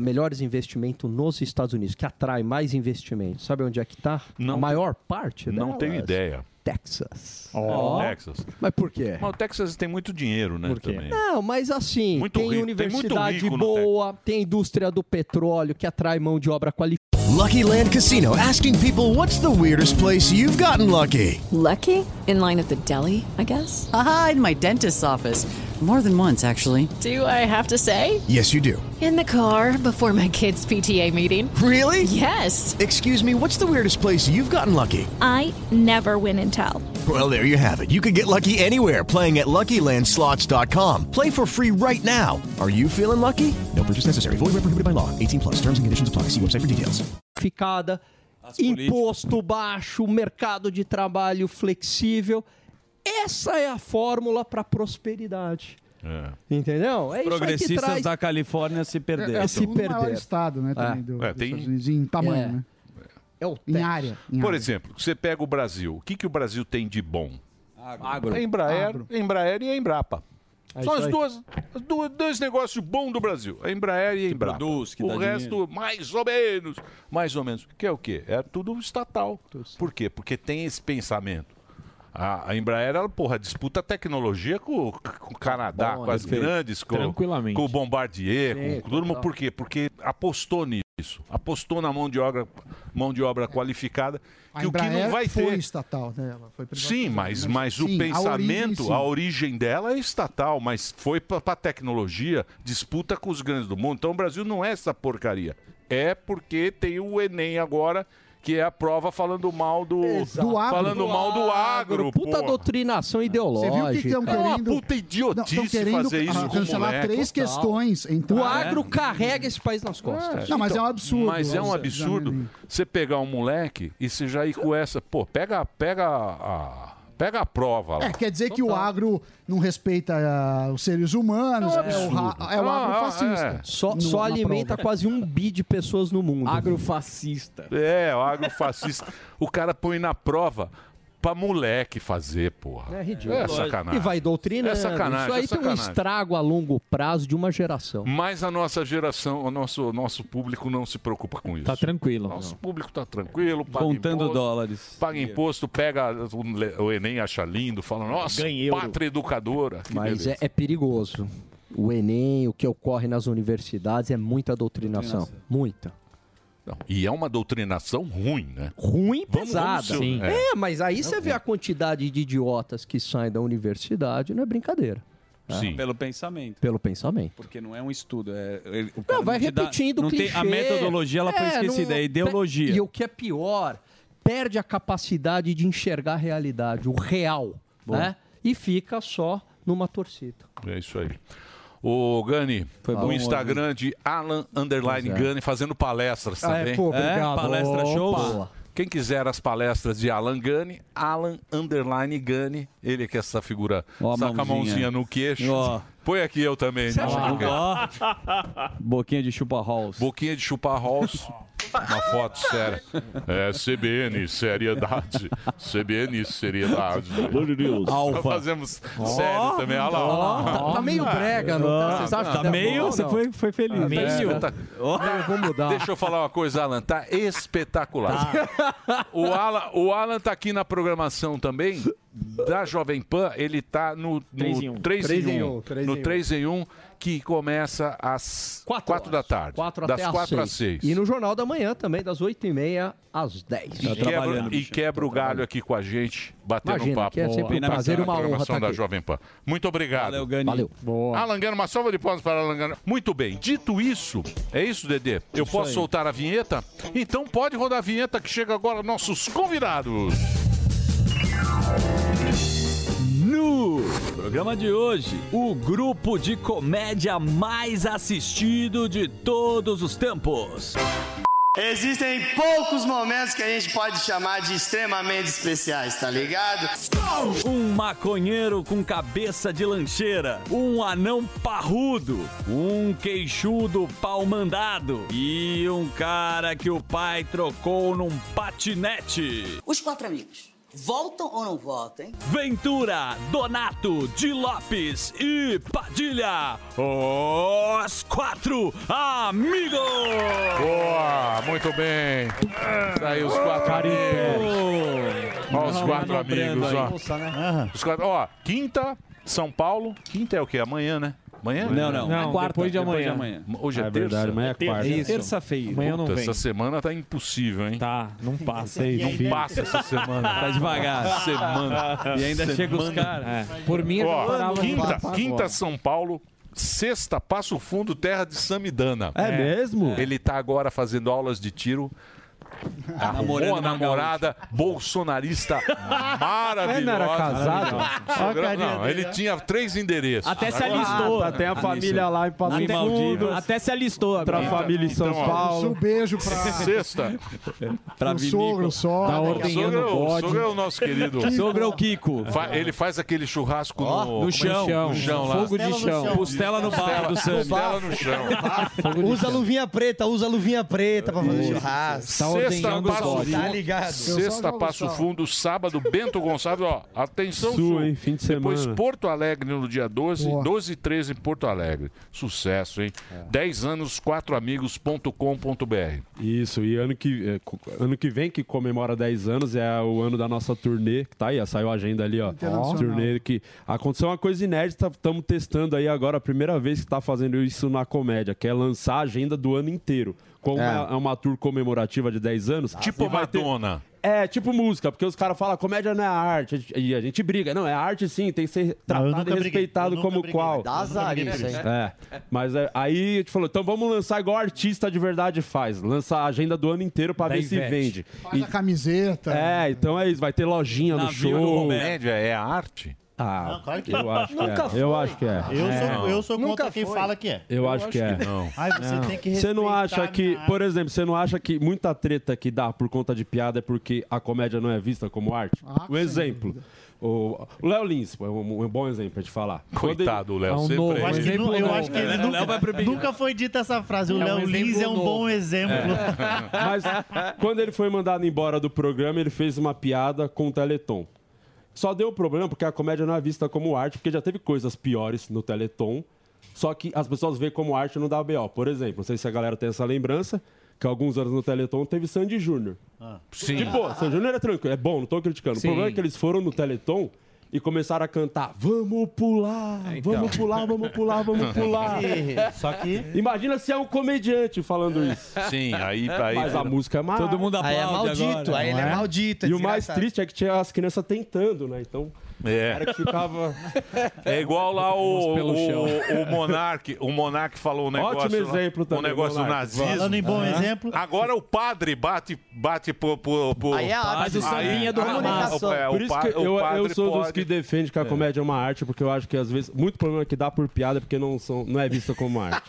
[SPEAKER 12] melhores investimentos nos Estados Unidos, que atrai mais investimentos. Sabe onde é que está? A maior parte
[SPEAKER 2] Não tenho
[SPEAKER 12] delas?
[SPEAKER 2] ideia.
[SPEAKER 12] Texas.
[SPEAKER 2] Ó. Texas.
[SPEAKER 12] Mas por
[SPEAKER 4] É.
[SPEAKER 12] quê?
[SPEAKER 2] Mas o Texas tem muito dinheiro, né? Também.
[SPEAKER 12] Não, mas assim, tem
[SPEAKER 2] rico, tem
[SPEAKER 12] universidade
[SPEAKER 2] muito rico no
[SPEAKER 12] boa, tem indústria do petróleo que atrai mão de obra qualificada.
[SPEAKER 21] Lucky Land Casino asking people what's the weirdest place you've gotten lucky?
[SPEAKER 20] Lucky? In line at the deli, I guess? Aha, in my dentist's office. More than once, actually.
[SPEAKER 22] Do I have to say?
[SPEAKER 21] Yes, you do.
[SPEAKER 22] In the car before my kids' PTA meeting.
[SPEAKER 21] Really?
[SPEAKER 22] Yes.
[SPEAKER 21] Excuse me, what's the weirdest place you've gotten lucky?
[SPEAKER 23] I never win and tell.
[SPEAKER 21] Well, there you have it. You can get lucky anywhere playing at LuckyLandSlots.com. Play for free right now. Are you feeling lucky? No purchase necessary. Void where prohibited by law. 18 plus. Terms and conditions apply. See website for details.
[SPEAKER 12] Imposto baixo, mercado de trabalho flexível. Essa é a fórmula para prosperidade.
[SPEAKER 2] É.
[SPEAKER 12] Entendeu? É isso aí que
[SPEAKER 4] Progressistas
[SPEAKER 12] traz.
[SPEAKER 4] da Califórnia se perderam.
[SPEAKER 10] É o
[SPEAKER 12] se
[SPEAKER 10] segundo maior
[SPEAKER 12] perder.
[SPEAKER 10] estado, né? Também,
[SPEAKER 4] É.
[SPEAKER 10] do,
[SPEAKER 4] É,
[SPEAKER 10] dos
[SPEAKER 4] tem-
[SPEAKER 10] Estados Unidos, em tamanho,
[SPEAKER 4] É.
[SPEAKER 10] né?
[SPEAKER 12] É o
[SPEAKER 10] em área. em
[SPEAKER 2] Por
[SPEAKER 10] área.
[SPEAKER 2] exemplo, você pega o Brasil. O que, que o Brasil tem de bom?
[SPEAKER 4] Agro.
[SPEAKER 2] É Embraer,
[SPEAKER 4] Agro.
[SPEAKER 2] Embraer e a Embrapa.
[SPEAKER 4] É
[SPEAKER 2] São
[SPEAKER 4] isso
[SPEAKER 2] os
[SPEAKER 4] aí.
[SPEAKER 2] duas, as duas- dois negócios bons do Brasil. A Embraer e a Embrapa.
[SPEAKER 4] produz, que
[SPEAKER 2] o
[SPEAKER 4] dá
[SPEAKER 2] resto,
[SPEAKER 4] dinheiro.
[SPEAKER 2] mais ou menos. Mais ou menos. Que é o quê? É tudo estatal. Por quê? Porque tem esse pensamento. A, a Embraer, ela, porra, disputa tecnologia com, o- com o
[SPEAKER 4] Tá
[SPEAKER 2] Canadá,
[SPEAKER 7] Bom,
[SPEAKER 2] com as
[SPEAKER 7] perfeito.
[SPEAKER 2] grandes, com,
[SPEAKER 7] Tranquilamente.
[SPEAKER 2] com o Bombardier,
[SPEAKER 7] Sim,
[SPEAKER 4] É,
[SPEAKER 2] com todo mundo.
[SPEAKER 7] total.
[SPEAKER 2] Por quê? Porque apostou nisso. Apostou na mão de obra, mão de obra qualificada.
[SPEAKER 10] A
[SPEAKER 2] Que o que
[SPEAKER 10] Embraer
[SPEAKER 2] não vai
[SPEAKER 10] foi
[SPEAKER 2] ter.
[SPEAKER 10] estatal, né? Ela foi
[SPEAKER 2] Sim, mas, mas o
[SPEAKER 10] Sim, a
[SPEAKER 2] pensamento,
[SPEAKER 10] origem, sim.
[SPEAKER 2] a origem, dela é estatal, mas foi para a tecnologia, disputa com os grandes do mundo. Então o Brasil não é essa porcaria. É porque tem o Enem agora, que é a prova falando mal do.
[SPEAKER 12] Do agro.
[SPEAKER 2] Tá Falando mal do agro.
[SPEAKER 12] Puta
[SPEAKER 2] porra.
[SPEAKER 12] doutrinação ideológica.
[SPEAKER 10] Você viu o que estão
[SPEAKER 2] É uma
[SPEAKER 10] querendo?
[SPEAKER 2] puta idiotice
[SPEAKER 10] Não, tão querendo,
[SPEAKER 2] fazer isso
[SPEAKER 10] ah,
[SPEAKER 2] com o
[SPEAKER 10] cancelar
[SPEAKER 2] moleque.
[SPEAKER 10] três
[SPEAKER 2] Total.
[SPEAKER 10] questões. Então,
[SPEAKER 12] O agro carrega esse país nas costas.
[SPEAKER 10] Não, mas
[SPEAKER 2] Então,
[SPEAKER 10] é um absurdo.
[SPEAKER 2] Mas é um
[SPEAKER 10] Nossa,
[SPEAKER 2] absurdo você pegar um moleque e você já ir com essa. Pô, pega, pega a. Pega a prova lá.
[SPEAKER 10] É, quer dizer que o agro não respeita ah, os seres humanos, é, o, ra- é o
[SPEAKER 2] um Ah,
[SPEAKER 10] agro
[SPEAKER 2] ah, é.
[SPEAKER 10] fascista.
[SPEAKER 12] Só,
[SPEAKER 2] No-
[SPEAKER 12] só
[SPEAKER 2] na
[SPEAKER 12] alimenta
[SPEAKER 2] prova.
[SPEAKER 12] quase um bi de pessoas no mundo. Agrofascista.
[SPEAKER 2] É, o agrofascista. o cara põe na prova pra moleque fazer, porra.
[SPEAKER 12] É ridículo.
[SPEAKER 2] É sacanagem.
[SPEAKER 12] E vai doutrinando.
[SPEAKER 2] É sacanagem.
[SPEAKER 12] Isso aí
[SPEAKER 2] é
[SPEAKER 12] tem um
[SPEAKER 2] sacanagem.
[SPEAKER 12] estrago a longo prazo de uma geração.
[SPEAKER 2] Mas a nossa geração, o nosso, nosso público não se preocupa com isso. Tá
[SPEAKER 12] tranquilo.
[SPEAKER 2] Nosso público tá tranquilo, paga
[SPEAKER 4] Contando
[SPEAKER 2] imposto,
[SPEAKER 4] dólares.
[SPEAKER 2] Paga imposto, pega o le- o Enem, acha lindo, fala, nossa,
[SPEAKER 12] Ganha euro.
[SPEAKER 2] pátria educadora. Que
[SPEAKER 12] Mas
[SPEAKER 2] beleza.
[SPEAKER 12] é, é perigoso. O Enem, o que ocorre nas universidades é muita doutrinação. Muita.
[SPEAKER 2] E é uma doutrinação ruim, né?
[SPEAKER 12] Ruim
[SPEAKER 2] Vamos- vamos
[SPEAKER 12] pesada.
[SPEAKER 2] ser- Sim.
[SPEAKER 12] É.
[SPEAKER 2] é.
[SPEAKER 12] mas aí você vê a quantidade de idiotas que saem da universidade, não é brincadeira. né?
[SPEAKER 4] Pelo pensamento.
[SPEAKER 12] Pelo pensamento.
[SPEAKER 4] Porque não é um estudo. É, ele- o cara
[SPEAKER 12] vai
[SPEAKER 4] te dá-
[SPEAKER 12] repetindo
[SPEAKER 4] não
[SPEAKER 12] clichê.
[SPEAKER 4] Tem, a metodologia ela foi
[SPEAKER 12] É,
[SPEAKER 4] esquecida,
[SPEAKER 12] não-
[SPEAKER 4] é ideologia.
[SPEAKER 12] E o que é pior, perde a capacidade de enxergar a realidade, o real,
[SPEAKER 2] Bom.
[SPEAKER 12] né? E fica só numa torcida.
[SPEAKER 2] É isso aí. O Gani,
[SPEAKER 12] bom
[SPEAKER 2] o
[SPEAKER 12] hoje.
[SPEAKER 2] Instagram de Alan Underline
[SPEAKER 12] Pois é.
[SPEAKER 2] Gani fazendo palestras
[SPEAKER 12] Ah, é,
[SPEAKER 2] também.
[SPEAKER 12] pô, obrigado.
[SPEAKER 2] palestra
[SPEAKER 12] Opa.
[SPEAKER 2] shows. Quem quiser as palestras de Alan Gani, Alan Underline Gani, ele que é essa figura.
[SPEAKER 4] Ó a
[SPEAKER 2] saca a
[SPEAKER 4] mãozinha.
[SPEAKER 2] mãozinha no queixo.
[SPEAKER 4] Ó.
[SPEAKER 2] Põe aqui eu também.
[SPEAKER 4] Você
[SPEAKER 2] né,
[SPEAKER 4] acha que-
[SPEAKER 2] Chico?
[SPEAKER 4] Boquinha de chupa rolls.
[SPEAKER 2] Boquinha de chupa
[SPEAKER 4] <laughs>
[SPEAKER 2] rolls.
[SPEAKER 12] Ah,
[SPEAKER 2] Uma foto séria. É CBN, seriedade. CBN, seriedade.
[SPEAKER 4] Band News.
[SPEAKER 2] Alfa.
[SPEAKER 4] Alfa.
[SPEAKER 2] Fazemos
[SPEAKER 4] Ó,
[SPEAKER 2] sério também. Olha lá. olha lá.
[SPEAKER 12] Tá, tá meio brega, não tá? Vocês acham que
[SPEAKER 2] tá meio?
[SPEAKER 12] bom,
[SPEAKER 2] Você
[SPEAKER 12] não?
[SPEAKER 2] foi-
[SPEAKER 4] foi
[SPEAKER 2] feliz.
[SPEAKER 12] Ah,
[SPEAKER 2] Meio.
[SPEAKER 12] Tá, eu vou mudar.
[SPEAKER 2] Deixa eu falar uma coisa, Alan. Tá espetacular.
[SPEAKER 12] Tá.
[SPEAKER 2] O, Alan, o Alan tá aqui na programação também da Jovem Pan. Ele tá no,
[SPEAKER 7] Três em
[SPEAKER 2] no
[SPEAKER 7] um.
[SPEAKER 2] 3
[SPEAKER 7] Três
[SPEAKER 2] em
[SPEAKER 7] em
[SPEAKER 2] 1.
[SPEAKER 7] um, três
[SPEAKER 2] No
[SPEAKER 7] em um.
[SPEAKER 2] 3 em 1, que começa às 4 da tarde.
[SPEAKER 12] Quatro
[SPEAKER 2] das
[SPEAKER 12] até às
[SPEAKER 2] 4 às
[SPEAKER 12] seis.
[SPEAKER 2] 6.
[SPEAKER 12] E no Jornal da Manhã também, das 8h30 às 10.
[SPEAKER 4] Tá
[SPEAKER 2] E quebra, e quebra o galho aqui com a gente, batendo
[SPEAKER 12] Tá Imagina,
[SPEAKER 2] um papo.
[SPEAKER 12] que é sempre um
[SPEAKER 2] Boa.
[SPEAKER 12] prazer e uma
[SPEAKER 2] Na
[SPEAKER 12] honra
[SPEAKER 2] programação
[SPEAKER 12] tá
[SPEAKER 2] da
[SPEAKER 12] aqui.
[SPEAKER 2] Jovem Pan. Muito obrigado. Valeu,
[SPEAKER 4] Gani.
[SPEAKER 12] Valeu.
[SPEAKER 2] Alan Gano, uma salva de palmas para Alan Gano. Muito bem, dito isso, é isso, Dedê? Eu
[SPEAKER 4] Isso
[SPEAKER 2] posso
[SPEAKER 4] aí.
[SPEAKER 2] soltar a vinheta? Então pode rodar a vinheta que chega agora nossos convidados.
[SPEAKER 4] No programa de hoje, o grupo de comédia mais assistido de todos os tempos.
[SPEAKER 24] Existem poucos momentos que a gente pode chamar de extremamente especiais, tá ligado?
[SPEAKER 4] Um maconheiro com cabeça de lancheira, um anão parrudo, um queixudo pau mandado e um cara que o pai trocou num patinete.
[SPEAKER 1] <laughs> Os quatro amigos, voltam ou não votam, hein?
[SPEAKER 4] Ventura, Donato, de Lopes e Padilha. Oh! Os quatro amigos!
[SPEAKER 2] Boa, muito bem. Aí os quatro amigos. Ó, os
[SPEAKER 4] Não,
[SPEAKER 2] quatro
[SPEAKER 4] não, Brando
[SPEAKER 2] amigos,
[SPEAKER 4] aí.
[SPEAKER 2] ó.
[SPEAKER 4] Bolsa, né?
[SPEAKER 2] Os quatro, ó, quinta, São Paulo. Quinta é o quê? Amanhã, né? Amanhã?
[SPEAKER 4] Não, não. Não, Quarta. depois de Depois de amanhã. amanhã.
[SPEAKER 2] Hoje é,
[SPEAKER 4] É
[SPEAKER 2] terça.
[SPEAKER 4] verdade, amanhã é quarta.
[SPEAKER 2] Isso.
[SPEAKER 4] Terça-feira. Amanhã não
[SPEAKER 2] Puta,
[SPEAKER 4] vem.
[SPEAKER 2] Essa semana tá impossível, hein?
[SPEAKER 7] Tá, não passa.
[SPEAKER 2] Não passa essa semana.
[SPEAKER 4] Tá devagar.
[SPEAKER 2] Semana.
[SPEAKER 4] E ainda chega os
[SPEAKER 2] Semana.
[SPEAKER 4] caras. É. né?
[SPEAKER 7] Por mim, eu já
[SPEAKER 2] Ó,
[SPEAKER 7] parava no
[SPEAKER 2] quinta,
[SPEAKER 7] papo
[SPEAKER 2] quinta
[SPEAKER 7] agora.
[SPEAKER 2] São Paulo. Sexta, Passo Fundo, terra de Samidana.
[SPEAKER 7] É É. mesmo?
[SPEAKER 2] Ele tá agora fazendo aulas de tiro. Arrumou
[SPEAKER 10] Tá
[SPEAKER 4] Namorando
[SPEAKER 2] a
[SPEAKER 4] uma
[SPEAKER 2] namorada bolsonarista
[SPEAKER 10] <laughs> Ah.
[SPEAKER 2] maravilhosa.
[SPEAKER 4] Não era casado?
[SPEAKER 2] Maravilhosa.
[SPEAKER 4] Olha a carinha
[SPEAKER 2] Não, ele tinha três endereços.
[SPEAKER 4] Até se
[SPEAKER 2] Agora- Ah,
[SPEAKER 4] alistou.
[SPEAKER 3] Até a família lá em Passo
[SPEAKER 2] Até-
[SPEAKER 3] Fundo.
[SPEAKER 7] Até se alistou agora.
[SPEAKER 3] Pra família em São
[SPEAKER 2] Então, ó,
[SPEAKER 3] Paulo.
[SPEAKER 2] um
[SPEAKER 10] beijo pra-
[SPEAKER 2] Sexta.
[SPEAKER 3] Pra
[SPEAKER 10] Vinícola. sogro, sogra.
[SPEAKER 3] Tá
[SPEAKER 2] sogro, é
[SPEAKER 3] ordenhando
[SPEAKER 2] o-
[SPEAKER 3] bode.
[SPEAKER 2] sogro é o nosso querido.
[SPEAKER 4] Sogro é o Kiko.
[SPEAKER 2] Fa- ele faz aquele churrasco
[SPEAKER 4] Ó,
[SPEAKER 2] no,
[SPEAKER 4] no chão.
[SPEAKER 2] No chão lá.
[SPEAKER 4] Fogo de Costela no chão. chão. Costela no bar do Sammy.
[SPEAKER 2] Costela no chão.
[SPEAKER 25] Usa a luvinha preta, usa a luvinha preta pra fazer churrasco.
[SPEAKER 14] Tá
[SPEAKER 2] Sexta, passo,
[SPEAKER 25] Tá ligado?
[SPEAKER 2] Sexta, passo fundo, sábado, Bento Gonçalves, ó, atenção,
[SPEAKER 3] Sul,
[SPEAKER 2] Sul.
[SPEAKER 3] hein, fim de
[SPEAKER 2] Depois
[SPEAKER 3] semana.
[SPEAKER 2] Porto Alegre no dia 12, 12 e 13 em Porto Alegre. Sucesso, hein? 10 anos, 4amigos.com.br.
[SPEAKER 3] Isso, e ano que, é, co- ano que vem, que comemora 10 anos, é o ano da nossa turnê, que tá aí, ó, saiu a agenda ali, ó.
[SPEAKER 2] Internacional.
[SPEAKER 3] Turnê que aconteceu uma coisa inédita, estamos testando aí agora, a primeira vez que tá fazendo isso na comédia, que é lançar a agenda do ano inteiro. Como
[SPEAKER 2] É.
[SPEAKER 3] é, é uma tour comemorativa de 10 anos.
[SPEAKER 2] Tipo
[SPEAKER 3] e vai ter-
[SPEAKER 2] Madonna.
[SPEAKER 3] É, tipo música, porque os caras falam comédia não é arte, e a gente briga. Não, é arte sim, tem que ser tratado
[SPEAKER 26] nunca
[SPEAKER 3] e
[SPEAKER 26] briguei,
[SPEAKER 3] respeitado
[SPEAKER 26] eu nunca
[SPEAKER 3] como
[SPEAKER 26] briguei,
[SPEAKER 3] qual.
[SPEAKER 26] mas dá azar Eu nunca briguei isso, por
[SPEAKER 3] É,
[SPEAKER 26] hein?
[SPEAKER 3] mas é, aí a gente falou, então vamos lançar igual artista de verdade faz. Lançar a agenda do ano inteiro pra
[SPEAKER 10] Da
[SPEAKER 3] ver se
[SPEAKER 10] Ivete.
[SPEAKER 3] vende.
[SPEAKER 10] Faz a camiseta.
[SPEAKER 3] É, então é isso, vai ter lojinha no
[SPEAKER 10] Navio
[SPEAKER 2] do
[SPEAKER 3] show.
[SPEAKER 2] Roberto. é arte?
[SPEAKER 3] Ah,
[SPEAKER 26] Não, claro que
[SPEAKER 3] eu
[SPEAKER 26] não.
[SPEAKER 3] acho que
[SPEAKER 26] Nunca
[SPEAKER 3] é.
[SPEAKER 26] foi.
[SPEAKER 3] Eu acho que é.
[SPEAKER 26] Eu
[SPEAKER 3] É.
[SPEAKER 26] sou, eu sou contra quem fala que é.
[SPEAKER 3] Eu, acho, que, é.
[SPEAKER 26] não. Ai, você tem que
[SPEAKER 3] Você não
[SPEAKER 26] respeitar
[SPEAKER 3] acha
[SPEAKER 26] a
[SPEAKER 3] que,
[SPEAKER 26] minha
[SPEAKER 3] por exemplo, você não acha que muita treta que dá por conta de piada é porque a comédia não é vista como arte?
[SPEAKER 26] Ah,
[SPEAKER 3] um exemplo. O o Léo Lins é um, um bom exemplo pra te falar.
[SPEAKER 2] Coitado, o Léo, É um sempre novo. ele.
[SPEAKER 26] Eu acho que, nu- eu acho que ele
[SPEAKER 3] O É, Léo vai pro
[SPEAKER 26] nunca,
[SPEAKER 3] bingo.
[SPEAKER 26] nunca foi dita essa frase.
[SPEAKER 3] É
[SPEAKER 26] O
[SPEAKER 3] um
[SPEAKER 26] Léo Lins
[SPEAKER 3] exemplo
[SPEAKER 26] é um
[SPEAKER 3] novo.
[SPEAKER 26] bom <laughs> exemplo.
[SPEAKER 3] É. Mas quando ele foi mandado embora do programa, ele fez uma piada com o Teleton. Só deu problema porque a comédia não é vista como arte, porque já teve coisas piores no Teleton. Só que as pessoas veem como arte no WBO. Por exemplo, não sei se a galera tem essa lembrança, que alguns anos no Teleton teve Sandy Júnior.
[SPEAKER 2] Sim.
[SPEAKER 3] De boa, Sandy Júnior era tranquilo, é bom, não tô criticando.
[SPEAKER 2] Sim.
[SPEAKER 3] O problema é que eles foram no Teleton e começaram a cantar: Vamos pular,
[SPEAKER 2] É, então.
[SPEAKER 3] vamos pular, vamos pular,
[SPEAKER 2] <laughs>
[SPEAKER 3] vamos pular.
[SPEAKER 26] Só que-
[SPEAKER 3] Imagina se é um comediante falando isso.
[SPEAKER 2] Sim, <laughs> aí- aí- tá-
[SPEAKER 3] Mas a música é má.
[SPEAKER 2] Todo mundo Aí é aplaude maldito, agora, aí não ele é é? maldito, é
[SPEAKER 3] E o mais
[SPEAKER 2] desgraçado.
[SPEAKER 3] triste é que tinha as crianças tentando, né? Então.
[SPEAKER 2] É.
[SPEAKER 3] Cara que <laughs> ficava.
[SPEAKER 2] É igual lá o,
[SPEAKER 3] pelo
[SPEAKER 2] o,
[SPEAKER 3] chão.
[SPEAKER 2] o Monark. O Monark falou um negócio.
[SPEAKER 3] Ótimo
[SPEAKER 2] lá,
[SPEAKER 3] exemplo
[SPEAKER 2] Um
[SPEAKER 3] também,
[SPEAKER 2] negócio do
[SPEAKER 3] Monark.
[SPEAKER 2] nazismo.
[SPEAKER 3] Falando em bom
[SPEAKER 2] Aham.
[SPEAKER 3] exemplo.
[SPEAKER 2] Agora o padre bate, bate pro. pro, pro
[SPEAKER 3] Aí é a arte. Faz o sambinha do
[SPEAKER 2] Ah,
[SPEAKER 3] Hamas.
[SPEAKER 2] o- é, o
[SPEAKER 3] Por isso
[SPEAKER 2] pa-
[SPEAKER 3] que eu,
[SPEAKER 2] o
[SPEAKER 3] eu
[SPEAKER 2] padre
[SPEAKER 3] sou dos
[SPEAKER 2] pode-
[SPEAKER 3] que defende que a comédia é uma arte, porque eu acho que às vezes. Muito problema que dá por piada, porque não, são, não é vista como arte.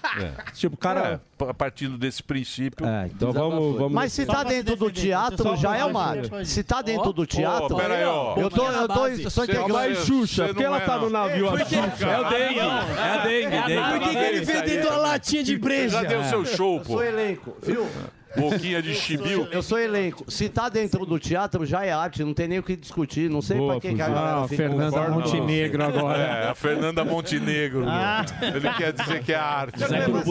[SPEAKER 3] Tipo,
[SPEAKER 2] É,
[SPEAKER 3] cara.
[SPEAKER 2] a partir desse princípio.
[SPEAKER 3] então vamos- vamos-
[SPEAKER 5] Mas se tá
[SPEAKER 3] Só pra
[SPEAKER 5] dentro do teatro, já é uma arte. Se tá dentro do teatro.
[SPEAKER 2] Pô, peraí, ó.
[SPEAKER 5] Eu tô, eu tô, eu sou integrante.
[SPEAKER 3] Fala aí, Xuxa, porque ela tá no navio
[SPEAKER 2] azul.
[SPEAKER 3] azul.
[SPEAKER 2] É o dengue, dengue.
[SPEAKER 26] Por que que ele veio dentro de uma latinha de breja?
[SPEAKER 2] Já deu seu show,
[SPEAKER 5] Eu
[SPEAKER 2] pô.
[SPEAKER 5] sou elenco, viu?
[SPEAKER 2] Boquinha de chibiu.
[SPEAKER 5] Eu sou elenco. Se tá dentro do teatro, já é arte, não tem nem o que discutir. Não sei pra que, que a
[SPEAKER 2] Fuzil.
[SPEAKER 3] Ah,
[SPEAKER 5] galera fica
[SPEAKER 2] Concordo,
[SPEAKER 5] Concordo, não.
[SPEAKER 2] não. É, a Fernanda Montenegro.
[SPEAKER 5] Ah.
[SPEAKER 2] Ele quer dizer que é arte.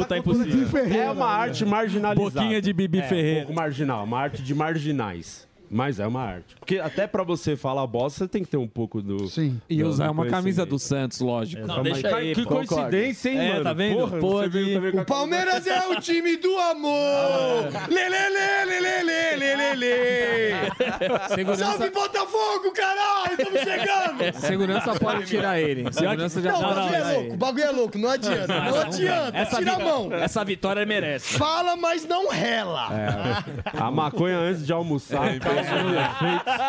[SPEAKER 3] tá impossível. É uma arte marginalizada.
[SPEAKER 4] Boquinha de Bibi
[SPEAKER 3] é,
[SPEAKER 4] Ferreira.
[SPEAKER 3] Um pouco marginal, uma arte de marginais. Mas é uma arte. Porque até pra você falar bosta, você tem que ter um pouco do. Sim.
[SPEAKER 4] E
[SPEAKER 7] é
[SPEAKER 4] usar uma camisa do Santos, lógico.
[SPEAKER 3] Não, deixa aí,
[SPEAKER 4] que
[SPEAKER 3] pô.
[SPEAKER 4] coincidência, hein,
[SPEAKER 3] É,
[SPEAKER 4] mano?
[SPEAKER 3] tá vendo?
[SPEAKER 4] Porra,
[SPEAKER 3] Pode.
[SPEAKER 4] você veio também com a
[SPEAKER 1] O Palmeiras é o time
[SPEAKER 4] <laughs>
[SPEAKER 1] do amor! Lelele, lelele, lelele!
[SPEAKER 4] Segurança-
[SPEAKER 1] Salve Botafogo, caralho! Estamos chegando!
[SPEAKER 4] Segurança
[SPEAKER 7] é
[SPEAKER 4] pode tirar ele. Segurança já
[SPEAKER 1] não, o
[SPEAKER 4] pode
[SPEAKER 1] bagulho é
[SPEAKER 4] tirar
[SPEAKER 1] louco, o
[SPEAKER 4] ele.
[SPEAKER 1] bagulho é louco, não adianta, não, adianta, tira a
[SPEAKER 9] vi-
[SPEAKER 1] mão.
[SPEAKER 9] Essa vitória merece.
[SPEAKER 1] Fala, mas não rela.
[SPEAKER 4] <laughs>
[SPEAKER 3] É, a maconha antes de almoçar.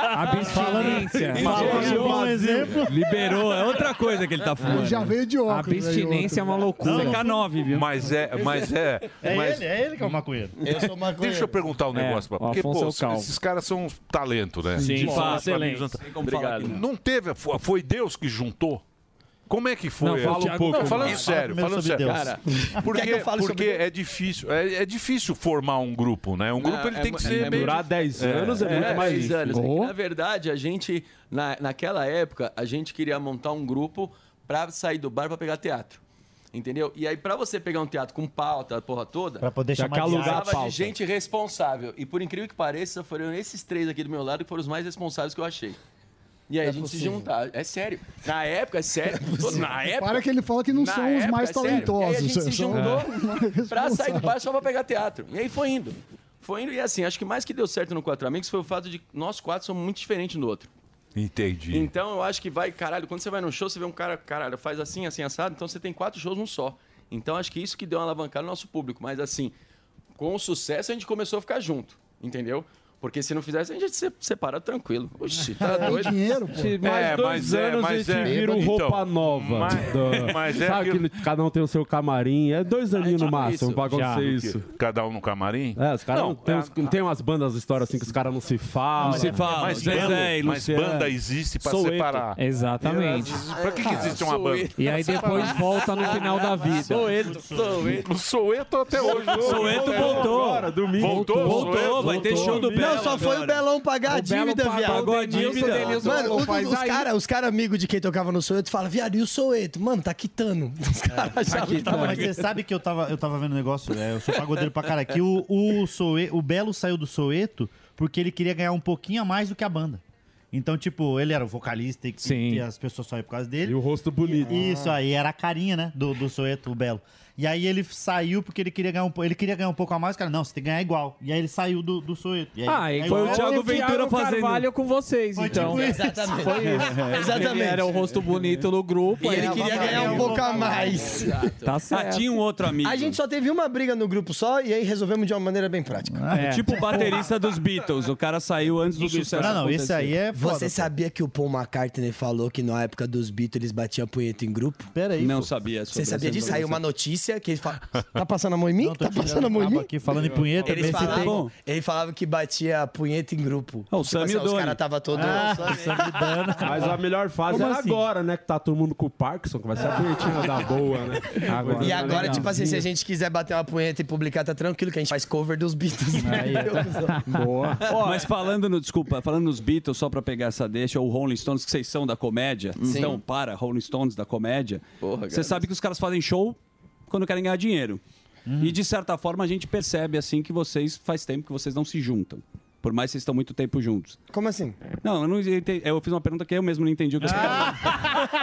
[SPEAKER 4] Abstinência.
[SPEAKER 3] Falando
[SPEAKER 4] Liberou.
[SPEAKER 3] bom exemplo.
[SPEAKER 9] Liberou, é outra coisa que ele tá fumando.
[SPEAKER 12] É.
[SPEAKER 4] Ele já
[SPEAKER 9] veio de
[SPEAKER 4] óculos, né, de Abstinência é uma outro. loucura.
[SPEAKER 9] CK9, viu?
[SPEAKER 2] Mas é, mas é.
[SPEAKER 9] <laughs> É
[SPEAKER 2] mas-
[SPEAKER 9] ele, é ele que é o maconheiro.
[SPEAKER 2] Eu sou Deixa eu perguntar um
[SPEAKER 9] É,
[SPEAKER 2] negócio pra
[SPEAKER 9] o Afonso é o
[SPEAKER 2] esses-
[SPEAKER 9] calvo.
[SPEAKER 2] esses caras são um talento, né?
[SPEAKER 9] Sim,
[SPEAKER 2] De
[SPEAKER 9] bom,
[SPEAKER 2] fato,
[SPEAKER 9] excelente.
[SPEAKER 2] amigos,
[SPEAKER 9] Tem como falar que
[SPEAKER 2] Não.
[SPEAKER 9] não.
[SPEAKER 2] Não teve, fo- foi Deus que juntou? Como é que foi?
[SPEAKER 9] Não, fala um
[SPEAKER 2] Thiago,
[SPEAKER 9] pouco,
[SPEAKER 2] não, falando
[SPEAKER 9] mano.
[SPEAKER 2] sério,
[SPEAKER 9] Fala
[SPEAKER 2] falando
[SPEAKER 9] primeiro
[SPEAKER 2] sério.
[SPEAKER 9] sobre Deus. Cara,
[SPEAKER 2] porque
[SPEAKER 9] quer que eu fale
[SPEAKER 2] porque
[SPEAKER 9] sobre
[SPEAKER 2] é difícil, é, é difícil formar um grupo, né? Um grupo
[SPEAKER 9] Ah,
[SPEAKER 13] Não,
[SPEAKER 2] ele
[SPEAKER 13] é
[SPEAKER 2] tem
[SPEAKER 13] mu-
[SPEAKER 2] que ser
[SPEAKER 13] é
[SPEAKER 2] meio-
[SPEAKER 13] muito-
[SPEAKER 9] é
[SPEAKER 13] 10
[SPEAKER 2] difícil.
[SPEAKER 13] anos. É que,
[SPEAKER 2] Oh.
[SPEAKER 13] na verdade, a gente, na, naquela época, a gente queria montar um grupo pra sair do bar pra pegar teatro. Entendeu? E aí, pra você pegar um teatro com pauta, a porra toda,
[SPEAKER 14] Pra poder
[SPEAKER 13] já
[SPEAKER 14] chamar de
[SPEAKER 13] precisava
[SPEAKER 14] arte. pauta.
[SPEAKER 13] de gente responsável. E por incrível que pareça, foram esses três aqui do meu lado que foram os mais responsáveis que eu achei. E aí a gente
[SPEAKER 10] possível.
[SPEAKER 13] se juntar. É sério. Na época, é sério. na época.
[SPEAKER 10] Para que ele fala que não
[SPEAKER 13] na
[SPEAKER 10] são os
[SPEAKER 13] época,
[SPEAKER 10] mais
[SPEAKER 13] é sério. E aí a gente
[SPEAKER 10] talentosos.
[SPEAKER 13] se
[SPEAKER 10] são- <laughs>
[SPEAKER 13] juntou pra sair do bar é só pra pegar teatro. E aí foi indo. Foi indo e assim, acho que mais que deu certo no Quatro Amigos foi o fato de que nós quatro somos muito diferentes um do outro.
[SPEAKER 2] Entendi.
[SPEAKER 13] Então eu acho que vai, caralho, quando você vai num show, você vê um cara, caralho, faz assim, assim, assado, então você tem quatro shows num só. Então acho que isso que deu uma alavancada no nosso público. Mas assim, com o sucesso a gente começou a ficar junto, entendeu? Porque se não fizesse, a gente ia se separar tranquilo. Oxi, tá
[SPEAKER 10] Tem
[SPEAKER 13] doido.
[SPEAKER 10] É, dinheiro, pô.
[SPEAKER 3] Mais dois
[SPEAKER 2] É,
[SPEAKER 3] anos e te vira um
[SPEAKER 2] Então,
[SPEAKER 3] roupa nova.
[SPEAKER 13] mas-
[SPEAKER 3] Do-
[SPEAKER 13] mas é
[SPEAKER 3] Sabe
[SPEAKER 13] aquilo-
[SPEAKER 3] aquele que cada um tem o seu camarim? É dois aninhos no máximo pra
[SPEAKER 2] tipo Já.
[SPEAKER 3] acontecer isso.
[SPEAKER 2] Cada um no camarim?
[SPEAKER 3] É, os caras não, tem,
[SPEAKER 2] é,
[SPEAKER 3] uns- não tem umas bandas histórias assim que os caras não se falam.
[SPEAKER 2] Não se falam. Mas Zezé banda- e mas Luciano. banda
[SPEAKER 3] é.
[SPEAKER 2] existe pra Soueto. separar.
[SPEAKER 4] Exatamente.
[SPEAKER 2] Eu- pra que que existe uma banda?
[SPEAKER 4] E aí depois volta no final da vida.
[SPEAKER 2] O Soueto até <laughs> hoje.
[SPEAKER 4] Soueto voltou.
[SPEAKER 2] Agora, domingo. Voltou,
[SPEAKER 4] Voltou,
[SPEAKER 2] Soueto?
[SPEAKER 4] vai ter show do
[SPEAKER 2] Domingo.
[SPEAKER 4] Belo
[SPEAKER 14] Não, só foi o Belão pagar a
[SPEAKER 2] O Belo
[SPEAKER 14] dívida,
[SPEAKER 2] pagou
[SPEAKER 14] viado.
[SPEAKER 2] a dívida.
[SPEAKER 14] Mano,
[SPEAKER 2] Mano,
[SPEAKER 14] o-
[SPEAKER 2] faz
[SPEAKER 14] os
[SPEAKER 2] aí.
[SPEAKER 14] caras os cara amigos de quem tocava no Soeto falam, viado, e o Soeto? Mano, tá quitando. Os
[SPEAKER 4] É,
[SPEAKER 14] caras já
[SPEAKER 26] Aqui,
[SPEAKER 4] tá
[SPEAKER 14] tavam
[SPEAKER 26] mas você
[SPEAKER 14] quitando.
[SPEAKER 26] sabe que eu tava, eu tava vendo um negócio, é, eu sou pagodeiro pra caralho, que o, o, Soe- o Belo saiu do Soeto porque ele queria ganhar um pouquinho a mais do que a banda. Então, tipo, ele era o vocalista e, e as pessoas só iam por causa dele. E o
[SPEAKER 3] rosto bonito.
[SPEAKER 26] isso aí, era a carinha, né, do, do Soeto, o Belo. E aí ele saiu porque ele queria ganhar um, po- ele queria ganhar um pouco a mais, o cara, não, você tem que ganhar igual. E aí ele saiu do, do Soeto. E aí,
[SPEAKER 4] Ah, e
[SPEAKER 26] aí
[SPEAKER 4] foi o Thiago Ventura fazendo.
[SPEAKER 26] Carvalho
[SPEAKER 4] com vocês,
[SPEAKER 26] Foi
[SPEAKER 4] então.
[SPEAKER 26] tipo isso. Exatamente.
[SPEAKER 4] Foi isso.
[SPEAKER 26] É. Exatamente.
[SPEAKER 4] <laughs> Ele era o rosto bonito do grupo.
[SPEAKER 14] E
[SPEAKER 4] aí
[SPEAKER 14] ele queria ganhar um pouco a mais.
[SPEAKER 4] Tá certo. Ah, tinha um outro amigo.
[SPEAKER 14] A gente só teve uma briga no grupo só e aí resolvemos de uma maneira bem prática.
[SPEAKER 4] É. Tipo o baterista dos Beatles. O cara saiu antes do sucesso. acontecer.
[SPEAKER 26] é
[SPEAKER 14] Você sabia que o Paul McCartney falou que na época dos Beatles eles batiam punheta em grupo?
[SPEAKER 26] Peraí.
[SPEAKER 4] Não sabia. sobre
[SPEAKER 14] Você sabia
[SPEAKER 4] essa
[SPEAKER 14] disso? Saiu uma
[SPEAKER 4] informação.
[SPEAKER 14] notícia que ele fala. Tá passando a mão em mim? tá passando a mão em mim?
[SPEAKER 26] aqui falando em punheta,
[SPEAKER 14] Eles
[SPEAKER 26] bem, você
[SPEAKER 14] falavam-
[SPEAKER 26] tem-
[SPEAKER 14] Ele falava que batia punheta em grupo.
[SPEAKER 26] Ah, o
[SPEAKER 14] Tipo
[SPEAKER 26] Sam e
[SPEAKER 14] assim,
[SPEAKER 26] o
[SPEAKER 14] Os
[SPEAKER 26] Doni.
[SPEAKER 14] caras tava todo.
[SPEAKER 26] Ah,
[SPEAKER 14] Nossa,
[SPEAKER 2] né?
[SPEAKER 3] Mas a melhor fase
[SPEAKER 14] Como
[SPEAKER 3] era
[SPEAKER 14] assim?
[SPEAKER 3] agora, né? Que tá todo mundo com o Parkinson, que vai ser a punhetinha da boa, né?
[SPEAKER 14] E <laughs> agora, tipo assim, se a gente quiser bater uma punheta e publicar, tá tranquilo, que a gente faz cover dos Beatles.
[SPEAKER 25] né?
[SPEAKER 4] <laughs> Boa. Mas falando no, desculpa, falando nos Beatles, só pra pegar essa deixa, ou Rolling Stones, que vocês são da comédia.
[SPEAKER 14] Uhum.
[SPEAKER 13] Sim.
[SPEAKER 4] Então, para, Rolling Stones da comédia. Você
[SPEAKER 13] cara.
[SPEAKER 4] sabe que os caras fazem show quando querem ganhar dinheiro. E de certa forma a gente percebe assim que vocês faz tempo que vocês não se juntam. Por mais que vocês estão muito tempo juntos.
[SPEAKER 25] Como assim?
[SPEAKER 4] Não, eu, não entendi- eu fiz uma pergunta que eu mesmo não entendi o que você falou.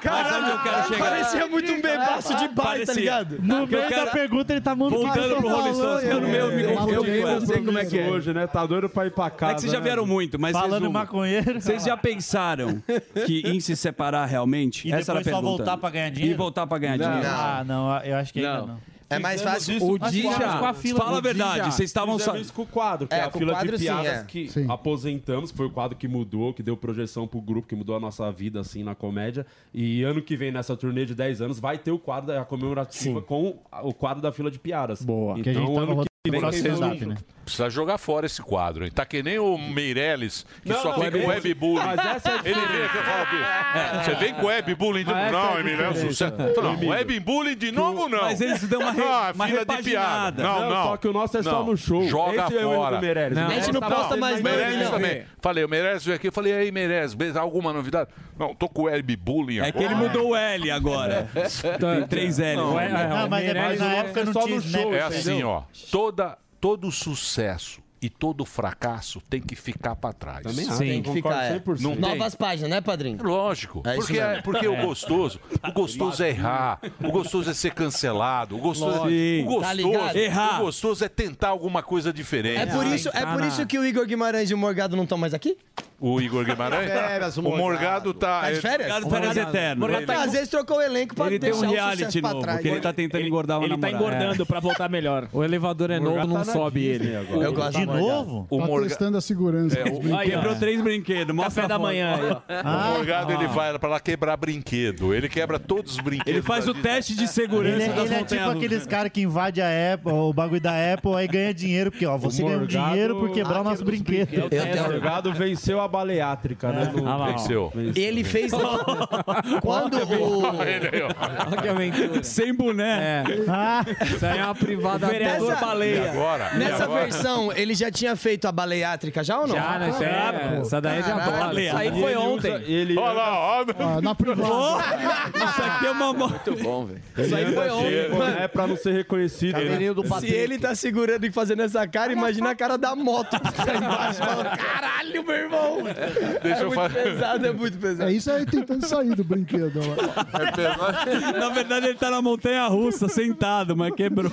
[SPEAKER 25] Caralho,
[SPEAKER 4] eu quero chegar.
[SPEAKER 25] Parecia muito um bebaço de baile, tá
[SPEAKER 4] Parecia.
[SPEAKER 25] ligado?
[SPEAKER 4] No Porque meio o cara- da
[SPEAKER 26] pergunta, ele tá
[SPEAKER 4] Voltando pro Rolling Stones, que é no meu, me confundiu com ela.
[SPEAKER 3] Hoje, né? Tá doido pra ir pra casa. né?
[SPEAKER 4] É que vocês já vieram muito, mas.
[SPEAKER 3] Falando em
[SPEAKER 4] resumo,
[SPEAKER 3] maconheiro.
[SPEAKER 4] Vocês já pensaram
[SPEAKER 26] <laughs>
[SPEAKER 4] que em se separar realmente?
[SPEAKER 26] E
[SPEAKER 4] Essa era a
[SPEAKER 26] depois só
[SPEAKER 4] pergunta.
[SPEAKER 26] voltar pra ganhar dinheiro?
[SPEAKER 4] E voltar pra ganhar dinheiro.
[SPEAKER 26] Ah, não, eu acho que ainda
[SPEAKER 4] Não.
[SPEAKER 26] não.
[SPEAKER 25] É mais
[SPEAKER 26] Fizemos
[SPEAKER 25] fácil-
[SPEAKER 26] isso
[SPEAKER 4] O
[SPEAKER 26] com as
[SPEAKER 4] Dija-
[SPEAKER 26] quadras, com a fila.
[SPEAKER 4] Fala a
[SPEAKER 26] O Dija-
[SPEAKER 4] verdade, vocês estavam
[SPEAKER 3] Fizemos
[SPEAKER 4] sa-
[SPEAKER 3] isso com o quadro, que é,
[SPEAKER 25] É,
[SPEAKER 3] a
[SPEAKER 25] com o
[SPEAKER 3] fila
[SPEAKER 25] quadro,
[SPEAKER 3] de
[SPEAKER 25] sim,
[SPEAKER 3] piadas
[SPEAKER 25] é.
[SPEAKER 3] que aposentamos, que foi o quadro que mudou, que deu projeção pro grupo, que mudou a nossa vida, assim, na comédia. E ano que vem, nessa turnê de 10 anos, vai ter o quadro da comemorativa com a- o quadro da fila de piadas. Boa, então,
[SPEAKER 2] que a gente tava
[SPEAKER 3] ano que vem, um
[SPEAKER 2] rodando
[SPEAKER 3] vocês
[SPEAKER 2] no
[SPEAKER 3] não-
[SPEAKER 2] stand-up, né? Precisa jogar fora esse quadro, hein? Tá que nem o Meirelles, que
[SPEAKER 3] Não,
[SPEAKER 2] só
[SPEAKER 3] não,
[SPEAKER 2] fica com
[SPEAKER 3] mas-
[SPEAKER 2] webbullying.
[SPEAKER 3] mas essa é
[SPEAKER 2] Ele vem aqui e fala, "Pô, você vem com webbullying de
[SPEAKER 3] Mas
[SPEAKER 2] novo.
[SPEAKER 3] essa
[SPEAKER 2] Não,
[SPEAKER 3] é a
[SPEAKER 2] Emílio, é um
[SPEAKER 3] diferença.
[SPEAKER 2] sucesso. Eu falo, Não,
[SPEAKER 3] Emílio.
[SPEAKER 2] webbullying de novo, não.
[SPEAKER 3] mas eles dão uma re-
[SPEAKER 2] <laughs> Ah, é
[SPEAKER 3] uma
[SPEAKER 2] fila de piada.
[SPEAKER 3] repaginada.
[SPEAKER 2] Não,
[SPEAKER 3] Não,
[SPEAKER 2] não.
[SPEAKER 3] só que o nosso é só no show.
[SPEAKER 2] Joga
[SPEAKER 3] Esse é o erro do
[SPEAKER 2] fora.
[SPEAKER 3] Meirelles. Não, A gente não posta mais
[SPEAKER 2] o
[SPEAKER 3] nada,
[SPEAKER 2] Meirelles
[SPEAKER 3] não.
[SPEAKER 2] também. Falei, o Meirelles veio aqui. Eu falei, aí, Meirelles, beleza? alguma novidade? Não, tô com webbullying agora. É.
[SPEAKER 4] É que ele mudou o
[SPEAKER 2] <laughs>
[SPEAKER 4] L agora. Tem três L.
[SPEAKER 2] Não,
[SPEAKER 4] Ué, é,
[SPEAKER 2] não,
[SPEAKER 4] o
[SPEAKER 2] mas é- mas
[SPEAKER 4] Meirelles
[SPEAKER 2] na
[SPEAKER 4] o
[SPEAKER 2] época
[SPEAKER 4] Oscar
[SPEAKER 2] não
[SPEAKER 4] só
[SPEAKER 2] tinha
[SPEAKER 4] no
[SPEAKER 2] Snapchat,
[SPEAKER 4] show,
[SPEAKER 2] É
[SPEAKER 4] entendeu?
[SPEAKER 2] assim, ó. Toda, todo sucesso e todo fracasso tem que ficar pra trás.
[SPEAKER 25] Também acho. Sim.
[SPEAKER 3] né?
[SPEAKER 25] Tem que ficar, é.
[SPEAKER 2] Não tem.
[SPEAKER 25] Novas páginas, né, padrinho?
[SPEAKER 2] Lógico.
[SPEAKER 25] É isso
[SPEAKER 2] porque
[SPEAKER 25] mesmo.
[SPEAKER 2] porque o
[SPEAKER 25] É. Tá
[SPEAKER 2] gostoso, o gostoso é errar, o gostoso é ser cancelado, o gostoso, é-
[SPEAKER 25] Lógico.
[SPEAKER 2] o
[SPEAKER 25] Tá
[SPEAKER 2] gostoso,
[SPEAKER 25] ligado? Errar.
[SPEAKER 2] o gostoso é tentar alguma coisa diferente.
[SPEAKER 25] É por, isso, é
[SPEAKER 2] Tá
[SPEAKER 25] por isso que o Igor Guimarães e o Morgado não estão mais aqui?
[SPEAKER 2] o Igor Guimarães,
[SPEAKER 25] Tá de férias,
[SPEAKER 2] o
[SPEAKER 25] o
[SPEAKER 2] Morgado tá,
[SPEAKER 25] Tá de férias? Morgado tá- às vezes trocou o elenco pra
[SPEAKER 7] Ele tem
[SPEAKER 25] deixar
[SPEAKER 7] um
[SPEAKER 25] o
[SPEAKER 7] reality
[SPEAKER 25] sucesso pra
[SPEAKER 7] novo,
[SPEAKER 25] trás.
[SPEAKER 7] que ele tá tentando engordar uma
[SPEAKER 11] ele tá
[SPEAKER 7] namorada.
[SPEAKER 11] engordando pra voltar melhor.
[SPEAKER 7] O elevador é novo, não sobe ele.
[SPEAKER 11] Eu gosto De do Morgado. novo?
[SPEAKER 10] Tá testando a segurança.
[SPEAKER 2] É,
[SPEAKER 10] dos
[SPEAKER 2] o-
[SPEAKER 10] brinquedos.
[SPEAKER 2] Quebrou
[SPEAKER 4] três brinquedos.
[SPEAKER 7] Café da manhã. aí, ó.
[SPEAKER 25] Ah.
[SPEAKER 2] o Morgado ele vai pra lá quebrar brinquedo, ele quebra todos os brinquedos.
[SPEAKER 7] Ele faz
[SPEAKER 2] da
[SPEAKER 7] o
[SPEAKER 2] Disney.
[SPEAKER 7] teste de segurança
[SPEAKER 26] Ele, é- ele é tipo aqueles caras que invadem a Apple, o bagulho da Apple, aí ganha dinheiro, porque ó, você ganha um
[SPEAKER 3] Morgado-
[SPEAKER 26] dinheiro por quebrar
[SPEAKER 3] Ah,
[SPEAKER 26] nossos brinquedos.
[SPEAKER 3] é O Morgado venceu a baleátrica, né? no- um
[SPEAKER 26] Ah lá, ó. Venceu.
[SPEAKER 25] Ele fez. <laughs> Quando
[SPEAKER 4] Sem
[SPEAKER 26] É.
[SPEAKER 4] boné.
[SPEAKER 26] Ah.
[SPEAKER 25] Isso
[SPEAKER 7] aí é uma privada
[SPEAKER 25] O vereador
[SPEAKER 7] toda.
[SPEAKER 25] baleia.
[SPEAKER 7] E agora? E
[SPEAKER 25] Nessa
[SPEAKER 7] agora?
[SPEAKER 25] versão, ele já tinha feito a baleiátrica já ou não?
[SPEAKER 7] Já, né? Isso aí é- essa daí é de
[SPEAKER 25] Caralho,
[SPEAKER 7] agora.
[SPEAKER 25] Isso aí foi
[SPEAKER 7] Ele
[SPEAKER 25] ontem.
[SPEAKER 7] usa- ele- Olha
[SPEAKER 2] lá,
[SPEAKER 25] ó. Na
[SPEAKER 4] Isso aqui é uma Muito
[SPEAKER 13] bom, velho.
[SPEAKER 4] Isso aí foi ontem.
[SPEAKER 3] É pra não ser reconhecido. né?
[SPEAKER 25] Se ele tá segurando e fazendo essa cara, imagina a cara da <laughs> moto. Tá embaixo falando, Caralho, meu irmão!
[SPEAKER 2] Deixa
[SPEAKER 25] é
[SPEAKER 2] eu
[SPEAKER 25] muito
[SPEAKER 2] falar.
[SPEAKER 25] pesado, é muito pesado. É isso
[SPEAKER 10] aí tentando sair do brinquedo. lá.
[SPEAKER 4] Na verdade, ele tá na montanha russa, sentado, mas quebrou.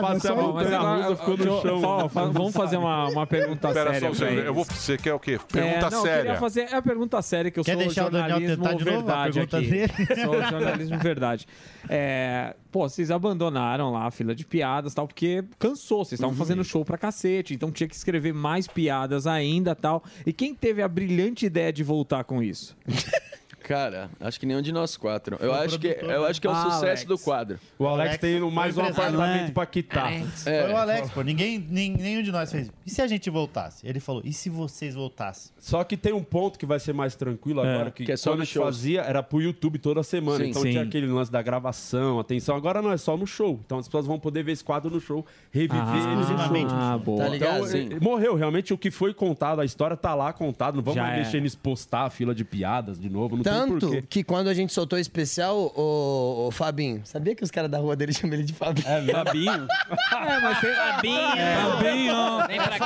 [SPEAKER 7] Passei a mão, mas é agora- deixa eu- fa- fa- Vamos fazer uma, uma pergunta
[SPEAKER 2] Pera só
[SPEAKER 7] séria.
[SPEAKER 2] um
[SPEAKER 7] pra
[SPEAKER 2] segundo, eu vou,
[SPEAKER 7] eles.
[SPEAKER 2] você quer o quê?
[SPEAKER 7] É,
[SPEAKER 2] Pergunta
[SPEAKER 7] não, Eu
[SPEAKER 2] séria.
[SPEAKER 7] queria fazer é a pergunta séria que eu
[SPEAKER 2] Quer
[SPEAKER 7] sou
[SPEAKER 2] deixar o Daniel
[SPEAKER 7] jornalismo
[SPEAKER 2] tentar de novo a
[SPEAKER 7] verdade
[SPEAKER 2] pergunta
[SPEAKER 7] aqui.
[SPEAKER 2] dele?
[SPEAKER 7] <laughs> Sou jornalismo verdade. É, pô, vocês abandonaram lá a fila de piadas tal, porque cansou. Vocês estavam fazendo show pra cacete, então tinha que escrever mais piadas ainda tal. E quem teve a brilhante ideia de voltar com isso?
[SPEAKER 13] <laughs> Cara, acho
[SPEAKER 7] <laughs>
[SPEAKER 13] que nenhum de nós quatro.
[SPEAKER 7] o
[SPEAKER 13] Eu acho que,
[SPEAKER 7] produtor,
[SPEAKER 13] eu
[SPEAKER 7] né?
[SPEAKER 13] acho que é o
[SPEAKER 7] Alex.
[SPEAKER 13] sucesso do quadro.
[SPEAKER 3] O Ah, Alex tem mais um apartamento pra quitar.
[SPEAKER 13] É.
[SPEAKER 26] Foi o Alex, pô. Ninguém, nem- nenhum de nós fez. E se a gente voltasse? Ele falou, e se vocês voltassem?
[SPEAKER 3] Só que tem um ponto que vai ser mais tranquilo agora,
[SPEAKER 26] É,
[SPEAKER 3] que,
[SPEAKER 26] que é só
[SPEAKER 3] quando
[SPEAKER 26] no
[SPEAKER 3] a gente
[SPEAKER 26] show.
[SPEAKER 3] fazia era pro YouTube toda semana.
[SPEAKER 26] Sim.
[SPEAKER 3] então
[SPEAKER 26] Sim.
[SPEAKER 3] tinha aquele lance da gravação, atenção. Agora não, é só no show. Então as pessoas vão poder ver esse quadro no show, reviver
[SPEAKER 7] Ah,
[SPEAKER 3] ele
[SPEAKER 7] exclusivamente
[SPEAKER 3] exclusivamente.
[SPEAKER 7] no show. boa. Tá ligado?
[SPEAKER 3] Então,
[SPEAKER 7] Sim.
[SPEAKER 3] eh, morreu, realmente o que foi contado, a história tá lá contada. Não vamos
[SPEAKER 25] Já
[SPEAKER 3] mais
[SPEAKER 25] é.
[SPEAKER 3] mexer nisso, postar a fila de piadas de novo. Não tem
[SPEAKER 25] Tanto
[SPEAKER 3] porquê.
[SPEAKER 25] que quando a gente soltou o especial, o, Fabinho, sabia que os caras da rua dele <laughs> chamam ele de Fabinho?
[SPEAKER 4] É, Fabinho?
[SPEAKER 25] é, mas É, tem Fabinho.
[SPEAKER 4] Fabinho.
[SPEAKER 25] Vem pra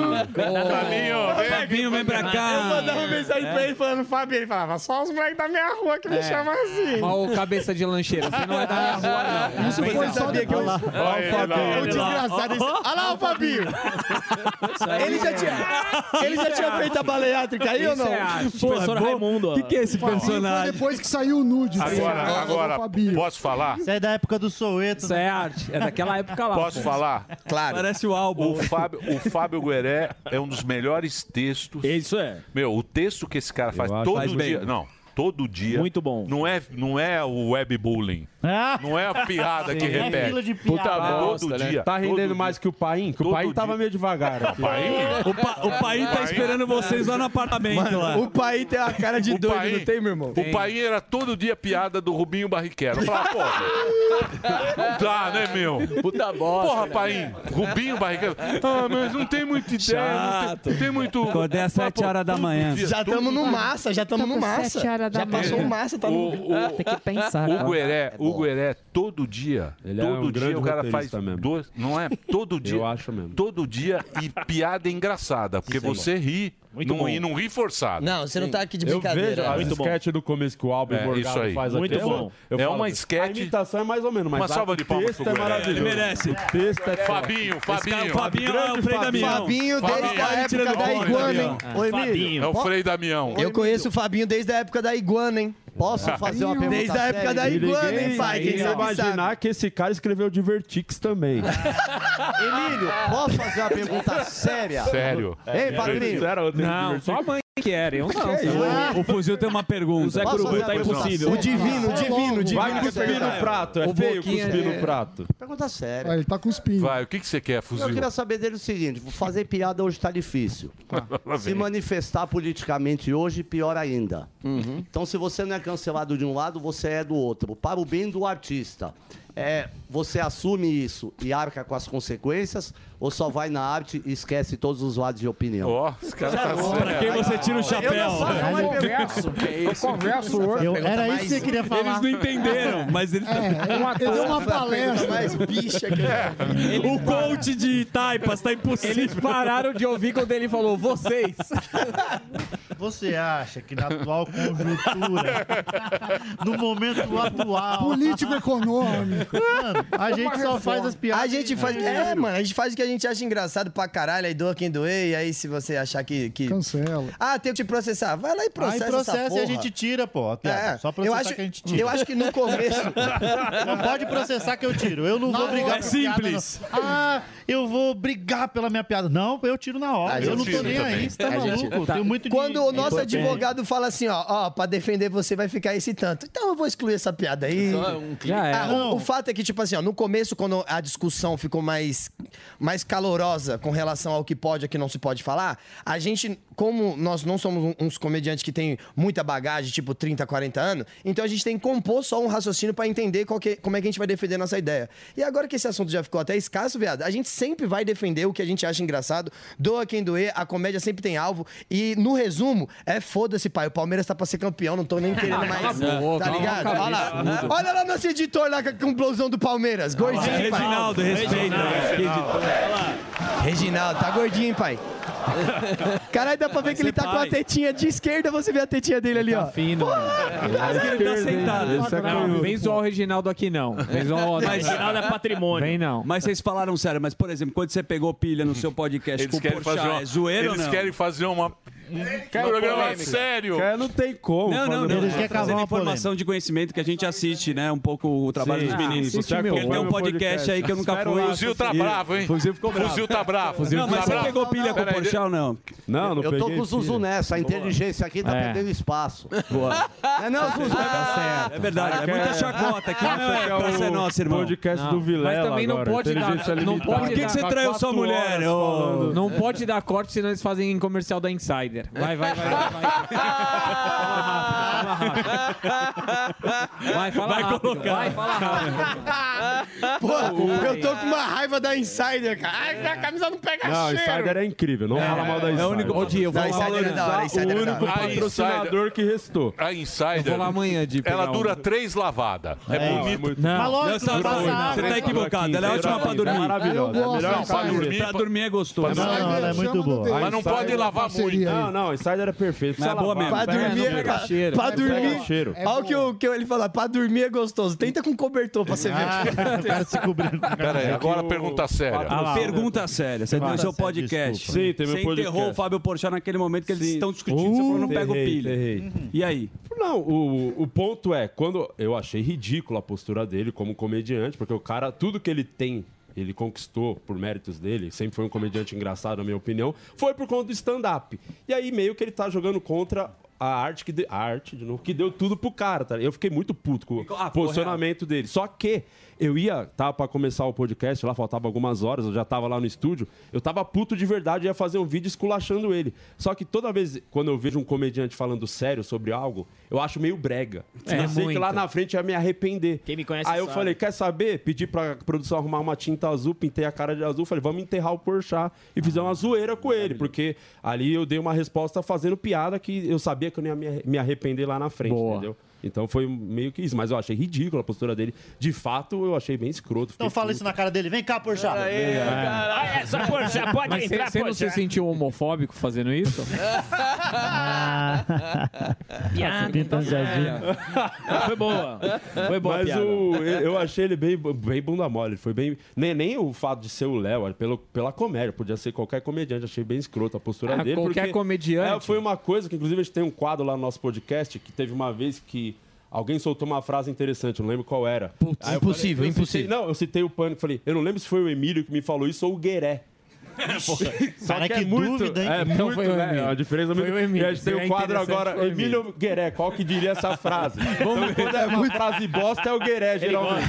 [SPEAKER 2] Fabinho, vem.
[SPEAKER 4] Fabinho, vem pra cá.
[SPEAKER 25] Eu mandava mensagem pra ele falando Fabinho. Ele falava, só os moleques da minha rua que me chamam assim.
[SPEAKER 7] Ó, o cabeça de lancheira, você não é da minha rua, não.
[SPEAKER 25] Isso foi só depois. Olha
[SPEAKER 7] Ó o Fabinho.
[SPEAKER 25] O desgraçado. esse- Olha lá o Fabinho. Ele
[SPEAKER 1] é.
[SPEAKER 25] já tinha, ele já tinha feito a baleátrica aí ou não?
[SPEAKER 7] professor Raimundo.
[SPEAKER 25] que que é esse personagem?
[SPEAKER 10] Depois que saiu o nude.
[SPEAKER 2] Agora,
[SPEAKER 10] Sim.
[SPEAKER 2] agora, posso falar?
[SPEAKER 26] Isso é da época do Soweto. né?
[SPEAKER 7] Isso é arte. É daquela época lá.
[SPEAKER 2] Posso falar?
[SPEAKER 25] Claro.
[SPEAKER 4] Parece o álbum.
[SPEAKER 2] O Fábio, o Fábio Gueré é um dos melhores textos.
[SPEAKER 4] Isso é.
[SPEAKER 2] Meu, o texto que esse cara faz
[SPEAKER 4] acho.
[SPEAKER 2] todo
[SPEAKER 4] Faz bem.
[SPEAKER 2] dia. Não, todo dia.
[SPEAKER 4] Muito bom.
[SPEAKER 2] Não é, não é o webbullying. Não é a piada que
[SPEAKER 3] Sim.
[SPEAKER 2] repete.
[SPEAKER 3] É fila de piada.
[SPEAKER 2] Puta,
[SPEAKER 3] Ah,
[SPEAKER 2] todo
[SPEAKER 3] bosta, né?
[SPEAKER 2] dia.
[SPEAKER 3] Tá rendendo
[SPEAKER 2] todo
[SPEAKER 3] mais que o Paim? Que o Paim tava meio devagar. aqui.
[SPEAKER 4] O, pa, o Paim tá esperando vocês lá no apartamento. lá.
[SPEAKER 25] O Paim tem a cara de
[SPEAKER 2] O
[SPEAKER 25] doido,
[SPEAKER 2] Paim-
[SPEAKER 25] não tem, meu irmão?
[SPEAKER 2] O pai era todo dia piada do Rubinho Barrichello. Eu falava, pô, não dá, né, meu?
[SPEAKER 13] Puta bosta.
[SPEAKER 2] Porra,
[SPEAKER 13] né?
[SPEAKER 2] Paim, Rubinho Barrichello. Ah, mas não tem muita ideia, não tem, não tem muito...
[SPEAKER 4] Acordei é às 7 horas da manhã.
[SPEAKER 25] Já estamos no massa, já estamos no
[SPEAKER 2] Tá com
[SPEAKER 25] massa.
[SPEAKER 2] sete horas da
[SPEAKER 25] Já passou
[SPEAKER 1] Ah,
[SPEAKER 2] manhã.
[SPEAKER 25] o massa, tá no.
[SPEAKER 14] É
[SPEAKER 2] O, o, o Gueré, o Gueré todo dia.
[SPEAKER 3] é
[SPEAKER 2] todo
[SPEAKER 3] um
[SPEAKER 2] dia
[SPEAKER 3] grande
[SPEAKER 2] o cara faz
[SPEAKER 3] roteirista mesmo.
[SPEAKER 2] dois. Não é? Todo dia.
[SPEAKER 3] <laughs> Eu acho mesmo.
[SPEAKER 2] Todo dia e piada engraçada. Porque
[SPEAKER 3] Isso é
[SPEAKER 2] você
[SPEAKER 3] bom.
[SPEAKER 2] ri.
[SPEAKER 3] Muito
[SPEAKER 2] não,
[SPEAKER 3] bom.
[SPEAKER 2] E não ri forçado.
[SPEAKER 14] Não, você não tá aqui de
[SPEAKER 3] Eu vejo
[SPEAKER 14] brincadeira.
[SPEAKER 3] as sketches É um do começo que o Albert
[SPEAKER 2] É,
[SPEAKER 3] Morgado
[SPEAKER 2] isso aí.
[SPEAKER 3] faz
[SPEAKER 2] Muito
[SPEAKER 3] aqui. eu-
[SPEAKER 2] bom.
[SPEAKER 3] eu
[SPEAKER 2] É
[SPEAKER 3] falo,
[SPEAKER 2] uma sketch-
[SPEAKER 3] A imitação é mais ou menos, mas
[SPEAKER 2] Uma
[SPEAKER 3] a-
[SPEAKER 2] salva de palmas
[SPEAKER 3] O texto
[SPEAKER 2] pro
[SPEAKER 3] é
[SPEAKER 2] Guerra.
[SPEAKER 3] maravilhoso.
[SPEAKER 2] Ele merece.
[SPEAKER 3] O texto é
[SPEAKER 2] Fabinho, Fabinho.
[SPEAKER 3] Esse cara é o
[SPEAKER 2] Fabinho
[SPEAKER 3] grande
[SPEAKER 2] é o Frei
[SPEAKER 3] Fabinho.
[SPEAKER 2] Damião.
[SPEAKER 14] Fabinho desde a
[SPEAKER 2] Fabinho.
[SPEAKER 14] época da
[SPEAKER 2] Fabinho.
[SPEAKER 14] Iguana, hein?
[SPEAKER 2] Fabinho.
[SPEAKER 14] Ô, Emílio.
[SPEAKER 2] É o Frei Damião.
[SPEAKER 14] Eu conheço o Fabinho desde a época da Iguana, hein? Posso fazer uma pergunta Ah, Desde a época da Iguana, hein, pai? Quem
[SPEAKER 3] Ninguém
[SPEAKER 14] sabe, sabe.
[SPEAKER 3] imaginar que esse cara escreveu Divertix
[SPEAKER 14] <laughs>
[SPEAKER 3] também.
[SPEAKER 14] Emílio,
[SPEAKER 26] posso fazer uma
[SPEAKER 14] pergunta
[SPEAKER 26] séria?
[SPEAKER 3] Sério.
[SPEAKER 26] Ei, padrinho.
[SPEAKER 2] tipo
[SPEAKER 3] Não, só a
[SPEAKER 7] mãe que era, eu não.
[SPEAKER 26] O fuzil tem É. uma pergunta.
[SPEAKER 7] O Zé Curubu tá impossível.
[SPEAKER 3] Vai cuspir no prato, é
[SPEAKER 26] O
[SPEAKER 3] feio
[SPEAKER 26] Boquinha
[SPEAKER 3] cuspir
[SPEAKER 26] é-
[SPEAKER 3] no prato.
[SPEAKER 5] Pergunta séria.
[SPEAKER 10] Ele tá cuspindo.
[SPEAKER 2] Vai, o que, que você quer,
[SPEAKER 5] Eu
[SPEAKER 2] fuzil?
[SPEAKER 5] queria saber dele o seguinte: fazer piada hoje tá difícil.
[SPEAKER 2] Ah, Lá
[SPEAKER 5] Se
[SPEAKER 2] vem.
[SPEAKER 5] manifestar politicamente hoje, pior ainda.
[SPEAKER 1] Uhum.
[SPEAKER 5] Então, se você não é cancelado de um lado, você é do outro. Para o bem do artista, é, você assume isso e arca com as consequências ou só vai na arte e esquece todos os lados de opinião?
[SPEAKER 2] Ó, esse cara tá
[SPEAKER 5] Pra
[SPEAKER 2] sério.
[SPEAKER 5] quem você tira o chapéu? né?
[SPEAKER 2] Eu não faço,
[SPEAKER 5] converso hoje.
[SPEAKER 26] Eu- era isso que você queria falar.
[SPEAKER 4] Eles não entenderam, mas eles...
[SPEAKER 26] É,
[SPEAKER 4] Um
[SPEAKER 26] ele deu uma
[SPEAKER 4] ator.
[SPEAKER 26] palestra.
[SPEAKER 14] Mais
[SPEAKER 7] É.
[SPEAKER 14] bicha que
[SPEAKER 4] O coach de Taipas tá impossível.
[SPEAKER 14] Eles pararam
[SPEAKER 7] de ouvir quando ele falou vocês.
[SPEAKER 26] Você acha que na
[SPEAKER 3] <laughs>
[SPEAKER 26] atual conjuntura, no momento atual.
[SPEAKER 10] Político é econômico.
[SPEAKER 26] Mano, a gente só faz as piadas. né?
[SPEAKER 14] A gente faz. É, mano, a gente faz o que a gente acha engraçado pra caralho, aí doa quem doer, e aí se você achar que. que...
[SPEAKER 10] Cancela.
[SPEAKER 14] Ah, tem que te processar. Vai lá e processa.
[SPEAKER 26] Aí
[SPEAKER 14] essa
[SPEAKER 26] processa Ah, e a
[SPEAKER 14] porra.
[SPEAKER 26] gente tira, pô. a piada.
[SPEAKER 14] É,
[SPEAKER 26] só
[SPEAKER 14] eu
[SPEAKER 26] processar
[SPEAKER 14] acho,
[SPEAKER 26] que a gente tira.
[SPEAKER 14] Eu acho que no começo.
[SPEAKER 26] <laughs> Não pode processar que eu tiro. Eu não Na vou hora. brigar É por piada, simples. não. ah, eu vou brigar pela minha piada. Não, eu tiro na hora.
[SPEAKER 14] A
[SPEAKER 26] Eu não
[SPEAKER 14] gente
[SPEAKER 26] tô nem
[SPEAKER 14] tira também.
[SPEAKER 26] aí. Você tá
[SPEAKER 14] A gente-
[SPEAKER 26] maluco? Eu
[SPEAKER 14] tá.
[SPEAKER 26] Tenho muito
[SPEAKER 14] Quando
[SPEAKER 26] de-
[SPEAKER 14] o nosso
[SPEAKER 26] Importante.
[SPEAKER 14] advogado fala assim, ó, ó, pra defender você vai ficar esse tanto. Então eu vou excluir essa piada aí.
[SPEAKER 26] Só um clique.
[SPEAKER 14] Ah,
[SPEAKER 26] Já era.
[SPEAKER 14] o- o, fato é que, tipo assim, ó, no começo, quando a discussão ficou mais, mais calorosa com relação ao que pode e o que não se pode falar, a gente, como nós não somos um- uns comediantes que tem muita bagagem, tipo 30, 40 anos, então a gente tem que compor só um raciocínio pra entender qual que- como é que a gente vai defender nossa ideia. E agora que esse assunto já ficou até escasso, viado, a gente sempre vai defender o que a gente acha engraçado, doa quem doer, a comédia sempre tem alvo. E no resumo, é foda-se, pai, o Palmeiras tá pra ser campeão, não tô nem
[SPEAKER 2] <laughs>
[SPEAKER 14] querendo mais.
[SPEAKER 7] Cala a boca,
[SPEAKER 14] tá ligado?
[SPEAKER 7] cala a
[SPEAKER 14] Olha lá.
[SPEAKER 7] cabeça, tudo.
[SPEAKER 14] Olha lá nosso editor lá com o blusão do Palmeiras, gordinho. pai.
[SPEAKER 4] Reginaldo, respeita.
[SPEAKER 14] Reginaldo, tá gordinho,
[SPEAKER 4] <laughs>
[SPEAKER 14] hein, pai? Caralho, dá pra ver que ele tá com a tetinha de esquerda, você vê a tetinha dele
[SPEAKER 4] tá
[SPEAKER 14] ali, ó.
[SPEAKER 7] Fino.
[SPEAKER 14] Parece que ele tá sentado.
[SPEAKER 7] Não, vem zoar o Reginaldo aqui não. Vem zoar o
[SPEAKER 4] Mas-
[SPEAKER 7] Reginaldo é patrimônio. Vem não.
[SPEAKER 4] Mas vocês falaram sério, mas por exemplo, quando você pegou pilha no seu podcast
[SPEAKER 2] Eles
[SPEAKER 4] com o
[SPEAKER 2] querem fazer
[SPEAKER 4] Porchat,
[SPEAKER 2] uma.
[SPEAKER 4] é zoeiro ou
[SPEAKER 2] eles
[SPEAKER 4] não?
[SPEAKER 2] querem fazer uma. Um programa sério.
[SPEAKER 4] não tem como. Não, não,
[SPEAKER 2] fazer
[SPEAKER 4] não.
[SPEAKER 2] isso. Eles querem
[SPEAKER 4] Tá
[SPEAKER 2] cavar
[SPEAKER 4] trazendo
[SPEAKER 2] uma
[SPEAKER 4] informação de conhecimento que a gente assiste, né? Um pouco o trabalho
[SPEAKER 2] Sim.
[SPEAKER 4] dos
[SPEAKER 2] Ah,
[SPEAKER 4] meninos.
[SPEAKER 2] assiste meu,
[SPEAKER 4] Porque tem um
[SPEAKER 2] meu
[SPEAKER 4] podcast,
[SPEAKER 2] podcast.
[SPEAKER 4] aí que eu nunca
[SPEAKER 2] Espero
[SPEAKER 4] fui.
[SPEAKER 2] lá, Fuzil tá consegui. bravo, hein?
[SPEAKER 4] Fuzil ficou bravo.
[SPEAKER 2] Fuzil tá bravo. Fuzil
[SPEAKER 4] Não,
[SPEAKER 2] tá
[SPEAKER 4] mas você
[SPEAKER 2] bravo.
[SPEAKER 4] pegou pilha com o
[SPEAKER 2] Peraí,
[SPEAKER 4] Porchat ou não?
[SPEAKER 3] Não,
[SPEAKER 5] eu tô com o Zuzu nessa, a inteligência aqui tá
[SPEAKER 4] É.
[SPEAKER 5] perdendo espaço.
[SPEAKER 4] Boa.
[SPEAKER 5] É não, Zuzu? Ah.
[SPEAKER 4] É verdade, é muita chacota aqui.
[SPEAKER 3] Acha que
[SPEAKER 4] Não, é,
[SPEAKER 3] é o
[SPEAKER 4] praça é nossa, irmão.
[SPEAKER 3] podcast do Vilela
[SPEAKER 4] Mas também não
[SPEAKER 3] agora,
[SPEAKER 4] pode dar-
[SPEAKER 3] inteligência
[SPEAKER 4] não
[SPEAKER 3] limitada.
[SPEAKER 4] pode Por que que dar- você traiu sua
[SPEAKER 3] Quatro
[SPEAKER 4] mulher,
[SPEAKER 3] horas
[SPEAKER 4] ô?
[SPEAKER 3] falando.
[SPEAKER 7] Não pode dar corte, senão eles fazem em comercial da Insider. Vai, vai, vai. Vai,
[SPEAKER 14] Ah!
[SPEAKER 7] vai, fala
[SPEAKER 14] Vai
[SPEAKER 7] rápido,
[SPEAKER 14] colocar.
[SPEAKER 7] vai, fala rápido.
[SPEAKER 14] Pô, eu tô com uma raiva da Insider, cara. Ai, minha camisa não pega
[SPEAKER 3] Não,
[SPEAKER 14] cheiro.
[SPEAKER 3] Insider é incrível. Não fala mal da Insider.
[SPEAKER 7] Ô, Di, eu vou
[SPEAKER 3] Não,
[SPEAKER 7] lá
[SPEAKER 3] Insider é da hora,
[SPEAKER 7] valorizar
[SPEAKER 3] Insider é da hora. A Insider-
[SPEAKER 2] que restou. A Insider.
[SPEAKER 7] Eu vou lá amanhã, Di, pegar
[SPEAKER 2] Ela dura
[SPEAKER 7] um.
[SPEAKER 2] três lavadas. É,
[SPEAKER 7] É, é
[SPEAKER 2] bonito.
[SPEAKER 7] muito- Não.
[SPEAKER 3] Tá
[SPEAKER 7] Mas lógico, Não, sabe, passa você água. tá equivocado. Ela é ótima pra dormir.
[SPEAKER 3] Maravilhosa.
[SPEAKER 7] Eu gosto,
[SPEAKER 3] melhor
[SPEAKER 7] Insider.
[SPEAKER 3] pra dormir.
[SPEAKER 4] Pra dormir é gostoso.
[SPEAKER 3] Não, não, ela é muito boa.
[SPEAKER 2] Mas não pode lavar muito.
[SPEAKER 3] Não, não, Insider é perfeito.
[SPEAKER 4] Mas é boa mesmo.
[SPEAKER 14] Pra dormir, é pra, pra dormir.
[SPEAKER 3] cheiro.
[SPEAKER 14] Olha o que, o que ele fala, pra dormir é gostoso. Tenta com cobertor pra você ver. <laughs>
[SPEAKER 2] Pera
[SPEAKER 7] é
[SPEAKER 2] aí, agora a pergunta séria.
[SPEAKER 4] Ah lá, pergunta séria. Você tem o seu podcast.
[SPEAKER 3] desculpa. Sim, tem meu
[SPEAKER 4] você enterrou
[SPEAKER 3] podcast.
[SPEAKER 4] o Fábio Porchat naquele momento que eles
[SPEAKER 3] Sim.
[SPEAKER 4] estão discutindo. Você falou, não pega o
[SPEAKER 3] Errei,
[SPEAKER 4] pilha. Uhum.
[SPEAKER 3] errei.
[SPEAKER 4] E aí?
[SPEAKER 3] Não, o, o ponto é, quando eu achei ridícula a postura dele como comediante, porque o cara, tudo que ele tem, ele conquistou por méritos dele, sempre foi um comediante engraçado, na minha opinião, foi por conta do stand-up. E aí meio que ele tá jogando contra a arte que deu, a arte de novo, que deu tudo pro cara, tá? Eu fiquei muito puto com o
[SPEAKER 4] Ah,
[SPEAKER 3] posicionamento dele. Só que eu ia, tava pra começar o podcast, lá faltava algumas horas, eu já tava lá no estúdio, eu tava puto de verdade, ia fazer um vídeo esculachando ele. Só que toda vez quando eu vejo um comediante falando sério sobre algo, eu acho meio brega.
[SPEAKER 7] É,
[SPEAKER 3] eu sei que
[SPEAKER 7] muito. é
[SPEAKER 3] lá na frente ia me arrepender.
[SPEAKER 7] Quem me conhece
[SPEAKER 3] Aí eu
[SPEAKER 7] sabe. <laughs>
[SPEAKER 3] falei, quer saber? Pedi pra produção arrumar uma tinta azul, pintei a cara de azul, falei, vamos enterrar o
[SPEAKER 7] Ah,
[SPEAKER 3] Porchat. E fizemos uma zoeira com ele, porque ali eu dei uma resposta fazendo piada que eu sabia sabia que eu não ia me arre- me arrepender lá na frente, entendeu? Então foi meio que isso, mas eu achei ridícula a postura dele. De fato, eu achei bem escroto.
[SPEAKER 26] Então fala isso na cara dele. Vem cá, É. Porchat.
[SPEAKER 3] Peraí, cara.
[SPEAKER 26] Olha Ah, essa
[SPEAKER 7] Mas
[SPEAKER 26] Porchat, pode
[SPEAKER 7] você-
[SPEAKER 26] entrar,
[SPEAKER 7] Você não se
[SPEAKER 26] Porchat.
[SPEAKER 7] sentiu homofóbico fazendo
[SPEAKER 26] <laughs>
[SPEAKER 7] isso? Ah.
[SPEAKER 1] <laughs>
[SPEAKER 15] Piada,
[SPEAKER 1] um
[SPEAKER 15] então,
[SPEAKER 7] É. Foi boa. Foi boa a
[SPEAKER 3] Mas
[SPEAKER 7] piada.
[SPEAKER 3] o- eu achei ele bem, bem bunda mole. Ele foi bem. Nem, nem o fato de ser o Léo, era pelo, pela comédia. Podia ser qualquer comediante. Achei bem escroto a postura
[SPEAKER 7] Ah,
[SPEAKER 3] dele.
[SPEAKER 7] qualquer
[SPEAKER 3] porque-
[SPEAKER 7] comediante?
[SPEAKER 3] É, foi uma coisa que, inclusive, a gente tem um quadro lá no nosso podcast que teve uma vez que. Alguém soltou uma frase interessante, eu não lembro qual era. Aí eu
[SPEAKER 26] impossível,
[SPEAKER 3] eu citei-
[SPEAKER 26] impossível.
[SPEAKER 3] não, eu citei o pânico, falei, eu não lembro se foi o Emílio que me falou isso ou o Gueré. <laughs> Só
[SPEAKER 26] Cara,
[SPEAKER 3] que,
[SPEAKER 26] que
[SPEAKER 3] é muito,
[SPEAKER 26] dúvida, hein?
[SPEAKER 3] É
[SPEAKER 26] Então
[SPEAKER 3] muito,
[SPEAKER 26] foi o
[SPEAKER 3] né?
[SPEAKER 26] Emílio.
[SPEAKER 3] A diferença é
[SPEAKER 26] Foi
[SPEAKER 3] muito.
[SPEAKER 26] o
[SPEAKER 3] E
[SPEAKER 26] Emílio.
[SPEAKER 3] a gente tem
[SPEAKER 26] É
[SPEAKER 3] o quadro
[SPEAKER 26] interessante,
[SPEAKER 3] agora.
[SPEAKER 26] foi o Emílio.
[SPEAKER 3] Emílio Gueré, qual que diria essa frase? Então, quando é uma frase bosta, é o Gueré, geralmente.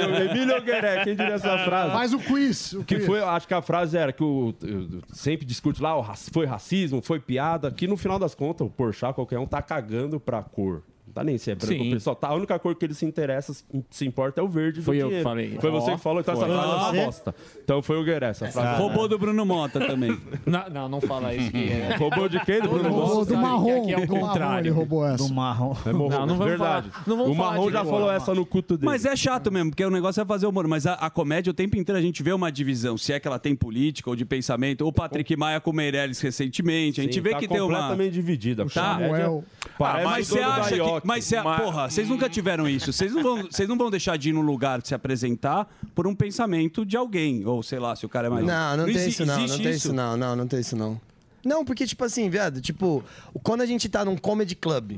[SPEAKER 3] Eu, Emílio Gueré, quem diria essa frase?
[SPEAKER 10] Faz o quiz. O
[SPEAKER 3] Que
[SPEAKER 10] quiz.
[SPEAKER 3] foi, acho que a frase era que o, eu- sempre discute lá, o raci- foi racismo, foi piada, que no final das contas, o Porchat, qualquer um, tá cagando pra cor. Não tá nem se é branco,
[SPEAKER 7] Sim.
[SPEAKER 3] ou preto, só tá. A única cor que ele se interessa, se- se importa é o verde. do
[SPEAKER 7] Foi eu que
[SPEAKER 3] dinheiro.
[SPEAKER 7] falei.
[SPEAKER 3] Foi
[SPEAKER 7] Ó,
[SPEAKER 3] você que falou, então
[SPEAKER 7] foi.
[SPEAKER 3] essa frase é
[SPEAKER 7] Você?
[SPEAKER 3] uma bosta. Então foi o Gueré, essa frase.
[SPEAKER 7] Ah.
[SPEAKER 4] Roubou do Bruno
[SPEAKER 3] <laughs>
[SPEAKER 4] Mota também.
[SPEAKER 7] Não, não, não fala isso que é.
[SPEAKER 3] Roubou de quem? Do Bruno
[SPEAKER 7] Todo mundo
[SPEAKER 3] Mota?
[SPEAKER 7] sabe que Aqui é o
[SPEAKER 10] Do marrom, ele
[SPEAKER 7] contrário.
[SPEAKER 10] roubou essa.
[SPEAKER 26] Do marrom.
[SPEAKER 3] É marrom,
[SPEAKER 4] Não, não vamos
[SPEAKER 3] verdade.
[SPEAKER 4] falar- não vamos
[SPEAKER 3] o
[SPEAKER 4] falar
[SPEAKER 3] Marrom
[SPEAKER 4] de
[SPEAKER 3] já
[SPEAKER 4] Gueré.
[SPEAKER 3] falou essa no culto dele.
[SPEAKER 4] Mas é chato mesmo, porque o negócio é fazer humor. Mas a, a comédia, o tempo inteiro, a gente vê uma divisão, se é que ela tem política ou de pensamento. O Patrick Maia com o Meirelles recentemente. A gente
[SPEAKER 3] Sim,
[SPEAKER 4] vê
[SPEAKER 3] tá
[SPEAKER 4] que deu uma.
[SPEAKER 3] completamente dividida. O
[SPEAKER 4] Tá.
[SPEAKER 14] é
[SPEAKER 3] Samuel.
[SPEAKER 4] Ah,
[SPEAKER 3] Parece
[SPEAKER 4] mas
[SPEAKER 3] o
[SPEAKER 4] você
[SPEAKER 3] dono da
[SPEAKER 4] acha que.
[SPEAKER 3] Ioki.
[SPEAKER 4] Mas você,
[SPEAKER 3] Mas-
[SPEAKER 4] porra, vocês nunca tiveram isso. Vocês não, vão, vocês não vão deixar de ir num lugar se apresentar por um pensamento de alguém. Ou sei lá, se o cara é mais.
[SPEAKER 14] Não, não tem
[SPEAKER 4] exi-
[SPEAKER 14] isso não, não
[SPEAKER 4] existe
[SPEAKER 14] tem isso não, não, não tem isso não. Não, porque tipo assim, viado, tipo, quando a gente tá num comedy club,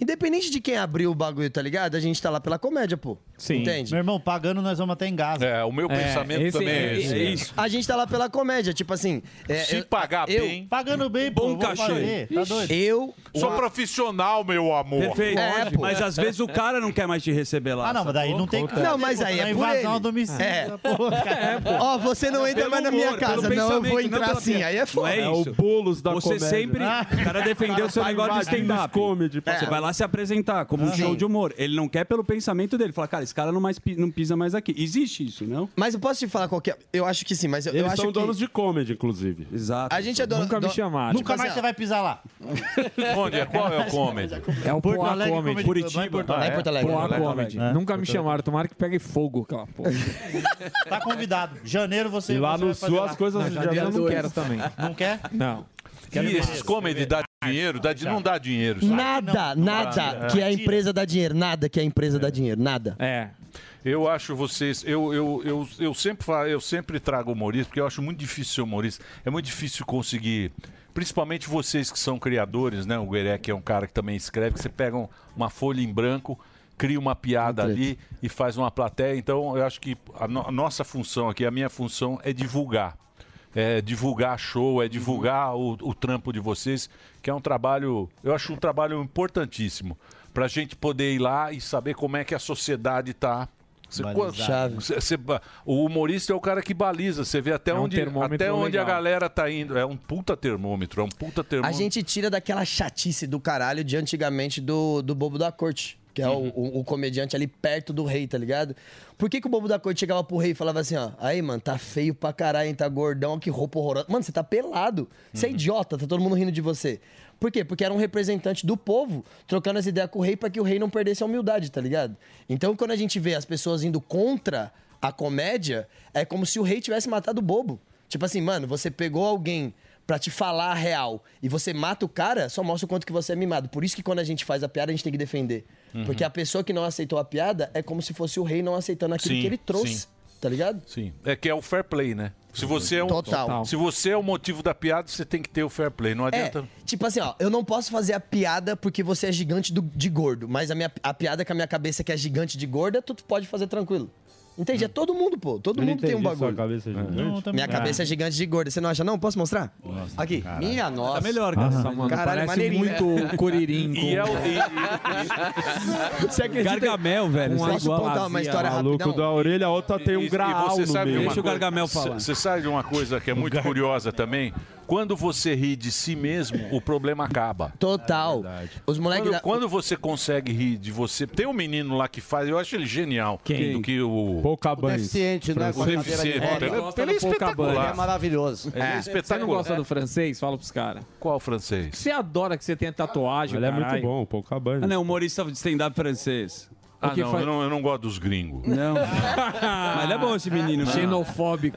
[SPEAKER 14] independente de quem abriu o bagulho, tá ligado? A gente tá lá pela comédia, pô. Sim. Entende?
[SPEAKER 26] Meu irmão, pagando nós vamos até em Gaza.
[SPEAKER 2] É, o meu pensamento também é esse.
[SPEAKER 14] A gente tá lá pela comédia, tipo assim. é,
[SPEAKER 2] Se
[SPEAKER 14] eu-
[SPEAKER 2] pagar
[SPEAKER 14] eu-
[SPEAKER 2] bem.
[SPEAKER 26] Pagando bem,
[SPEAKER 2] pô,
[SPEAKER 14] Bom
[SPEAKER 2] vou
[SPEAKER 14] cachê.
[SPEAKER 2] fazer, tá doido?
[SPEAKER 14] Eu
[SPEAKER 2] Sou
[SPEAKER 14] uma-
[SPEAKER 2] profissional, meu amor.
[SPEAKER 4] Perfeito.
[SPEAKER 14] É, pô.
[SPEAKER 4] mas às vezes o cara não quer mais te receber lá.
[SPEAKER 14] Ah, não, mas daí
[SPEAKER 4] sacou?
[SPEAKER 14] não tem
[SPEAKER 4] Acontece.
[SPEAKER 14] Não, mas
[SPEAKER 26] tá
[SPEAKER 14] aí é por ele. É. Ó, você não entra
[SPEAKER 4] Pelo
[SPEAKER 14] mais na minha
[SPEAKER 4] humor,
[SPEAKER 14] casa,
[SPEAKER 4] pelo
[SPEAKER 14] não, eu vou
[SPEAKER 4] pensamento, não
[SPEAKER 14] entrar
[SPEAKER 4] pela
[SPEAKER 14] assim,
[SPEAKER 4] piada.
[SPEAKER 14] aí é foda.
[SPEAKER 4] Não é isso.
[SPEAKER 3] bolos da
[SPEAKER 4] Você
[SPEAKER 3] comédia.
[SPEAKER 4] sempre.
[SPEAKER 3] Ah.
[SPEAKER 4] O cara defendeu o seu
[SPEAKER 3] Tá
[SPEAKER 4] negócio de
[SPEAKER 3] invadindo
[SPEAKER 4] stand-up.
[SPEAKER 3] os comedy, pô.
[SPEAKER 14] É.
[SPEAKER 4] Você vai lá se apresentar como um
[SPEAKER 3] Sim.
[SPEAKER 4] show de humor. Ele não quer pelo pensamento dele. Fala, cara, esse cara não, mais, pi- não pisa mais aqui. Existe isso, não?
[SPEAKER 14] Mas eu posso te falar qualquer. Eu acho que sim, mas eu, eu
[SPEAKER 3] Eles
[SPEAKER 14] acho
[SPEAKER 3] são
[SPEAKER 14] que.
[SPEAKER 3] donos de comedy, inclusive.
[SPEAKER 4] Exato.
[SPEAKER 14] A gente é dono.
[SPEAKER 3] Nunca me
[SPEAKER 14] dono-
[SPEAKER 3] chamaram.
[SPEAKER 14] Tipo
[SPEAKER 26] Nunca mais
[SPEAKER 14] assim,
[SPEAKER 26] você vai
[SPEAKER 2] <laughs>
[SPEAKER 26] pisar lá.
[SPEAKER 2] Onde é? Qual é o comedy?
[SPEAKER 7] É o
[SPEAKER 26] Porto
[SPEAKER 7] Poá
[SPEAKER 26] Alegre
[SPEAKER 7] Comedy. Ah, é?
[SPEAKER 26] Comedy Curitiba. Lá em Porto Alegre.
[SPEAKER 7] Poá
[SPEAKER 26] Lá em Porto Alegre.
[SPEAKER 7] Comedy.
[SPEAKER 26] É.
[SPEAKER 7] Nunca me
[SPEAKER 26] Porto
[SPEAKER 7] chamaram. Tomara que pegue fogo aquela porra.
[SPEAKER 26] Tá convidado. Janeiro você
[SPEAKER 7] E lá
[SPEAKER 26] você
[SPEAKER 7] no
[SPEAKER 26] vai fazer
[SPEAKER 7] sul
[SPEAKER 26] lá.
[SPEAKER 7] as coisas Não, já- janeiro eu não quero também.
[SPEAKER 26] Não quer?
[SPEAKER 7] Não.
[SPEAKER 2] E esses comedy dá dinheiro? Dá, não dá dinheiro. sabe?
[SPEAKER 14] Nada,
[SPEAKER 2] Não dá,
[SPEAKER 14] nada
[SPEAKER 2] né?
[SPEAKER 14] que a empresa dá dinheiro. Nada que a empresa dá dinheiro. Nada.
[SPEAKER 7] É.
[SPEAKER 2] Eu acho vocês. Eu, eu, eu, eu, sempre, falo, eu sempre trago humorista, porque eu acho muito difícil ser humorista. É muito difícil conseguir. Principalmente vocês que são criadores, né? O Gueré, que é um cara que também escreve, que você pega um- uma folha em branco, cria uma piada ali e faz uma plateia. Então, eu acho que a, no- a nossa função aqui, a minha função é divulgar. É divulgar show, é divulgar o, o trampo de vocês, que é um trabalho, eu acho um trabalho importantíssimo, para a gente poder ir lá e saber como é que a sociedade está você-
[SPEAKER 26] Balizar.
[SPEAKER 2] quando- você- você- o humorista é o cara que baliza. Você vê até
[SPEAKER 7] É um
[SPEAKER 2] onde,
[SPEAKER 7] termômetro
[SPEAKER 2] até onde a
[SPEAKER 7] legal.
[SPEAKER 2] galera tá indo. É um puta termômetro, é um puta
[SPEAKER 14] A
[SPEAKER 2] termômetro.
[SPEAKER 14] gente tira daquela chatice do caralho de antigamente do, do Bobo da Corte, que é o- o, o comediante ali perto do rei, tá ligado? Por que, que o Bobo da Corte chegava pro rei e falava assim, ó, aí, mano, tá feio pra caralho, hein, tá gordão, ó, que roupa horrorosa. Mano, você tá pelado, você é idiota, tá todo mundo rindo de você. Por quê? Porque era um representante do povo trocando as ideias com o rei pra que o rei não perdesse a humildade, tá ligado? Então, quando a gente vê as pessoas indo contra a comédia, é como se o rei tivesse matado o bobo. Tipo assim, mano, você pegou alguém Pra te falar a real e você mata o cara, só mostra o quanto que você é mimado. Por isso que quando a gente faz a piada, a gente tem que defender.
[SPEAKER 26] Uhum.
[SPEAKER 14] Porque a pessoa que não aceitou a piada é como se fosse o rei não aceitando aquilo
[SPEAKER 2] Sim,
[SPEAKER 14] que ele trouxe.
[SPEAKER 2] sim.
[SPEAKER 14] Tá ligado?
[SPEAKER 2] Sim. É que é o fair play, né? Se você é um,
[SPEAKER 14] Total.
[SPEAKER 2] Se você é o motivo da piada, você tem que ter o fair play. Não
[SPEAKER 14] É,
[SPEAKER 2] adianta.
[SPEAKER 14] tipo assim, ó, eu não posso fazer a piada porque você é gigante do- de gordo, mas a, minha, a piada com a minha cabeça que é gigante de gorda, tu pode fazer tranquilo. Entende? É todo mundo, pô. Todo mundo tem um bagulho.
[SPEAKER 3] Cabeça gigante.
[SPEAKER 14] Minha cabeça é gigante de gorda. Você não acha, não? Posso mostrar? Aqui. Minha nossa.
[SPEAKER 4] Tá melhor, cara.
[SPEAKER 14] Aham.
[SPEAKER 7] Ah.
[SPEAKER 4] Nossa, mano,
[SPEAKER 14] Caralho,
[SPEAKER 4] parece
[SPEAKER 14] maneirinho. <laughs>
[SPEAKER 4] muito
[SPEAKER 14] né?
[SPEAKER 4] Curirim
[SPEAKER 7] com- <laughs> E é o-
[SPEAKER 14] <laughs> Você acredita?
[SPEAKER 4] Gargamel, velho. é
[SPEAKER 14] Posso contar uma história
[SPEAKER 3] Maluco
[SPEAKER 14] rapidão?
[SPEAKER 3] da orelha, a outra tem um graal um no meio.
[SPEAKER 2] uma coisa- Você sabe de uma coisa que é muito curiosa também? Quando você ri de si mesmo, o problema acaba.
[SPEAKER 3] É
[SPEAKER 14] Total. Os moleques
[SPEAKER 2] Quando,
[SPEAKER 14] da-
[SPEAKER 2] quando você consegue rir de você. Tem um menino lá que faz, eu acho ele genial.
[SPEAKER 14] Quem?
[SPEAKER 2] Do que o.
[SPEAKER 4] Pocahontas.
[SPEAKER 2] O
[SPEAKER 5] deficiente,
[SPEAKER 4] né,
[SPEAKER 2] O
[SPEAKER 4] com a cadeira de
[SPEAKER 2] deficiente.
[SPEAKER 4] roda.
[SPEAKER 2] Ele, ele
[SPEAKER 4] Gosta
[SPEAKER 2] é
[SPEAKER 4] do Pocahontas.
[SPEAKER 2] espetacular.
[SPEAKER 4] Ele é maravilhoso.
[SPEAKER 2] Ele é
[SPEAKER 4] É.
[SPEAKER 2] espetacular.
[SPEAKER 4] Você não gosta do
[SPEAKER 2] francês? Fala pros caras. Qual francês?
[SPEAKER 7] Você adora que você tenha tatuagem,
[SPEAKER 4] Ele é
[SPEAKER 7] caralho.
[SPEAKER 4] muito bom,
[SPEAKER 3] o Pocahontas.
[SPEAKER 4] Ah, não, humorista de stand-up francês.
[SPEAKER 2] Ah, não, eu não, eu não gosto dos gringos.
[SPEAKER 4] Não. Mas ele é bom esse menino. É.
[SPEAKER 2] Não.
[SPEAKER 4] Xenofóbico.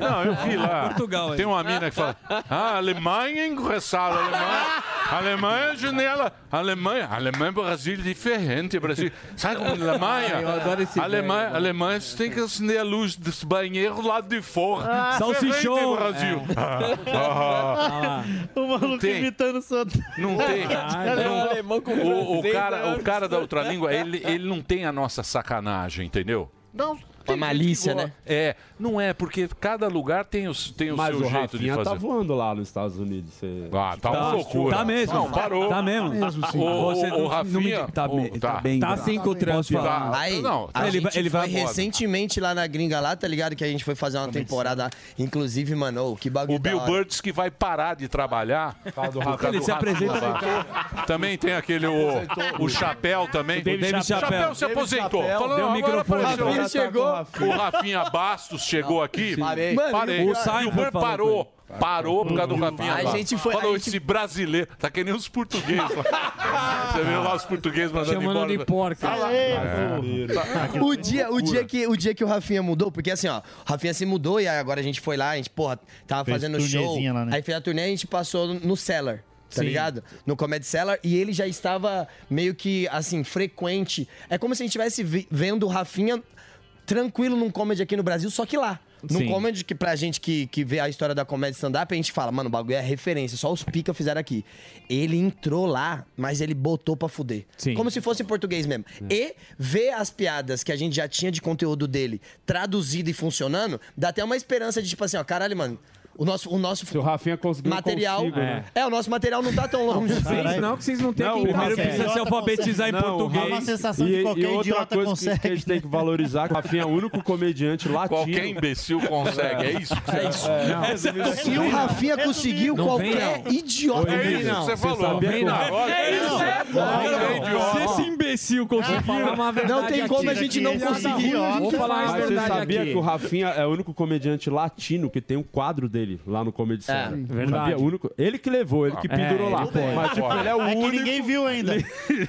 [SPEAKER 2] Não, eu vi lá.
[SPEAKER 4] Portugal,
[SPEAKER 2] Tem
[SPEAKER 4] hein?
[SPEAKER 2] uma mina que fala: Ah, Alemanha é engraçada. Alemanha, Alemanha é janela. Alemanha, Alemanha é Brasil diferente. Brasil. Sabe como é Alemanha?
[SPEAKER 7] Ah, eu adoro esse
[SPEAKER 2] Alemanha,
[SPEAKER 7] velho.
[SPEAKER 2] Alemanha, você tem que acender a luz dos banheiros lá de fora.
[SPEAKER 25] Ah. Salsichão.
[SPEAKER 2] Diferente, Brasil.
[SPEAKER 25] É.
[SPEAKER 2] Ah,
[SPEAKER 26] <laughs>
[SPEAKER 2] ah, ah.
[SPEAKER 25] o
[SPEAKER 2] Não
[SPEAKER 25] maluco
[SPEAKER 2] tem.
[SPEAKER 25] imitando o seu.
[SPEAKER 2] Não
[SPEAKER 3] Ah,
[SPEAKER 26] É
[SPEAKER 2] tem.
[SPEAKER 3] É um
[SPEAKER 2] Não- o, o
[SPEAKER 3] né?
[SPEAKER 2] cara, o cara da outra língua, ele, ele não tem a nossa sacanagem, entendeu?
[SPEAKER 25] Não.
[SPEAKER 2] Tem
[SPEAKER 25] malícia,
[SPEAKER 2] gente que gosta. É, não é, porque cada lugar tem o, s- tem o
[SPEAKER 3] Mas
[SPEAKER 2] seu
[SPEAKER 3] o
[SPEAKER 2] jeito de
[SPEAKER 3] Rafinha
[SPEAKER 2] fazer.
[SPEAKER 3] tá voando lá nos Estados Unidos. Você...
[SPEAKER 2] Ah, tá uma loucura.
[SPEAKER 3] Tá mesmo.
[SPEAKER 2] Não, parou.
[SPEAKER 3] Tá mesmo.
[SPEAKER 2] O, o,
[SPEAKER 3] Você
[SPEAKER 2] o
[SPEAKER 3] não- não me
[SPEAKER 2] Rafinha.
[SPEAKER 3] diga- tá
[SPEAKER 2] o-
[SPEAKER 3] bem- tá bem,
[SPEAKER 4] Tá sim com o Trump.
[SPEAKER 14] Posso falar?
[SPEAKER 4] Tá.
[SPEAKER 14] Aí,
[SPEAKER 4] Não,
[SPEAKER 14] a
[SPEAKER 4] tá.
[SPEAKER 14] ele
[SPEAKER 4] Ele
[SPEAKER 14] gente
[SPEAKER 4] vai- ele vai
[SPEAKER 14] foi
[SPEAKER 4] à moda.
[SPEAKER 14] recentemente lá na gringa lá, tá ligado? Que a gente foi fazer uma temporada lá. Inclusive, mano, ô, que bagulho
[SPEAKER 2] O Bill
[SPEAKER 14] da hora.
[SPEAKER 2] Burtz que vai parar de trabalhar.
[SPEAKER 14] causa do
[SPEAKER 2] por
[SPEAKER 14] Rafinha.
[SPEAKER 2] causa
[SPEAKER 14] Ele
[SPEAKER 2] do
[SPEAKER 14] se
[SPEAKER 2] Rafinha
[SPEAKER 14] apresenta-
[SPEAKER 2] lá. Também tem aquele o, o chapéu também.
[SPEAKER 7] O David
[SPEAKER 2] Chapéu.
[SPEAKER 7] Chapéu.
[SPEAKER 2] Chapéu se
[SPEAKER 7] David
[SPEAKER 2] aposentou.
[SPEAKER 7] Chapéu.
[SPEAKER 2] Falou,
[SPEAKER 7] Deu
[SPEAKER 2] agora
[SPEAKER 7] microfone.
[SPEAKER 2] aposentou.
[SPEAKER 7] Rafinha chegou.
[SPEAKER 2] O Rafinha Bastos chegou aqui.
[SPEAKER 7] Parei.
[SPEAKER 2] Mano,
[SPEAKER 7] Parei.
[SPEAKER 2] e
[SPEAKER 7] O Simon
[SPEAKER 2] Bill Burtz
[SPEAKER 7] falou
[SPEAKER 2] parou.
[SPEAKER 7] com ele.
[SPEAKER 2] Parou por causa do Rafinha.
[SPEAKER 14] A
[SPEAKER 2] Bastos.
[SPEAKER 14] gente foi-
[SPEAKER 2] Falou,
[SPEAKER 14] a gente-
[SPEAKER 2] esse brasileiro. Tá que nem os portugueses. lá. Você viu lá os portugueses mandando
[SPEAKER 7] Chamando
[SPEAKER 2] embora.
[SPEAKER 7] de porca.
[SPEAKER 2] Tá lá.
[SPEAKER 14] É.
[SPEAKER 3] é,
[SPEAKER 7] Aê,
[SPEAKER 3] Ah,
[SPEAKER 14] Tá,
[SPEAKER 2] É.
[SPEAKER 14] O dia, o, dia que, o dia que o Rafinha mudou, porque assim, ó, o Rafinha se mudou e aí agora a gente foi lá, a gente, porra, tava
[SPEAKER 26] Fez
[SPEAKER 14] fazendo show.
[SPEAKER 26] turnezinha lá, né?
[SPEAKER 14] Aí fez a turnê e a gente passou no- no Cellar, tá
[SPEAKER 26] Sim.
[SPEAKER 14] ligado? No Comedy Cellar, e ele já estava meio que, assim, frequente. É como se a gente estivesse vi- vendo o Rafinha tranquilo num comedy aqui no Brasil, só que lá. Num
[SPEAKER 7] Sim.
[SPEAKER 14] comedy que pra gente que, que vê a história da comédia stand-up, a gente fala, mano, o bagulho é referência, só os pica fizeram aqui. Ele entrou lá, mas ele botou pra fuder. Como se fosse em português mesmo.
[SPEAKER 3] É.
[SPEAKER 14] E ver as piadas que a gente já tinha de conteúdo dele traduzido e funcionando, dá até uma esperança de tipo assim, ó, caralho, mano, o nosso, o nosso
[SPEAKER 3] Se o Rafinha conseguiu, eu
[SPEAKER 14] material.
[SPEAKER 3] consigo, né?
[SPEAKER 14] é. o nosso material não tá tão longe.
[SPEAKER 3] Caralho. Não, É,
[SPEAKER 4] primeiro precisa se alfabetizar em
[SPEAKER 3] Não, o
[SPEAKER 4] português.
[SPEAKER 3] Rafinha-
[SPEAKER 4] É uma sensação
[SPEAKER 3] e,
[SPEAKER 4] de qualquer
[SPEAKER 3] e outra
[SPEAKER 4] idiota
[SPEAKER 3] coisa que- Que, a gente
[SPEAKER 4] consegue.
[SPEAKER 3] tem que valorizar, que o Rafinha é o único comediante latino.
[SPEAKER 2] <laughs> Qualquer imbecil consegue, é isso que você
[SPEAKER 3] É isso. É, não.
[SPEAKER 14] Se o Rafinha conseguiu
[SPEAKER 3] Não vem,
[SPEAKER 14] qualquer
[SPEAKER 3] não.
[SPEAKER 14] idiota.
[SPEAKER 3] É isso, você falou. Não vem, não. É isso, é, pô.
[SPEAKER 4] Se esse imbecil conseguiu...
[SPEAKER 7] falar uma verdade aqui, aqui, aqui, ó. Vou falar a
[SPEAKER 3] Mas você
[SPEAKER 7] verdade
[SPEAKER 3] sabia
[SPEAKER 7] aqui.
[SPEAKER 3] que o Rafinha é o único comediante latino que tem um quadro dele lá no Comedy Cellar.
[SPEAKER 7] verdade.
[SPEAKER 3] Sabia? O único... Ele que levou, ele que
[SPEAKER 7] É,
[SPEAKER 3] pendurou lá.
[SPEAKER 7] tudo
[SPEAKER 2] um
[SPEAKER 7] bem.
[SPEAKER 3] Mas, tipo, ele é o
[SPEAKER 26] É que
[SPEAKER 3] único...
[SPEAKER 26] ninguém viu ainda.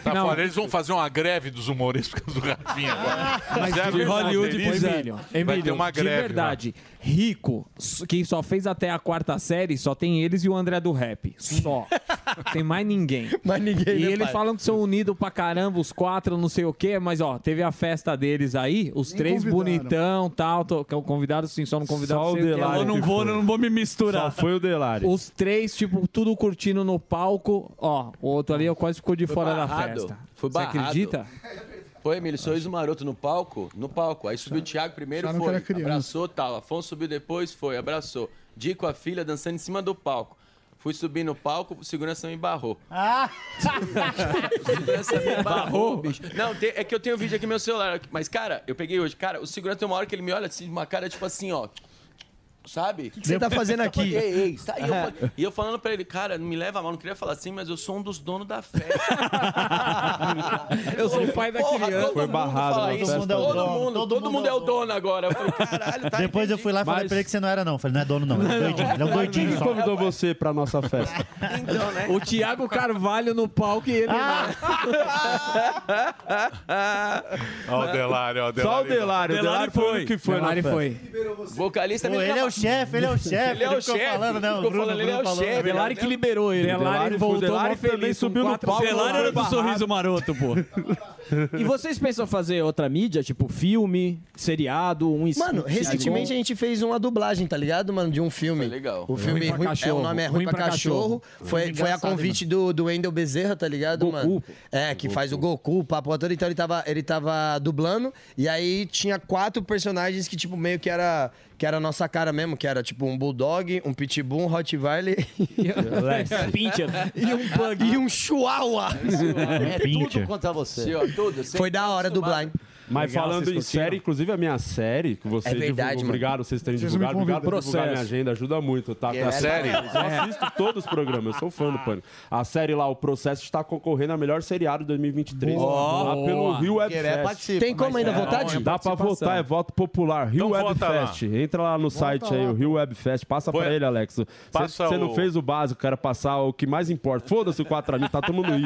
[SPEAKER 2] Tá fora, eles vão fazer uma greve dos humoristas por causa do Rafinha agora.
[SPEAKER 7] Mas
[SPEAKER 2] Zero
[SPEAKER 7] de Hollywood é.
[SPEAKER 2] bateria,
[SPEAKER 7] Emílio,
[SPEAKER 2] é. Vai ter
[SPEAKER 7] Emílio,
[SPEAKER 2] uma greve.
[SPEAKER 7] de verdade, rico, s- que só fez até a quarta série, só tem eles e o André do Rap. Só. tem mais ninguém.
[SPEAKER 14] Mais ninguém,
[SPEAKER 7] E
[SPEAKER 14] né,
[SPEAKER 7] eles
[SPEAKER 14] pai?
[SPEAKER 7] falam que são unidos pra caramba, os quatro, não sei o quê, mas ó, teve a festa deles aí, os três
[SPEAKER 3] convidaram.
[SPEAKER 7] bonitão, tal, tô, que é o convidado sim, só não convidado.
[SPEAKER 3] Só o
[SPEAKER 7] sei quem é.
[SPEAKER 3] Delari
[SPEAKER 7] Eu
[SPEAKER 3] que foi.
[SPEAKER 7] vou me misturar.
[SPEAKER 3] Só foi o Delari.
[SPEAKER 7] Os três, tipo, tudo curtindo no palco, ó, o outro ali eu quase ficou de
[SPEAKER 13] Foi
[SPEAKER 7] fora da
[SPEAKER 13] barrado.
[SPEAKER 7] festa.
[SPEAKER 13] Foi
[SPEAKER 7] Você
[SPEAKER 13] barrado.
[SPEAKER 7] acredita?
[SPEAKER 13] Pô, Emílio, sorriso maroto no palco? No palco. Aí subiu o Thiago primeiro,
[SPEAKER 10] acharam que
[SPEAKER 13] foi.
[SPEAKER 10] era criança.
[SPEAKER 13] Abraçou, tal. Afonso subiu depois, foi, abraçou. Di com a filha dançando em cima do palco. Fui subir no palco, o segurança me barrou.
[SPEAKER 3] <laughs>
[SPEAKER 25] Ah!
[SPEAKER 13] Segurança
[SPEAKER 1] <laughs>
[SPEAKER 13] me barrou, bicho. Não, te- é que eu tenho vídeo aqui no meu celular. Mas, cara, eu peguei hoje. Cara, o segurança tem uma hora que ele me olha assim, de uma cara tipo assim, ó. Sabe? O
[SPEAKER 14] que você tá fazendo aqui?
[SPEAKER 13] Ei, ei,
[SPEAKER 26] <laughs>
[SPEAKER 13] sai. E eu
[SPEAKER 14] É.
[SPEAKER 13] fal- E eu falando pra ele, cara, não me leva a mal, não queria falar assim, mas eu sou um dos donos da festa.
[SPEAKER 26] <laughs>
[SPEAKER 7] Eu sou o pai da criança.
[SPEAKER 13] Foi barrado.
[SPEAKER 26] na
[SPEAKER 13] Todo
[SPEAKER 26] festa.
[SPEAKER 13] mundo, todo,
[SPEAKER 26] Todo
[SPEAKER 13] mundo, todo, mundo é o dono agora. Eu falei, caralho, tá
[SPEAKER 26] Depois eu fui lá e falei pra ele que você não era, não. Eu Falei, não é dono, não. Ele é doidinho. Ele é um
[SPEAKER 3] Quem
[SPEAKER 26] doidinho
[SPEAKER 3] que
[SPEAKER 26] só.
[SPEAKER 3] convidou você pra nossa festa?
[SPEAKER 13] né?
[SPEAKER 7] O Thiago Carvalho no palco e ele.
[SPEAKER 26] <laughs>
[SPEAKER 2] Ó o Delari, ó o Delari.
[SPEAKER 3] é Só o Delari, o Delari foi o único que foi
[SPEAKER 7] Delari
[SPEAKER 3] na festa.
[SPEAKER 7] foi.
[SPEAKER 13] Vocalista
[SPEAKER 26] Pô,
[SPEAKER 13] me
[SPEAKER 26] ele é
[SPEAKER 13] traba-
[SPEAKER 26] o chefe, ele é o chefe.
[SPEAKER 13] <laughs> Ele é o
[SPEAKER 26] ficou
[SPEAKER 13] chefe.
[SPEAKER 26] falando, né? O
[SPEAKER 13] Ficou
[SPEAKER 26] Bruno,
[SPEAKER 13] falando, ele
[SPEAKER 26] Bruno né?
[SPEAKER 13] é o
[SPEAKER 26] falando.
[SPEAKER 13] chefe.
[SPEAKER 7] Delari que liberou ele. Delari voltou mó feliz, com quatro
[SPEAKER 9] Delari era do
[SPEAKER 7] barrados.
[SPEAKER 9] sorriso maroto, pô. e vocês pensam fazer outra mídia, tipo filme, seriado, um
[SPEAKER 14] Mano, recentemente a gente fez uma dublagem, tá ligado, mano? De um filme. legal. O filme
[SPEAKER 9] Ruim pra
[SPEAKER 14] Ruim- é, o
[SPEAKER 9] Cachorro.
[SPEAKER 14] nome é Ruim,
[SPEAKER 9] Ruim
[SPEAKER 14] pra,
[SPEAKER 9] pra
[SPEAKER 14] Cachorro.
[SPEAKER 9] Cachorro.
[SPEAKER 14] Foi,
[SPEAKER 9] Filme
[SPEAKER 14] foi a
[SPEAKER 9] engraçado,
[SPEAKER 14] convite do, do Wendel Bezerra, tá ligado, mano? É, que faz o Goku, o papo todo. Então ele tava, ele tava dublando. E aí tinha quatro personagens que, tipo, meio que era. Que era a nossa cara mesmo, que era tipo um Bulldog, um Pitbull, um Rottweiler <laughs> um
[SPEAKER 26] <laughs>
[SPEAKER 9] Leste. Pinscher.
[SPEAKER 14] e um Pug. E um Chihuahua.
[SPEAKER 5] É tudo contra
[SPEAKER 14] você.
[SPEAKER 13] Sim, ó, tudo, sempre
[SPEAKER 14] Foi da hora
[SPEAKER 13] acostumado.
[SPEAKER 14] dublar, hein?
[SPEAKER 3] Mas
[SPEAKER 4] Legal,
[SPEAKER 3] falando
[SPEAKER 4] vocês
[SPEAKER 3] em
[SPEAKER 4] curtiram?
[SPEAKER 3] série, inclusive a minha série, que você
[SPEAKER 4] É verdade, mano.
[SPEAKER 3] obrigado, vocês terem
[SPEAKER 4] Vocês me
[SPEAKER 3] divulgado, obrigado por
[SPEAKER 4] convidaram.
[SPEAKER 3] divulgar minha
[SPEAKER 4] Processo.
[SPEAKER 3] agenda, ajuda muito, tá?
[SPEAKER 4] É
[SPEAKER 3] Tá-
[SPEAKER 4] verdade.
[SPEAKER 3] Eu assisto todos os programas, eu sou
[SPEAKER 4] Ah.
[SPEAKER 3] fã do Pânico. A série lá, O Processo, está concorrendo a melhor seriado de 2023.
[SPEAKER 4] Boa,
[SPEAKER 3] lá
[SPEAKER 4] boa.
[SPEAKER 3] Tá pelo Rio Web
[SPEAKER 4] Querer
[SPEAKER 3] Fest.
[SPEAKER 4] participa, Tem como mas ainda é votar, bom, Di?
[SPEAKER 3] Dá pra
[SPEAKER 4] participação.
[SPEAKER 3] votar, é voto popular. Rio
[SPEAKER 4] Então
[SPEAKER 3] Web
[SPEAKER 4] vota lá.
[SPEAKER 3] Fest. Entra lá no site aí,
[SPEAKER 4] lá.
[SPEAKER 3] o Rio Web Fest. Passa
[SPEAKER 4] Põe-
[SPEAKER 3] pra ele, Alex.
[SPEAKER 4] Passa
[SPEAKER 3] Você não
[SPEAKER 4] o-
[SPEAKER 3] fez o básico, cara, passar o que mais importa. Foda-se o 4 ali, tá todo mundo aí.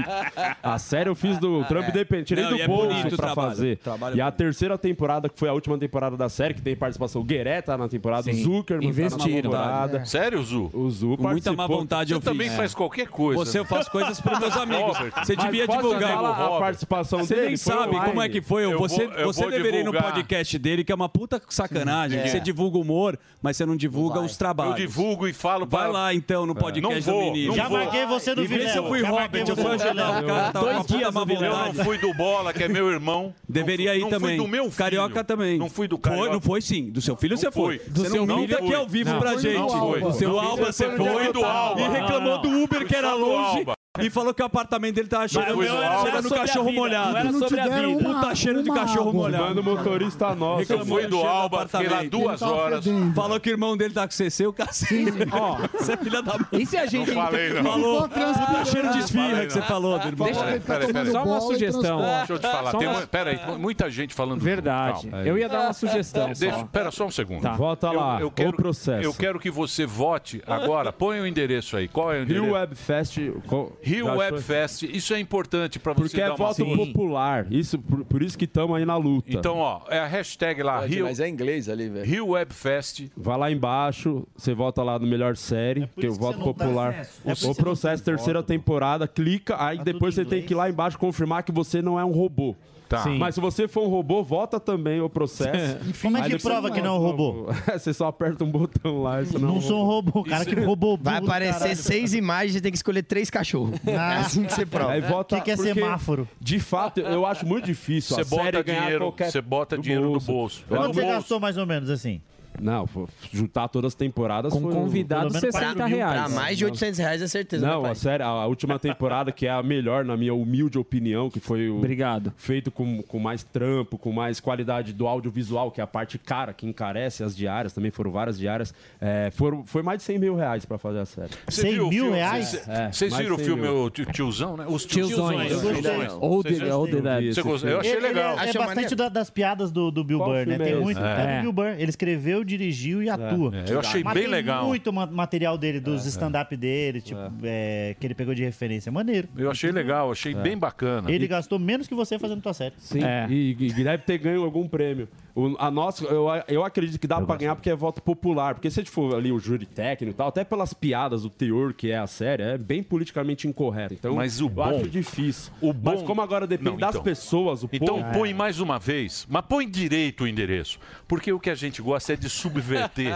[SPEAKER 3] A série eu fiz do trampo
[SPEAKER 4] É.
[SPEAKER 3] independente, tirei
[SPEAKER 4] Não,
[SPEAKER 3] do
[SPEAKER 4] e é
[SPEAKER 3] bolso
[SPEAKER 4] bonito
[SPEAKER 3] pra
[SPEAKER 4] o trabalho.
[SPEAKER 3] fazer.
[SPEAKER 4] Trabalho
[SPEAKER 3] E a terceira temporada, que foi a última temporada da série, que tem participação. O Gueré tá na temporada,
[SPEAKER 4] Sim.
[SPEAKER 3] o Zuckerman
[SPEAKER 4] Investiram.
[SPEAKER 3] tá na temporada.
[SPEAKER 4] É.
[SPEAKER 2] Sério, Zu?
[SPEAKER 3] O Zu
[SPEAKER 4] Com muita má
[SPEAKER 3] participou.
[SPEAKER 4] vontade eu
[SPEAKER 3] Você também
[SPEAKER 4] fiz.
[SPEAKER 3] faz
[SPEAKER 4] É.
[SPEAKER 3] qualquer coisa,
[SPEAKER 4] Você, eu
[SPEAKER 3] né?
[SPEAKER 4] faço coisas pros meus amigos.
[SPEAKER 3] Robert.
[SPEAKER 4] Você
[SPEAKER 3] Mas
[SPEAKER 4] devia
[SPEAKER 3] posso
[SPEAKER 4] divulgar.
[SPEAKER 3] falar a
[SPEAKER 4] Robert.
[SPEAKER 3] participação
[SPEAKER 4] Você
[SPEAKER 3] dele?
[SPEAKER 4] nem
[SPEAKER 3] Foi
[SPEAKER 4] sabe
[SPEAKER 3] online.
[SPEAKER 4] como é que foi.
[SPEAKER 3] Eu
[SPEAKER 4] você
[SPEAKER 3] vou- eu
[SPEAKER 4] você
[SPEAKER 3] vou
[SPEAKER 4] deveria ir no
[SPEAKER 3] divulgar.
[SPEAKER 4] podcast dele, que é uma puta sacanagem.
[SPEAKER 2] É.
[SPEAKER 4] que Você divulga o humor, mas você não divulga
[SPEAKER 2] Vai.
[SPEAKER 4] os trabalhos.
[SPEAKER 2] Eu divulgo e falo
[SPEAKER 4] Vai
[SPEAKER 2] pra-
[SPEAKER 4] lá, então, no
[SPEAKER 2] É.
[SPEAKER 4] podcast
[SPEAKER 2] Não vou,
[SPEAKER 4] do menino.
[SPEAKER 2] não Já vou. marquei você no
[SPEAKER 4] E vê
[SPEAKER 2] Vilela.
[SPEAKER 4] se eu fui
[SPEAKER 2] Já
[SPEAKER 4] Robert,
[SPEAKER 2] marquei
[SPEAKER 4] eu fui
[SPEAKER 2] você no
[SPEAKER 4] ajudar o
[SPEAKER 2] Vilela.
[SPEAKER 4] cara.
[SPEAKER 2] Dois
[SPEAKER 4] Tava com uma puta
[SPEAKER 2] dias
[SPEAKER 4] má
[SPEAKER 2] no Vilela.
[SPEAKER 4] vontade.
[SPEAKER 2] Eu não fui do Bola, que é meu irmão.
[SPEAKER 4] Deveria ir
[SPEAKER 2] Não fui
[SPEAKER 4] também.
[SPEAKER 2] do meu filho.
[SPEAKER 4] Carioca também. Não fui do Foi,
[SPEAKER 2] Carioca.
[SPEAKER 4] não foi sim. Do seu filho
[SPEAKER 2] Não
[SPEAKER 4] você foi.
[SPEAKER 2] fui. Do
[SPEAKER 4] Você
[SPEAKER 2] seu
[SPEAKER 4] não
[SPEAKER 2] filho
[SPEAKER 4] conta aqui
[SPEAKER 2] foi.
[SPEAKER 4] ao vivo
[SPEAKER 2] Não,
[SPEAKER 4] pra
[SPEAKER 2] foi do
[SPEAKER 4] gente.
[SPEAKER 2] Alba.
[SPEAKER 4] Do seu
[SPEAKER 2] Não,
[SPEAKER 4] Alba
[SPEAKER 2] você
[SPEAKER 4] você
[SPEAKER 2] foi
[SPEAKER 4] foi.
[SPEAKER 2] do Alba.
[SPEAKER 4] E reclamou
[SPEAKER 2] Não, não.
[SPEAKER 4] do Uber que era
[SPEAKER 2] Foi só do
[SPEAKER 4] longe.
[SPEAKER 2] Alba.
[SPEAKER 4] E falou que o apartamento dele tava cheirando
[SPEAKER 3] meu era-
[SPEAKER 4] cheirando
[SPEAKER 3] era sobre a
[SPEAKER 4] um cachorro
[SPEAKER 3] vida,
[SPEAKER 4] molhado.
[SPEAKER 3] não era Não te sobre a deram vida. uma-
[SPEAKER 4] Puta cheiro de
[SPEAKER 3] uma
[SPEAKER 4] cachorro
[SPEAKER 3] água.
[SPEAKER 4] molhado.
[SPEAKER 3] Manda o motorista nosso.
[SPEAKER 4] Reclamou
[SPEAKER 3] Eu fui do
[SPEAKER 4] cheiro
[SPEAKER 3] Alba, fiquei lá
[SPEAKER 4] apartamento. Tá.
[SPEAKER 3] duas Ele tava horas. fedendo.
[SPEAKER 4] Falou que o irmão dele tá com CC, o cacete. Ó, você é filha da mãe.
[SPEAKER 7] <laughs> E se a gente- Não falei,
[SPEAKER 2] um
[SPEAKER 7] não.
[SPEAKER 4] Falou.
[SPEAKER 7] Ficou transpirando.
[SPEAKER 4] Tá cheiro de esfirra que você falou, meu irmão.
[SPEAKER 7] Deixa-
[SPEAKER 2] Peraí, peraí, peraí.
[SPEAKER 7] Só uma sugestão.
[SPEAKER 2] Deixa eu te falar.
[SPEAKER 7] Só
[SPEAKER 2] Tem
[SPEAKER 7] uma-
[SPEAKER 2] uma... Peraí, muita gente falando.
[SPEAKER 7] Verdade.
[SPEAKER 2] Calma. é
[SPEAKER 7] Eu ia dar uma sugestão
[SPEAKER 2] Deixa,
[SPEAKER 7] só.
[SPEAKER 2] pera só um segundo.
[SPEAKER 7] Tá. Volta lá,
[SPEAKER 2] Eu,
[SPEAKER 7] o
[SPEAKER 2] eu quero,
[SPEAKER 3] processo.
[SPEAKER 2] Eu quero que você vote agora. Põe o endereço aí. Qual é o endereço?
[SPEAKER 3] Rio Web Fest. co-
[SPEAKER 2] Rio
[SPEAKER 3] já
[SPEAKER 2] Web
[SPEAKER 3] foi?
[SPEAKER 2] Fest. Isso é importante pra você
[SPEAKER 3] Porque
[SPEAKER 2] dar
[SPEAKER 3] é
[SPEAKER 2] uma
[SPEAKER 3] voto
[SPEAKER 2] Sim.
[SPEAKER 3] popular. Isso, por, por isso que estamos aí na luta.
[SPEAKER 2] Então, ó, é a hashtag lá.
[SPEAKER 3] Pode,
[SPEAKER 2] Rio,
[SPEAKER 3] mas
[SPEAKER 2] é inglês ali, velho. Rio Web Fest.
[SPEAKER 3] Vai lá embaixo, você vota lá no melhor série, que é o voto popular.
[SPEAKER 2] acesso.
[SPEAKER 3] O-
[SPEAKER 2] É por isso
[SPEAKER 3] o
[SPEAKER 2] que você não
[SPEAKER 3] processo,
[SPEAKER 2] tem
[SPEAKER 3] terceira temporada, clica,
[SPEAKER 26] Tá
[SPEAKER 3] aí depois você tem que ir lá embaixo confirmar que você não é um robô.
[SPEAKER 2] Tá. Sim.
[SPEAKER 3] Mas se você for um robô, vota também o
[SPEAKER 26] <laughs>
[SPEAKER 3] processo.
[SPEAKER 26] Sim. Como é
[SPEAKER 3] Aí
[SPEAKER 26] que
[SPEAKER 3] depois-
[SPEAKER 26] prova que não é um robô?
[SPEAKER 3] <laughs> você só aperta um botão lá. e Você não é um
[SPEAKER 26] Não sou um robô, o cara que
[SPEAKER 2] é-
[SPEAKER 26] roubou o
[SPEAKER 14] Vai
[SPEAKER 26] burro do
[SPEAKER 14] aparecer
[SPEAKER 26] caralho.
[SPEAKER 14] seis imagens e tem que escolher três cachorros. É assim que você prova.
[SPEAKER 3] Aí vota,
[SPEAKER 14] o que, que é
[SPEAKER 3] porque,
[SPEAKER 14] semáforo?
[SPEAKER 3] De fato, eu acho muito difícil.
[SPEAKER 2] Você
[SPEAKER 3] a série
[SPEAKER 2] bota
[SPEAKER 3] ganhar
[SPEAKER 2] dinheiro,
[SPEAKER 3] qualquer-
[SPEAKER 2] você bota dinheiro no bolso.
[SPEAKER 3] Eu
[SPEAKER 26] Quanto
[SPEAKER 3] acho
[SPEAKER 26] você
[SPEAKER 3] bom.
[SPEAKER 26] gastou mais ou menos assim?
[SPEAKER 3] Não, pô, juntar todas as temporadas
[SPEAKER 26] Com
[SPEAKER 3] foi um-
[SPEAKER 26] convidados,
[SPEAKER 3] pelo menos
[SPEAKER 26] 60
[SPEAKER 3] quatro mil.
[SPEAKER 26] reais.
[SPEAKER 14] Ah, mais de 800 reais é certeza.
[SPEAKER 3] Não,
[SPEAKER 14] né,
[SPEAKER 3] a
[SPEAKER 14] pai?
[SPEAKER 3] série, a, a última temporada, que é a melhor, na minha humilde opinião, que foi o.
[SPEAKER 7] Obrigado.
[SPEAKER 3] Feito com, com mais trampo, com mais qualidade do audiovisual, que é a parte cara, que encarece as diárias, também foram várias diárias. É, foram, foi mais de 100 mil mil reais pra fazer a série.
[SPEAKER 2] Você viu o filme? Vocês-
[SPEAKER 3] É,
[SPEAKER 2] Vocês
[SPEAKER 3] mais
[SPEAKER 2] viram o
[SPEAKER 3] de 100
[SPEAKER 2] filme
[SPEAKER 3] mil.
[SPEAKER 2] O Tio- Tiozão, né? Os
[SPEAKER 7] Tiozões.
[SPEAKER 2] Os
[SPEAKER 7] Eu gostei. Ou
[SPEAKER 2] Vocês
[SPEAKER 7] de- ou de
[SPEAKER 2] viram?
[SPEAKER 3] é
[SPEAKER 7] Dead.
[SPEAKER 2] Você gostou? Eu achei
[SPEAKER 26] Ele- ele
[SPEAKER 2] legal.
[SPEAKER 26] É, é bastante da- das piadas do, do Bill
[SPEAKER 2] Qual
[SPEAKER 26] Burr, né?
[SPEAKER 2] filme
[SPEAKER 26] Tem
[SPEAKER 2] é
[SPEAKER 26] muito.
[SPEAKER 2] esse?
[SPEAKER 26] É.
[SPEAKER 2] É.
[SPEAKER 26] do Bill Burr. Ele escreveu, dirigiu e atua.
[SPEAKER 2] É, eu achei
[SPEAKER 26] Mas
[SPEAKER 2] bem
[SPEAKER 26] tem
[SPEAKER 2] legal.
[SPEAKER 26] muito ma- material dele, dos stand-up dele, tipo, é, que ele pegou de referência. É Maneiro.
[SPEAKER 2] Eu achei legal, achei
[SPEAKER 3] É.
[SPEAKER 2] bem bacana. É.
[SPEAKER 26] Ele gastou menos que você fazendo tua série.
[SPEAKER 3] Sim, e, e deve ter ganho algum prêmio. O- a nossa, eu, eu acredito que dá pra ganhar porque é voto popular. Porque se a gente for ali o júri técnico e tal, até pelas piadas, o teor que é a série, é bem politicamente incorreto. Então,
[SPEAKER 2] Mas o
[SPEAKER 3] eu
[SPEAKER 2] bom-
[SPEAKER 3] acho difícil.
[SPEAKER 2] O bom...
[SPEAKER 3] Mas como agora depende
[SPEAKER 2] Não,
[SPEAKER 3] das
[SPEAKER 2] então.
[SPEAKER 3] pessoas, o
[SPEAKER 2] Então
[SPEAKER 3] povo...
[SPEAKER 2] põe mais uma vez, mas põe direito o endereço, porque o que a gente gosta é de subverter.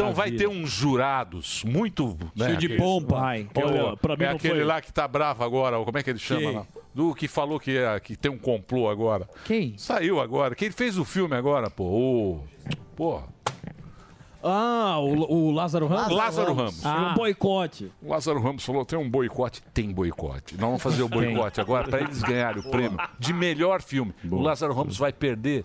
[SPEAKER 2] então
[SPEAKER 4] Maravilha.
[SPEAKER 2] vai ter uns jurados muito... né,
[SPEAKER 4] Cheio de pompa.
[SPEAKER 2] É, Vai. Olha, pra mim é aquele lá que tá bravo agora, ó, como é que ele chama
[SPEAKER 4] Quem?
[SPEAKER 2] lá? Do que falou que, é- que tem um complô agora.
[SPEAKER 7] Quem?
[SPEAKER 2] Saiu agora. Quem fez o filme agora, pô? O... Pô,
[SPEAKER 7] Ah, o, o Lázaro Ramos?
[SPEAKER 2] Lázaro Ramos.
[SPEAKER 7] Ah. Um boicote.
[SPEAKER 2] O Lázaro Ramos falou: tem um boicote? Tem boicote. Nós vamos fazer o
[SPEAKER 7] Tem.
[SPEAKER 2] boicote agora para eles ganharem o prêmio de melhor filme. O Lázaro Ramos vai perder.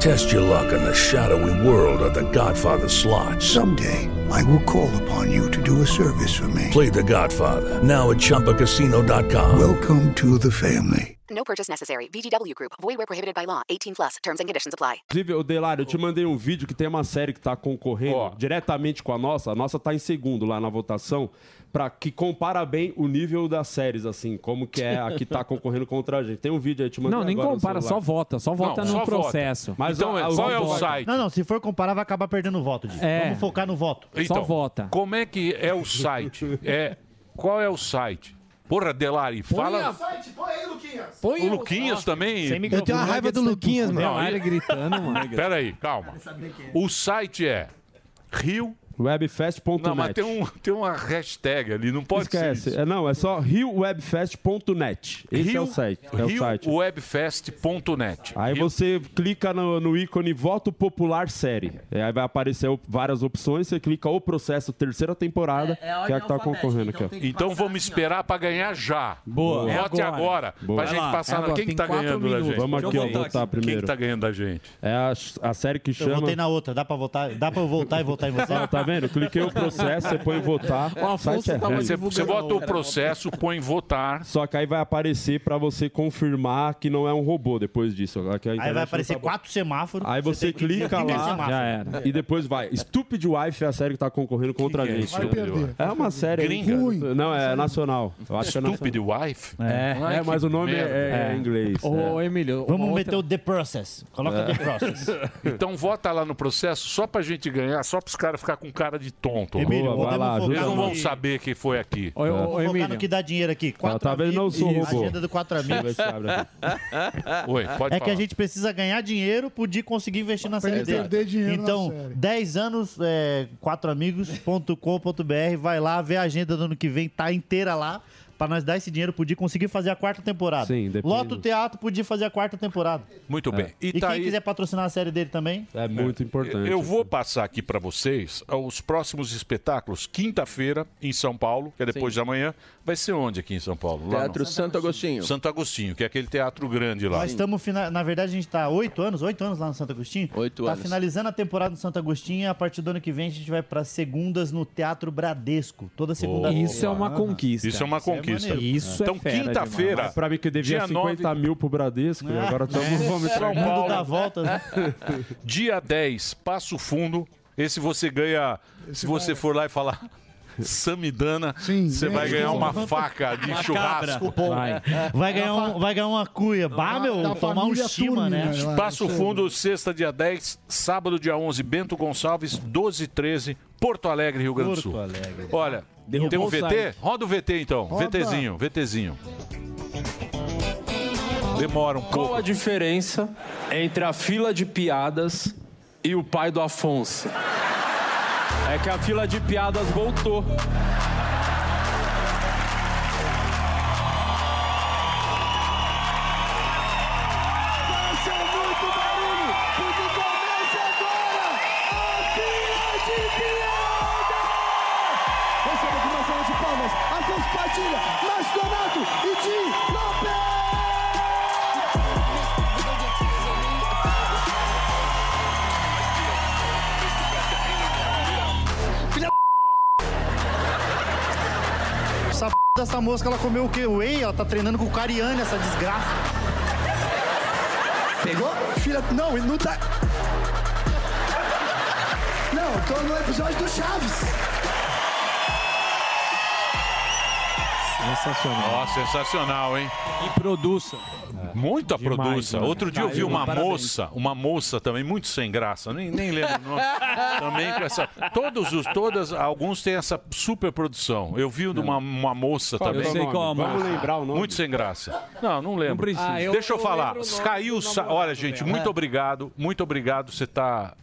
[SPEAKER 20] Test your luck in the shadowy world of The Godfather slot.
[SPEAKER 17] Someday, I will call upon you to do a service for me.
[SPEAKER 20] Play The Godfather now at ChumbaCasino.com.
[SPEAKER 17] Welcome to the family.
[SPEAKER 18] No purchase necessary. VGW Group. Void where prohibited by law. 18 plus. Terms and conditions apply.
[SPEAKER 3] Inclusive, ô, Delário, eu te mandei um vídeo que tem uma série que tá concorrendo diretamente com a nossa. A nossa tá em segundo lá na votação, para que compara bem o nível das séries, assim, como que é a que tá concorrendo contra a gente. Tem um vídeo aí, te mandei
[SPEAKER 7] Não, nem
[SPEAKER 3] agora no
[SPEAKER 7] compara,
[SPEAKER 3] celular.
[SPEAKER 7] só vota, só vota Não, no só vota. processo.
[SPEAKER 3] Mas
[SPEAKER 2] Então,
[SPEAKER 3] ó,
[SPEAKER 2] é, qual é o
[SPEAKER 3] voto.
[SPEAKER 2] site?
[SPEAKER 26] Não, não, se for comparar, vai acabar perdendo o voto, Di.
[SPEAKER 7] É.
[SPEAKER 26] Vamos focar no voto.
[SPEAKER 2] Então. Como é que é o site? É, qual é o site? Porra, Delari, fala.
[SPEAKER 7] Põe
[SPEAKER 2] o Luquinhas também.
[SPEAKER 20] Eu tenho uma raiva do
[SPEAKER 2] <laughs>
[SPEAKER 20] Luquinhas, mano.
[SPEAKER 2] Não, e- Pera aí, calma. O site é Rio
[SPEAKER 3] Webfest.net.
[SPEAKER 2] é. Não, mas tem, um, tem uma hashtag ali, não pode
[SPEAKER 3] Esquece.
[SPEAKER 2] ser.
[SPEAKER 3] É, não, é só riowebfest.net. Esse é o site. É o site.
[SPEAKER 2] Webfest.net.
[SPEAKER 3] Aí você clica no, no ícone Voto Popular Série. É, Aí vai aparecer o- várias opções, você clica o processo terceira temporada, que é a que tá concorrendo aqui. ó.
[SPEAKER 2] Então vamos
[SPEAKER 26] assim,
[SPEAKER 2] esperar pra ganhar já.
[SPEAKER 3] Boa. É
[SPEAKER 2] Vote agora.
[SPEAKER 3] agora. Boa.
[SPEAKER 2] Pra
[SPEAKER 3] Vai
[SPEAKER 2] gente
[SPEAKER 3] lá,
[SPEAKER 2] passar
[SPEAKER 3] é
[SPEAKER 2] na...
[SPEAKER 3] agora,
[SPEAKER 2] Quem que
[SPEAKER 3] tem
[SPEAKER 2] tá
[SPEAKER 3] quatro
[SPEAKER 2] ganhando da
[SPEAKER 3] minutos.
[SPEAKER 2] gente?
[SPEAKER 3] Vamos aqui, ó,
[SPEAKER 2] Quem
[SPEAKER 3] votar
[SPEAKER 2] Quem que
[SPEAKER 3] primeiro.
[SPEAKER 2] tá ganhando da gente?
[SPEAKER 3] É a, a série que
[SPEAKER 26] Então, Eu
[SPEAKER 3] chama.
[SPEAKER 26] votei na outra, dá pra votar, dá pra eu voltar e votar em você?
[SPEAKER 3] Ah, tá vendo? Cliquei o processo, você põe votar.
[SPEAKER 26] O Afonso
[SPEAKER 3] Site é
[SPEAKER 26] tava
[SPEAKER 3] ruim.
[SPEAKER 2] Você, você bota
[SPEAKER 26] né?
[SPEAKER 2] o processo, põe votar.
[SPEAKER 3] Só que aí vai aparecer pra você confirmar que não é um robô depois disso. Aqui a internet
[SPEAKER 26] Aí
[SPEAKER 3] não
[SPEAKER 26] vai aparecer
[SPEAKER 3] tá boa.
[SPEAKER 26] quatro semáforos.
[SPEAKER 3] Aí você
[SPEAKER 26] tem que dizer
[SPEAKER 3] clica
[SPEAKER 26] quem é
[SPEAKER 3] lá
[SPEAKER 26] semáforo.
[SPEAKER 3] e depois vai. Stupid Wife é a série que tá concorrendo contra
[SPEAKER 26] que é
[SPEAKER 3] a gente.
[SPEAKER 26] Vai perder.
[SPEAKER 3] É uma série
[SPEAKER 26] Gringa? Ruim.
[SPEAKER 3] Não, é nacional. Eu acho que é
[SPEAKER 2] Stupid
[SPEAKER 3] nacional.
[SPEAKER 2] Wife?
[SPEAKER 3] É,
[SPEAKER 2] Ai,
[SPEAKER 3] é, mas
[SPEAKER 2] que
[SPEAKER 3] o nome
[SPEAKER 2] merda.
[SPEAKER 3] é, é em inglês.
[SPEAKER 2] Ô,
[SPEAKER 3] é.
[SPEAKER 7] Emílio,
[SPEAKER 26] Vamos meter o The Process. Coloca
[SPEAKER 3] É.
[SPEAKER 26] The
[SPEAKER 3] <laughs>
[SPEAKER 26] Process.
[SPEAKER 2] Então vota lá no processo só pra gente ganhar, só pros caras ficar com cara de tonto.
[SPEAKER 26] Emílio, Boa, vai podemos lá, focar
[SPEAKER 2] Eles não
[SPEAKER 26] no-
[SPEAKER 2] vão saber quem foi aqui.
[SPEAKER 26] Ô, Vamos ô, focar Emílio. no que dá dinheiro aqui. Quatro
[SPEAKER 3] Talvez Tá não sou
[SPEAKER 26] amigos.
[SPEAKER 3] robô.
[SPEAKER 26] Agenda do quatro amigos.
[SPEAKER 3] Deixa eu ver se abre aqui.
[SPEAKER 2] Oi, pode
[SPEAKER 26] é que
[SPEAKER 2] falar.
[SPEAKER 26] a gente precisa ganhar dinheiro para conseguir investir na
[SPEAKER 2] Pra
[SPEAKER 26] série
[SPEAKER 2] ele
[SPEAKER 26] dele.
[SPEAKER 2] perder dinheiro
[SPEAKER 26] então,
[SPEAKER 2] na série.
[SPEAKER 26] 10 anos, é, 4amigos.com.br, vai lá, vê a agenda do ano que vem, tá inteira lá, para nós dar esse dinheiro, podia conseguir fazer a quarta temporada.
[SPEAKER 3] Sim, depende.
[SPEAKER 26] Lota o teatro, podia fazer a quarta temporada.
[SPEAKER 2] Muito bem.
[SPEAKER 26] E,
[SPEAKER 2] tá
[SPEAKER 26] quem
[SPEAKER 2] aí-
[SPEAKER 26] quiser patrocinar a série dele também,
[SPEAKER 3] É muito importante.
[SPEAKER 2] Eu vou passar aqui para vocês ah, os próximos espetáculos. Quinta-feira, em São Paulo, que é depois de amanhã. Vai ser onde aqui em São Paulo? Lá
[SPEAKER 13] Teatro
[SPEAKER 2] no-
[SPEAKER 13] Santo Agostinho.
[SPEAKER 2] Santo Agostinho, que é aquele teatro grande lá.
[SPEAKER 26] Nós estamos, fina- na verdade, a gente está oito anos, oito anos lá no Santo Agostinho. Oito
[SPEAKER 2] anos.
[SPEAKER 26] Tá finalizando a temporada no Santo Agostinho e a partir do ano que vem a gente vai para segundas no Teatro Bradesco. Toda segunda
[SPEAKER 7] Isso é uma conquista.
[SPEAKER 2] Isso é uma
[SPEAKER 26] Isso é
[SPEAKER 2] conquista.
[SPEAKER 26] maneiro. Isso
[SPEAKER 3] é
[SPEAKER 2] então,
[SPEAKER 3] fera
[SPEAKER 2] quinta-feira.
[SPEAKER 3] demais. É Pra mim que devia
[SPEAKER 2] dia É.
[SPEAKER 3] 50 mil pro Bradesco e agora
[SPEAKER 13] É.
[SPEAKER 3] estamos vamos
[SPEAKER 2] São
[SPEAKER 3] entregar.
[SPEAKER 2] Paulo.
[SPEAKER 26] voltas, né?
[SPEAKER 2] <laughs> Dia 10, Passo Fundo. Esse você ganha. se você for lá e falar. <laughs> Samidana, você
[SPEAKER 26] vem,
[SPEAKER 2] vai ganhar
[SPEAKER 26] vem.
[SPEAKER 2] uma faca de
[SPEAKER 26] Uma
[SPEAKER 2] churrasco.
[SPEAKER 26] cabra. Vai. Vai ganhar, um- vai ganhar uma cuia. Bah, meu,
[SPEAKER 2] da
[SPEAKER 26] tomar um
[SPEAKER 2] família
[SPEAKER 26] chima, né?
[SPEAKER 2] Passo Fundo, sexta, dia 10, sábado, dia 11, Bento Gonçalves, 12 e 13, Porto Alegre, Rio Grande do Sul.
[SPEAKER 26] Porto Alegre.
[SPEAKER 2] Olha,
[SPEAKER 26] Derrubou
[SPEAKER 2] tem um
[SPEAKER 26] o
[SPEAKER 2] VT?
[SPEAKER 26] site.
[SPEAKER 2] Roda o VT então,
[SPEAKER 26] Roda.
[SPEAKER 2] VTzinho, VTzinho. Demora um pouco.
[SPEAKER 21] Qual a diferença entre a fila de piadas e o pai do Afonso? É que a fila de piadas voltou.
[SPEAKER 8] Receba aqui uma salva de palmas. Afonso Padilha, Márcio Donato e Di Lopes.
[SPEAKER 26] Essa p... dessa mosca, ela comeu o quê? Whey? Ela tá treinando com o Cariani, essa desgraça.
[SPEAKER 8] Pegou? Filha, não, e ele não tá. Não, eu tô no episódio do Chaves.
[SPEAKER 7] Sensacional.
[SPEAKER 2] Ó, sensacional, hein? É.
[SPEAKER 7] E produça.
[SPEAKER 2] Muita
[SPEAKER 7] Demais,
[SPEAKER 2] produça.
[SPEAKER 3] né?
[SPEAKER 7] mano.
[SPEAKER 2] Outro
[SPEAKER 3] Tá
[SPEAKER 2] dia eu vi
[SPEAKER 7] Caiu,
[SPEAKER 2] uma
[SPEAKER 7] parabéns.
[SPEAKER 2] moça, uma moça também, muito sem graça, nem, nem lembro o
[SPEAKER 3] <laughs>
[SPEAKER 2] nome. também com essa. Todos os, todas, alguns têm essa super produção. Eu vi de uma, uma moça
[SPEAKER 3] Qual
[SPEAKER 2] também.
[SPEAKER 3] é o nome? Vamos lembrar o nome.
[SPEAKER 2] Muito sem graça. Não, não lembro.
[SPEAKER 3] precisa. Ah, eu-
[SPEAKER 2] Deixa eu
[SPEAKER 3] eu
[SPEAKER 2] falar.
[SPEAKER 3] lembro o nome
[SPEAKER 2] Caiu o site. Olha, gente, muito
[SPEAKER 3] É.
[SPEAKER 2] obrigado. Muito obrigado. Você tá.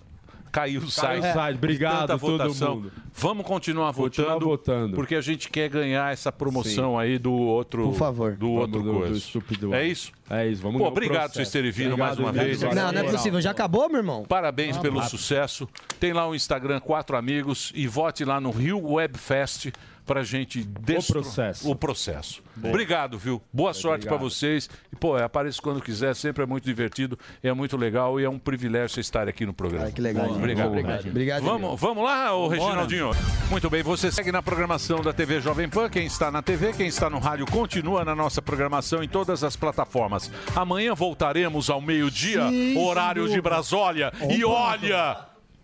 [SPEAKER 2] Caiu o site.
[SPEAKER 3] o site.
[SPEAKER 2] De
[SPEAKER 3] Obrigado,
[SPEAKER 2] tanta
[SPEAKER 3] todo
[SPEAKER 2] votação.
[SPEAKER 3] mundo.
[SPEAKER 2] Vamos continuar, votando, Porque a gente quer ganhar essa promoção aí do outro.
[SPEAKER 26] Por favor.
[SPEAKER 2] Do outro
[SPEAKER 3] do- do
[SPEAKER 2] coisa.
[SPEAKER 3] estúpido.
[SPEAKER 2] é isso?
[SPEAKER 3] É isso, vamos
[SPEAKER 2] Pô,
[SPEAKER 3] ver o
[SPEAKER 2] obrigado
[SPEAKER 3] processo.
[SPEAKER 2] vocês terem vindo
[SPEAKER 3] Obrigado,
[SPEAKER 2] mais uma
[SPEAKER 3] obrigado.
[SPEAKER 2] vez.
[SPEAKER 3] Não, não é possível.
[SPEAKER 26] Já acabou, meu irmão?
[SPEAKER 2] Parabéns pelo
[SPEAKER 26] rápido.
[SPEAKER 2] sucesso. Tem lá o Instagram Quatro Amigos e vote lá no Rio Web Fest pra gente destro... o processo.
[SPEAKER 26] Boa.
[SPEAKER 2] Obrigado, viu? Boa sorte pra
[SPEAKER 26] Obrigado.
[SPEAKER 2] vocês. E pô, é, apareça quando quiser, sempre é muito divertido, é muito legal e é um privilégio vocês estarem aqui no programa. que
[SPEAKER 26] legal.
[SPEAKER 2] Obrigado.
[SPEAKER 26] Boa. Obrigado. Obrigado,
[SPEAKER 2] Vamos, vamos lá, ô
[SPEAKER 26] Vambora.
[SPEAKER 2] Reginaldinho. Muito bem, você segue na programação da TV Jovem Pan. Quem está na TV, quem está no rádio, continua na nossa programação em todas as plataformas. Amanhã voltaremos ao meio-dia,
[SPEAKER 26] Sim,
[SPEAKER 2] horário
[SPEAKER 26] sem
[SPEAKER 2] de
[SPEAKER 26] dúvida.
[SPEAKER 2] Brasólia. E
[SPEAKER 26] Opa.
[SPEAKER 2] olha,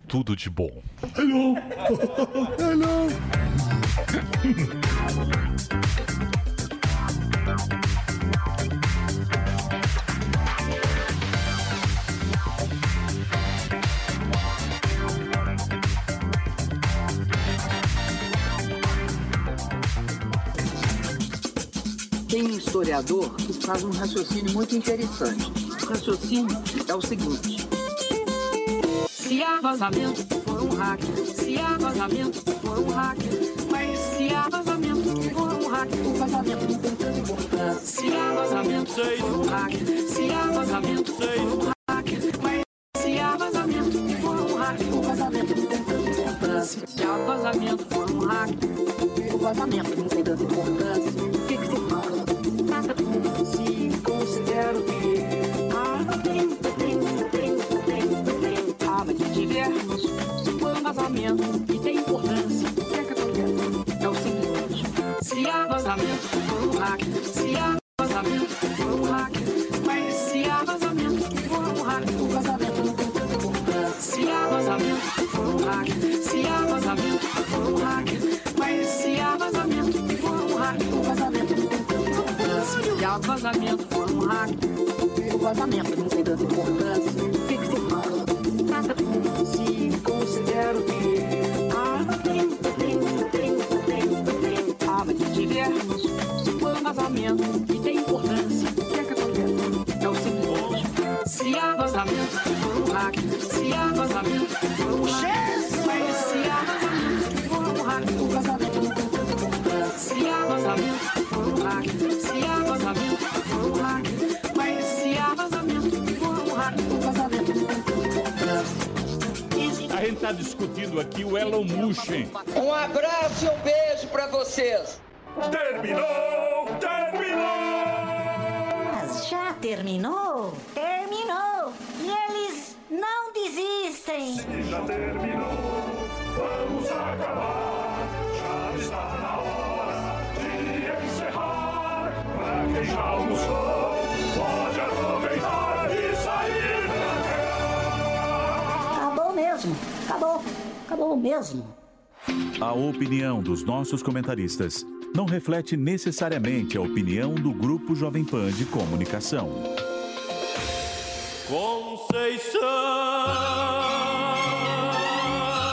[SPEAKER 2] tudo de bom.
[SPEAKER 8] Hello. Hello.
[SPEAKER 1] Tem um historiador que faz um raciocínio muito interessante. O raciocínio é o seguinte: se Se há vazamento, for um hack. Se há vazamento, for um hack. Mas se há vazamento, for um hack. O vazamento não tem tanta importância. Se há vazamento, for um hack. Se há vazamento, for um hack. Mas se há vazamento, for um hack. O vazamento não tem tanta importância. Se há vazamento, for um hack. O vazamento não tem tanta importância. O que que se fala? Nada. Se considero que nada tem, tem, tem, tem, tem. Acaba de tivermos um vazamento e tem importância. O que é que acontece? É o seguinte. Se há vazamento, for um hack. Se há vazamento, for um hack. Mas se há vazamento, for um hack. O vazamento não tem tanta importância. Se há vazamento, for um hack. Se há vazamento, for um hack. Mas se há vazamento, for um hack. O vazamento não tem tanta importância. Se há vazamento, for um hack. O vazamento não tem tanta importância. O que que se fala? Nada. Se considero que nada tem, tem, tem, tem, tem. Acaba de tivermos um vazamento e tem importância. O que é que acontece? É o seguinte. Se há vazamento, for um hack. Se há vazamento, for um hack. Mas se há vazamento, for um hack. O vazamento não tem tanta importância. Se há vazamento, for um hack. Se há vazamento, for um hack. Mas se há vazamento, for um hack. O vazamento não tem tanta importância.
[SPEAKER 22] A gente tá discutindo aqui o Elon Musk. hein?
[SPEAKER 1] Um abraço e um beijo pra vocês.
[SPEAKER 22] Terminou! Terminou!
[SPEAKER 23] Mas já terminou? Terminou! E eles não desistem!
[SPEAKER 22] Já terminou, vamos acabar. Já está na hora de encerrar. Pra quem já almoçou, pode aproveitar e sair
[SPEAKER 23] Acabou mesmo! Acabou! Acabou mesmo!
[SPEAKER 12] A opinião dos nossos comentaristas não reflete necessariamente a opinião do Grupo Jovem Pan de Comunicação.
[SPEAKER 22] Conceição.